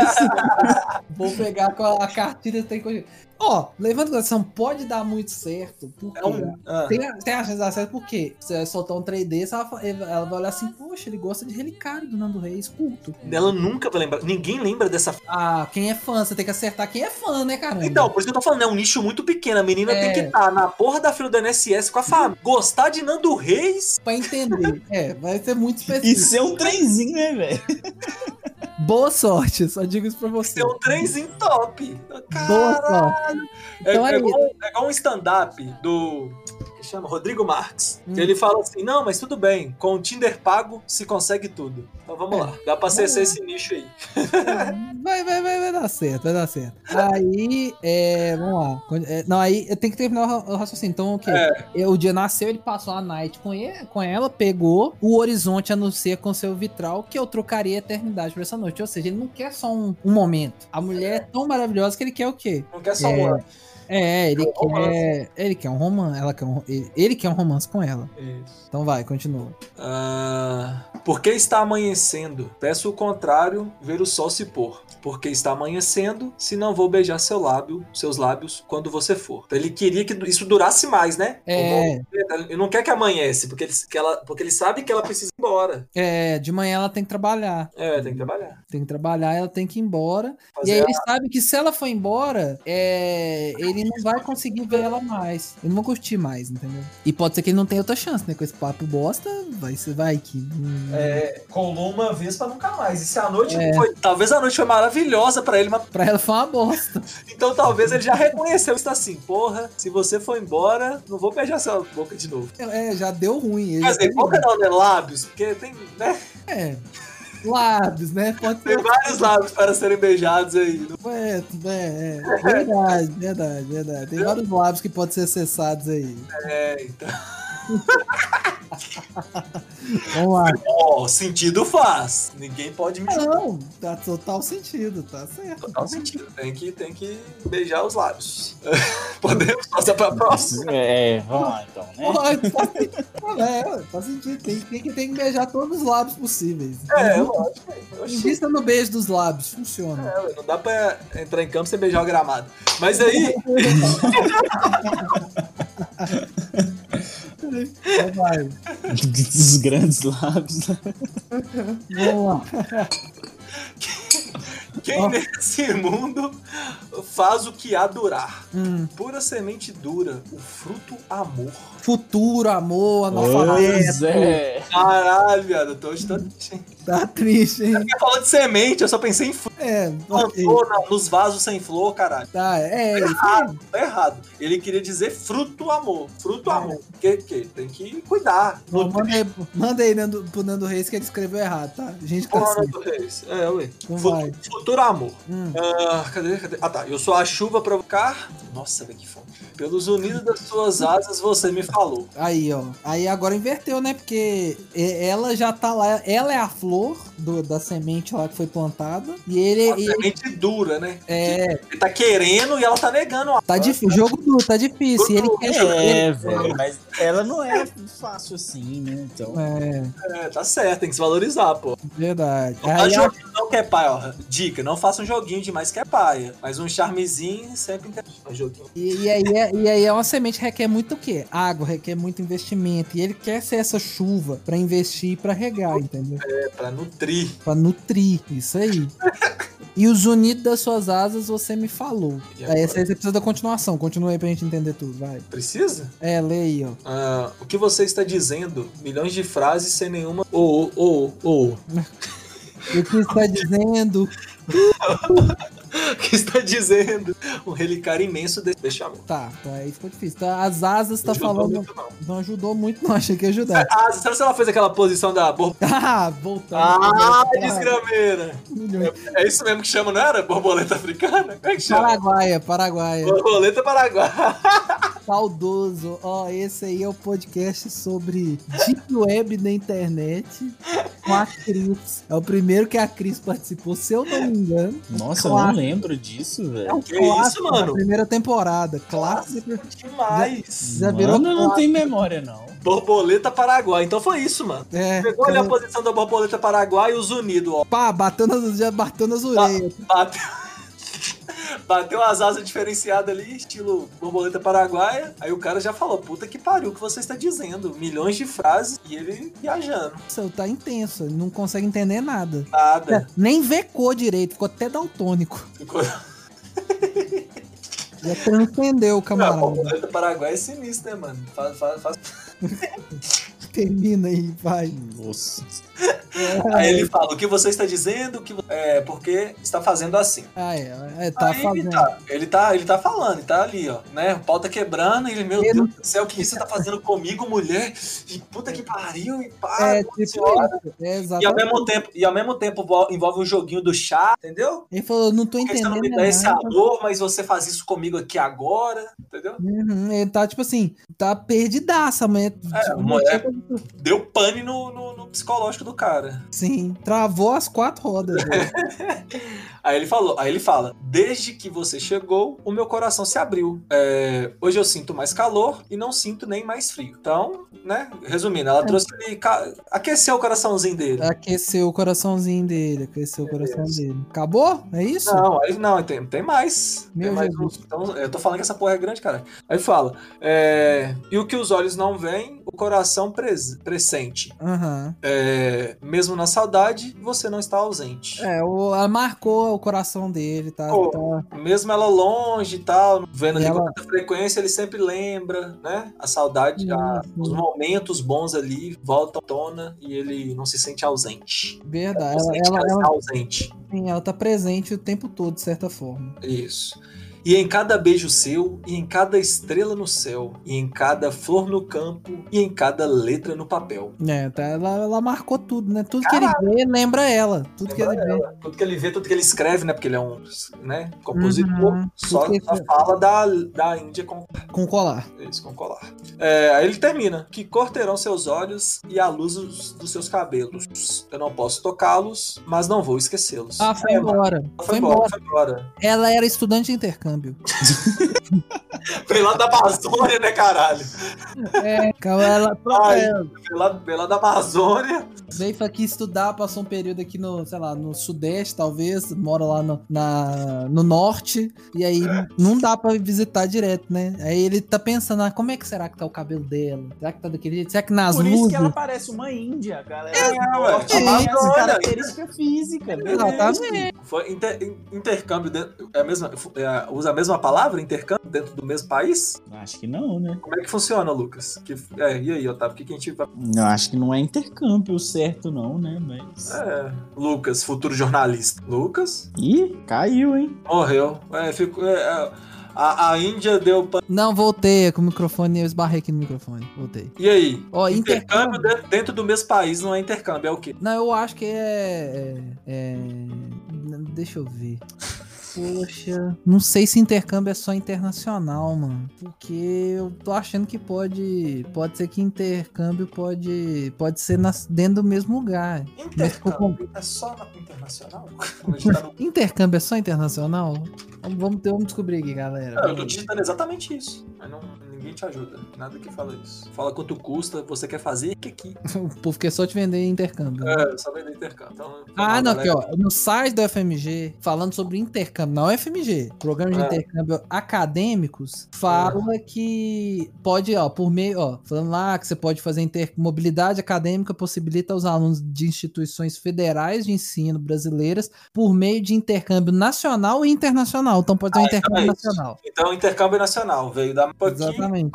B: Vou pegar com a a cartilha tem coisa. Ó, levando coração, pode dar muito certo. Porque
A: É um. Ah,
B: tem, a- tem a chance de dar certo, porque se você soltar um 3D, ela, fa- ela vai olhar assim, poxa, ele gosta de relicário do Nando Reis, culto.
A: Ela nunca vai lembrar. Ninguém lembra dessa. f-
B: Ah, quem é fã, você tem que acertar quem é fã, né, caramba?
A: Então, por isso que eu tô falando, é um nicho muito pequeno. A menina
B: É.
A: tem que estar na porra da fila do NSS com a família. Gostar de Nando Reis?
B: Pra entender. é, vai ser muito específico.
C: Isso é um trenzinho, né, velho?
B: Boa sorte, só digo isso pra você.
A: Ser um trenzinho top.
B: Boa
A: Caralho.
B: sorte.
A: É,
B: Então
A: é
B: é isso.
A: igual, é igual um stand-up do. que chama? Rodrigo Marx.
B: Hum.
A: Que ele fala assim: não, mas tudo bem, com o Tinder pago se consegue tudo. Então
B: É.
A: vamos lá, dá pra acessar esse nicho aí.
B: Vai, vai, vai, vai dar certo, vai dar certo. Aí, é, vamos lá. Quando- é, Não, aí eu tenho que terminar o ra- o raciocínio. Então, o quê? Eu- O dia nasceu, ele passou a night com, e- com ela, pegou o horizonte anuncia com seu vitral que eu trocaria a eternidade por essa noite. Ou seja, ele não quer só um, um momento. A mulher é tão maravilhosa que ele quer o quê?
A: Não quer só
B: É.
A: um ano.
B: É, ele
A: Um
B: quer. Ele quer um romance. Ela quer um, ro- ele, ele quer um romance com ela. Então vai, continua.
A: Ah, porque está amanhecendo? Peço o contrário, ver o sol se pôr. Porque está amanhecendo, se não vou beijar seu lábio, seus lábios quando você for. Então ele queria que isso durasse mais, né?
B: É,
A: Ele não quer que amanhece, porque ele, que ela- porque ele sabe que ela precisa ir embora.
B: é, de manhã ela tem que trabalhar.
A: É, tem que trabalhar.
B: Tem que trabalhar, ela tem que ir embora. E aí
A: Fazer
B: ele sabe que se ela for embora, é, ele não vai conseguir ver ela mais. Ele não vai curtir mais, entendeu? E pode ser que ele não tenha outra chance, né? Com esse papo bosta, vai, se vai que. hum,
A: É, colou uma vez pra nunca mais. E se a noite
B: É.
A: não foi. Talvez a noite foi maravilhosa pra ele, mas
B: Pra ela foi uma bosta.
A: então talvez ele já reconheceu está assim, porra, se você for embora, não vou beijar sua boca de novo.
B: É, já deu ruim. Ele
A: Quer
B: já
A: dizer,
B: deu
A: boca não, né? Lábios, porque tem, né?
B: ruim. É. Lábios, né? Pode
A: Tem
B: ser.
A: vários lábios para serem beijados aí. né?
B: É, é, é. Verdade, verdade, verdade. Tem vários lábios que podem ser acessados aí.
A: É, então.
B: Vamos lá.
A: Ó, sentido faz. Ninguém pode me julgar.
B: Não, tá total sentido, tá certo.
A: Total sentido. Tem que, tem que beijar os lábios. Podemos passar pra próxima.
C: Nossa, É, vamos lá então, né?
B: Pode, faz sentido. tá É, ué, faz sentido. Tem, tem que, tem que beijar todos os lábios possíveis.
A: É, eu acho que. eu acho que-
B: Invista no beijo dos lábios, funciona.
A: É, ué, Não dá pra entrar em campo sem beijar o gramado. Mas aí,
B: Então vai,
C: Dos grandes lábios. né?
B: vamos lá.
A: quem
B: Ó.
A: nesse mundo faz o que há durar?
B: Hum,
A: Pura semente dura, o fruto amor.
B: futuro, amor, analfabeto.
C: Pois é.
A: Caralho, viado, eu tô hoje todo triste, hein?
B: Tá triste, hein?
A: Você falou de semente, eu só pensei em fruto.
B: É, ok.
A: Flor, não, nos vasos sem flor, caralho.
B: Tá, é.
A: Tá errado. Ele queria dizer fruto amor. Fruto
B: É.
A: amor. Que, que tem que cuidar.
B: Bom,
A: Nutrir
B: manda aí, manda aí Nando, pro Nando Reis que ele escreveu errado, tá? A gente
A: a
B: tá
A: flora
B: assim.
A: do reis. É, ué.
B: Então vai.
A: Futuro, futuro amor.
B: Hum,
A: Ah, cadê, cadê? Ah, tá. Eu sou a chuva provocar. Nossa, velho, que fome. Pelos unidos das suas asas, você me falou.
B: hum, aí, ó. Aí agora inverteu, né? Porque e- ela já tá lá. Ela é a flor do- da semente lá que foi plantada. E ele.
A: Uma
B: e-
A: semente dura, né?
B: é,
A: Ele tá querendo e ela tá negando. ó.
B: tá difícil. Jogo duro, tá difícil. E ele quer.
C: É, velho, mas ela não é fácil assim, né? Então.
B: É,
A: É, tá certo, tem que se valorizar, pô.
B: verdade.
A: Não faz
B: Aí, ó,
A: joguinho não que é paia, ó. Dica, não faça um joguinho demais que é paia. Mas um charmezinho sempre interessa. Mas joguinho.
B: E, e aí é, e aí é uma semente que requer muito o quê? Água, requer muito investimento. E ele quer ser essa chuva pra investir e pra regar, entendeu?
A: É pra nutrir.
B: Pra nutrir, isso aí. E os unidos das suas asas, você me falou.
A: E
B: Aí é
A: agora?
B: essa aí você precisa da continuação. Continua aí pra gente entender tudo, vai.
A: Precisa?
B: É, lê aí, ó.
A: Ah, o que você está dizendo? Milhões de frases sem nenhuma. Ou, ou, ou.
B: E o que está dizendo?
A: O que está dizendo? Um relicário imenso desse deste amor.
B: Tá, então aí ficou difícil. Tá, as asas
A: Não
B: tá
A: ajudou
B: falando.
A: muito, não.
B: Não ajudou muito, não. Achei que ia ajudar.
A: Ah, sabe se ela fez aquela posição da borboleta?
B: Ah, voltando.
A: Ah,
B: É.
A: desgrameira!
B: Milhões.
A: É isso mesmo que chama, não era? Borboleta africana? Como é que chama?
B: Paraguaia, Paraguaia.
A: Borboleta Paraguai.
B: Saudoso, ó, esse aí é o podcast sobre Deep Web na internet com a Cris. É o primeiro que a Cris participou, se eu não me engano. É
C: Nossa, eu não lembro disso, velho.
A: É Que isso,
B: da
A: mano?
B: primeira temporada, clássico.
A: Demais!
B: Já virou
C: Mano, não
B: clássico.
C: tem memória, não.
A: Borboleta Paraguai. Então foi isso, mano.
B: É,
A: Pegou ali a
B: cara,
A: posição da borboleta Paraguai e os unidos, ó.
B: pá, bateu nas, já bateu nas orelhas.
A: Bateu. Bateu as asas diferenciadas ali, estilo borboleta paraguaia. Aí o cara já falou: puta que pariu, o que você está dizendo? Milhões de frases e ele viajando.
B: Nossa, Tá intenso, não consegue entender nada.
A: Nada.
B: Nem vê cor direito, ficou até daltônico.
A: Ficou.
B: Já transcendeu o
A: Não,
B: camarada.
A: borboleta paraguaia é sinistro, né, mano? Faz, faz, faz
B: Termina aí, vai.
C: Nossa.
B: Ah,
A: Aí
B: é.
A: ele fala, o que você está dizendo? Que vo- é porque está fazendo assim.
B: Ah, é, é, tá
A: Aí ele
B: fazendo.
A: tá, ele tá, ele tá falando, ele tá ali, ó, né? O pau tá quebrando, e ele, meu
B: Ele-
A: Deus do céu, o que você tá fazendo comigo, mulher? E puta que pariu, e pá.
B: É,
A: nossa
B: tipo,
A: senhora.
B: isso, é,
A: e ao
B: exatamente.
A: mesmo tempo, e ao mesmo tempo vo- envolve um joguinho do chá, entendeu?
B: Ele falou, não tô
A: Por que você
B: entendendo.
A: não me dá
B: nada.
A: esse amor, mas você faz isso comigo aqui agora, entendeu?
B: Uhum, ele tá, tipo assim, tá perdidaça, mas. tipo,
A: É, mulher deu pane no, no- no psicológico do cara.
B: Sim, travou as quatro rodas. velho.
A: Aí ele falou, aí ele fala: desde que você chegou, o meu coração se abriu. É, hoje eu sinto mais calor e não sinto nem mais frio. Então, né? Resumindo,
B: É.
A: ela trouxe ele ca- aqueceu o coraçãozinho dele.
B: aqueceu o coraçãozinho dele, aqueceu o coração
A: Deus.
B: dele. Acabou? É isso?
A: É Não, aí, não, tem, tem mais.
B: Meu
A: tem mais
B: Jesus.
A: um. Então, eu tô falando que essa porra é grande, cara. Aí fala: é, e o que os olhos não veem, o coração pres- pressente.
B: Aham.
A: É, mesmo na saudade, você não está ausente.
B: É, o, ela marcou o coração dele, tá?
A: Pô,
B: tá-
A: Mesmo ela longe e tal, vendo
B: E
A: ali
B: ela-
A: com tanta frequência, ele sempre lembra, né? A saudade, a- os momentos bons ali voltam à tona e ele não se sente ausente.
B: é verdade.
A: Não
B: Ela,
A: sente
B: ela,
A: que
B: ela,
A: está ausente.
B: sim, ela tá presente o tempo todo, de certa forma.
A: Isso. E em cada beijo seu, e em cada estrela no céu, e em cada flor no campo, e em cada letra no papel.
B: É, tá, ela, ela marcou tudo, né? Tudo que ele vê lembra ela. Tudo que
A: Lembra
B: ele vê.
A: Tudo que ele vê, tudo que ele escreve, né? Porque ele é um né, compositor,
B: Uhum.
A: só,
B: Porque-
A: só fala da, da Índia com
B: Com colar.
A: Isso, com colar. É, aí ele termina. Que cor terão seus olhos e a luz dos, dos seus cabelos? Eu não posso tocá-los, mas não vou esquecê-los.
B: Ah, foi
A: É, mano,
B: embora.
A: foi,
B: Foi
A: embora,
B: embora.
A: foi embora.
B: Ela era estudante de intercâmbio.
A: Foi lá da Amazônia, né, caralho?
B: É, ela
A: Ai. Foi lá, foi lá da Amazônia.
B: veio aqui estudar, passou um período aqui no, sei lá, no sudeste, talvez, mora lá no, na, no norte, e aí não dá pra visitar direto, né? Aí ele tá pensando, ah, como é que será que tá o cabelo dela? Será que tá daquele jeito? Será que nas
D: Por isso
B: luzes?
D: que ela parece uma índia, galera.
A: É, ué.
D: Ela tem essa
A: Amazônia.
D: característica física. né?
B: Exatamente.
A: Foi inter- in- intercâmbio dentro. É a mesma, é, usa a mesma palavra, intercâmbio, dentro do mesmo país?
C: Acho que não, né?
A: Como é que funciona, Lucas? Que, é, e aí, Otávio? O que, que a gente vai.
C: Não, acho que não é intercâmbio certo, não, né? Mas.
A: É, Lucas, futuro jornalista. Lucas?
C: Ih, caiu, hein?
A: Morreu. É, ficou. é, é, a, a Índia deu. pa-
B: Não, voltei com o microfone, eu esbarrei aqui no microfone, voltei.
A: E aí?
B: Ó,
A: Intercâmbio
B: É intercâmbio...
A: dentro, dentro do mesmo país não é intercâmbio, é o quê?
B: Não, eu acho que é... é- é- não, Deixa eu ver. Poxa, não sei se intercâmbio é só internacional, mano. Porque eu tô achando que pode. Pode ser que intercâmbio pode. Pode ser nas- dentro do mesmo lugar.
A: Intercâmbio é só na internacional? Como a gente tá no-
B: Intercâmbio é só internacional? Vamos, vamos ter- vamos descobrir aqui, galera.
A: Não, eu tô digitando exatamente isso. Mas não, ninguém te ajuda. Nada que fala isso. Fala quanto custa, você quer fazer e que aqui.
B: O povo quer só te vender intercâmbio.
A: É, só vender intercâmbio. Então,
B: Uhum. Ah, não, aqui,
A: galera.
B: ó. No site da UFMG, falando sobre intercâmbio, não é UFMG, programa de
A: Ah.
B: intercâmbio acadêmicos,
A: É.
B: fala que pode, ó, por meio, ó, falando lá que você pode fazer inter... mobilidade acadêmica possibilita aos alunos de instituições federais de ensino brasileiras por meio de intercâmbio nacional e internacional. Então pode ter um
A: então
B: intercâmbio
A: é isso.
B: nacional.
A: Então, intercâmbio nacional. Veio da Mapa aqui,
B: Exatamente.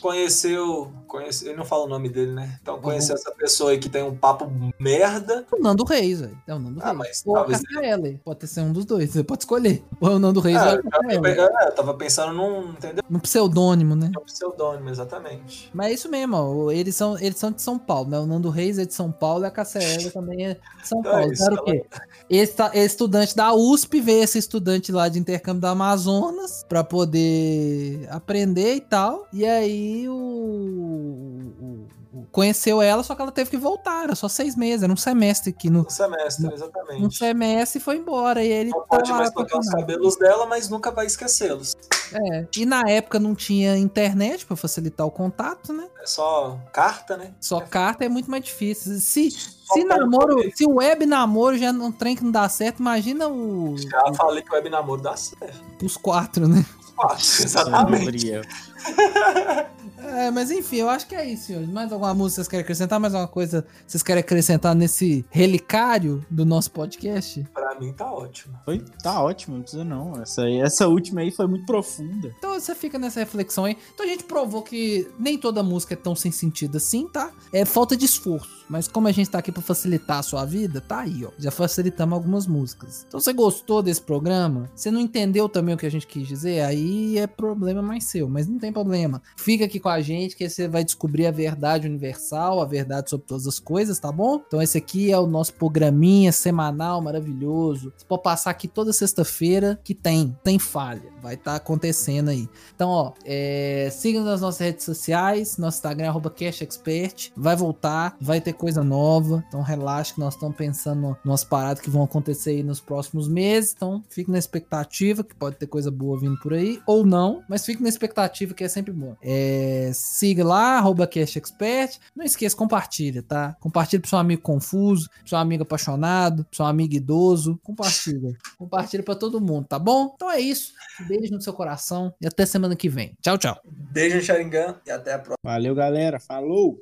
A: conheceu. conheceu ele não fala o nome dele, né?
B: Uhum.
A: Então, conheceu essa pessoa aí que tem um papo merda.
B: O Nando Reis, velho. É o Nando
A: Ah,
B: Reis.
A: mas
B: Ou a
A: talvez.
B: Cassiele. Pode ser um dos dois. Você pode escolher. Ou é o Nando Reis
A: Ah,
B: ou é o Cassiele.
A: É, eu tava pensando num. Entendeu?
B: No pseudônimo, né?
A: Um pseudônimo, exatamente.
B: Mas é isso mesmo, ó. Eles são, eles são de São Paulo, né? O Nando Reis é de São Paulo e a KCL também é de São
A: Então é
B: Paulo.
A: isso,
B: Claro que esse, ta- esse tá, estudante da USP vê esse estudante lá de intercâmbio da Amazonas pra poder aprender e tal. E aí o, o- o- conheceu ela, só que ela teve que voltar. Era só seis meses, era um semestre aqui no.
A: Um semestre, exatamente.
B: Um semestre e foi embora. E ele
A: Não
B: tá
A: pode
B: lá
A: mais tocar os
B: apaixonado.
A: cabelos dela, mas nunca vai esquecê-los.
B: É. E na época não tinha internet pra facilitar o contato, né?
A: É só carta, né?
B: Só carta é muito mais difícil. Se, se
A: pode
B: namoro,
A: comer.
B: se o web namoro já é um trem que não dá certo, imagina o,
A: Já falei que o web namoro dá certo.
B: os quatro, né?
A: Fácil, exatamente.
C: Gabriel.
B: É, mas enfim, eu acho que é isso, senhores. Mais alguma música vocês querem acrescentar? Mais alguma coisa vocês querem acrescentar nesse relicário do nosso podcast?
A: Pra Pra mim tá ótimo.
C: Foi, tá ótimo, não precisa não. Essa, aí- essa última aí foi muito profunda.
B: Então você fica nessa reflexão aí. Então a gente provou que nem toda música é tão sem sentido assim, tá? É falta de esforço. Mas como a gente tá aqui pra facilitar a sua vida, tá aí, ó. Já facilitamos algumas músicas. Então você gostou desse programa? Você não entendeu também o que a gente quis dizer? Aí é problema mais seu, mas não tem problema. Fica aqui com a gente que aí você vai descobrir a verdade universal, a verdade sobre todas as coisas, tá bom? Então esse aqui é o nosso programinha semanal maravilhoso. Você pode passar aqui toda sexta-feira que tem, tem falha. Vai estar acontecendo aí. Então, ó, é, siga nas nossas redes sociais, nosso Instagram é arroba CashExpert. Vai voltar, vai ter coisa nova. Então relaxa que nós estamos pensando no- nas paradas que vão acontecer aí nos próximos meses. Então fique na expectativa que pode ter coisa boa vindo por aí, ou não, mas fique na expectativa que é sempre bom. É, siga lá, arroba CashExpert. Não esqueça, compartilha, tá? Compartilha pro seu amigo confuso, pro seu amigo apaixonado, pro seu amigo idoso. Compartilha. Compartilha pra todo mundo, tá bom? Então é isso. Beijo no seu coração e até semana que vem. Tchau, tchau.
A: Beijo, Sharingan, e até a próxima.
C: Valeu, galera. Falou!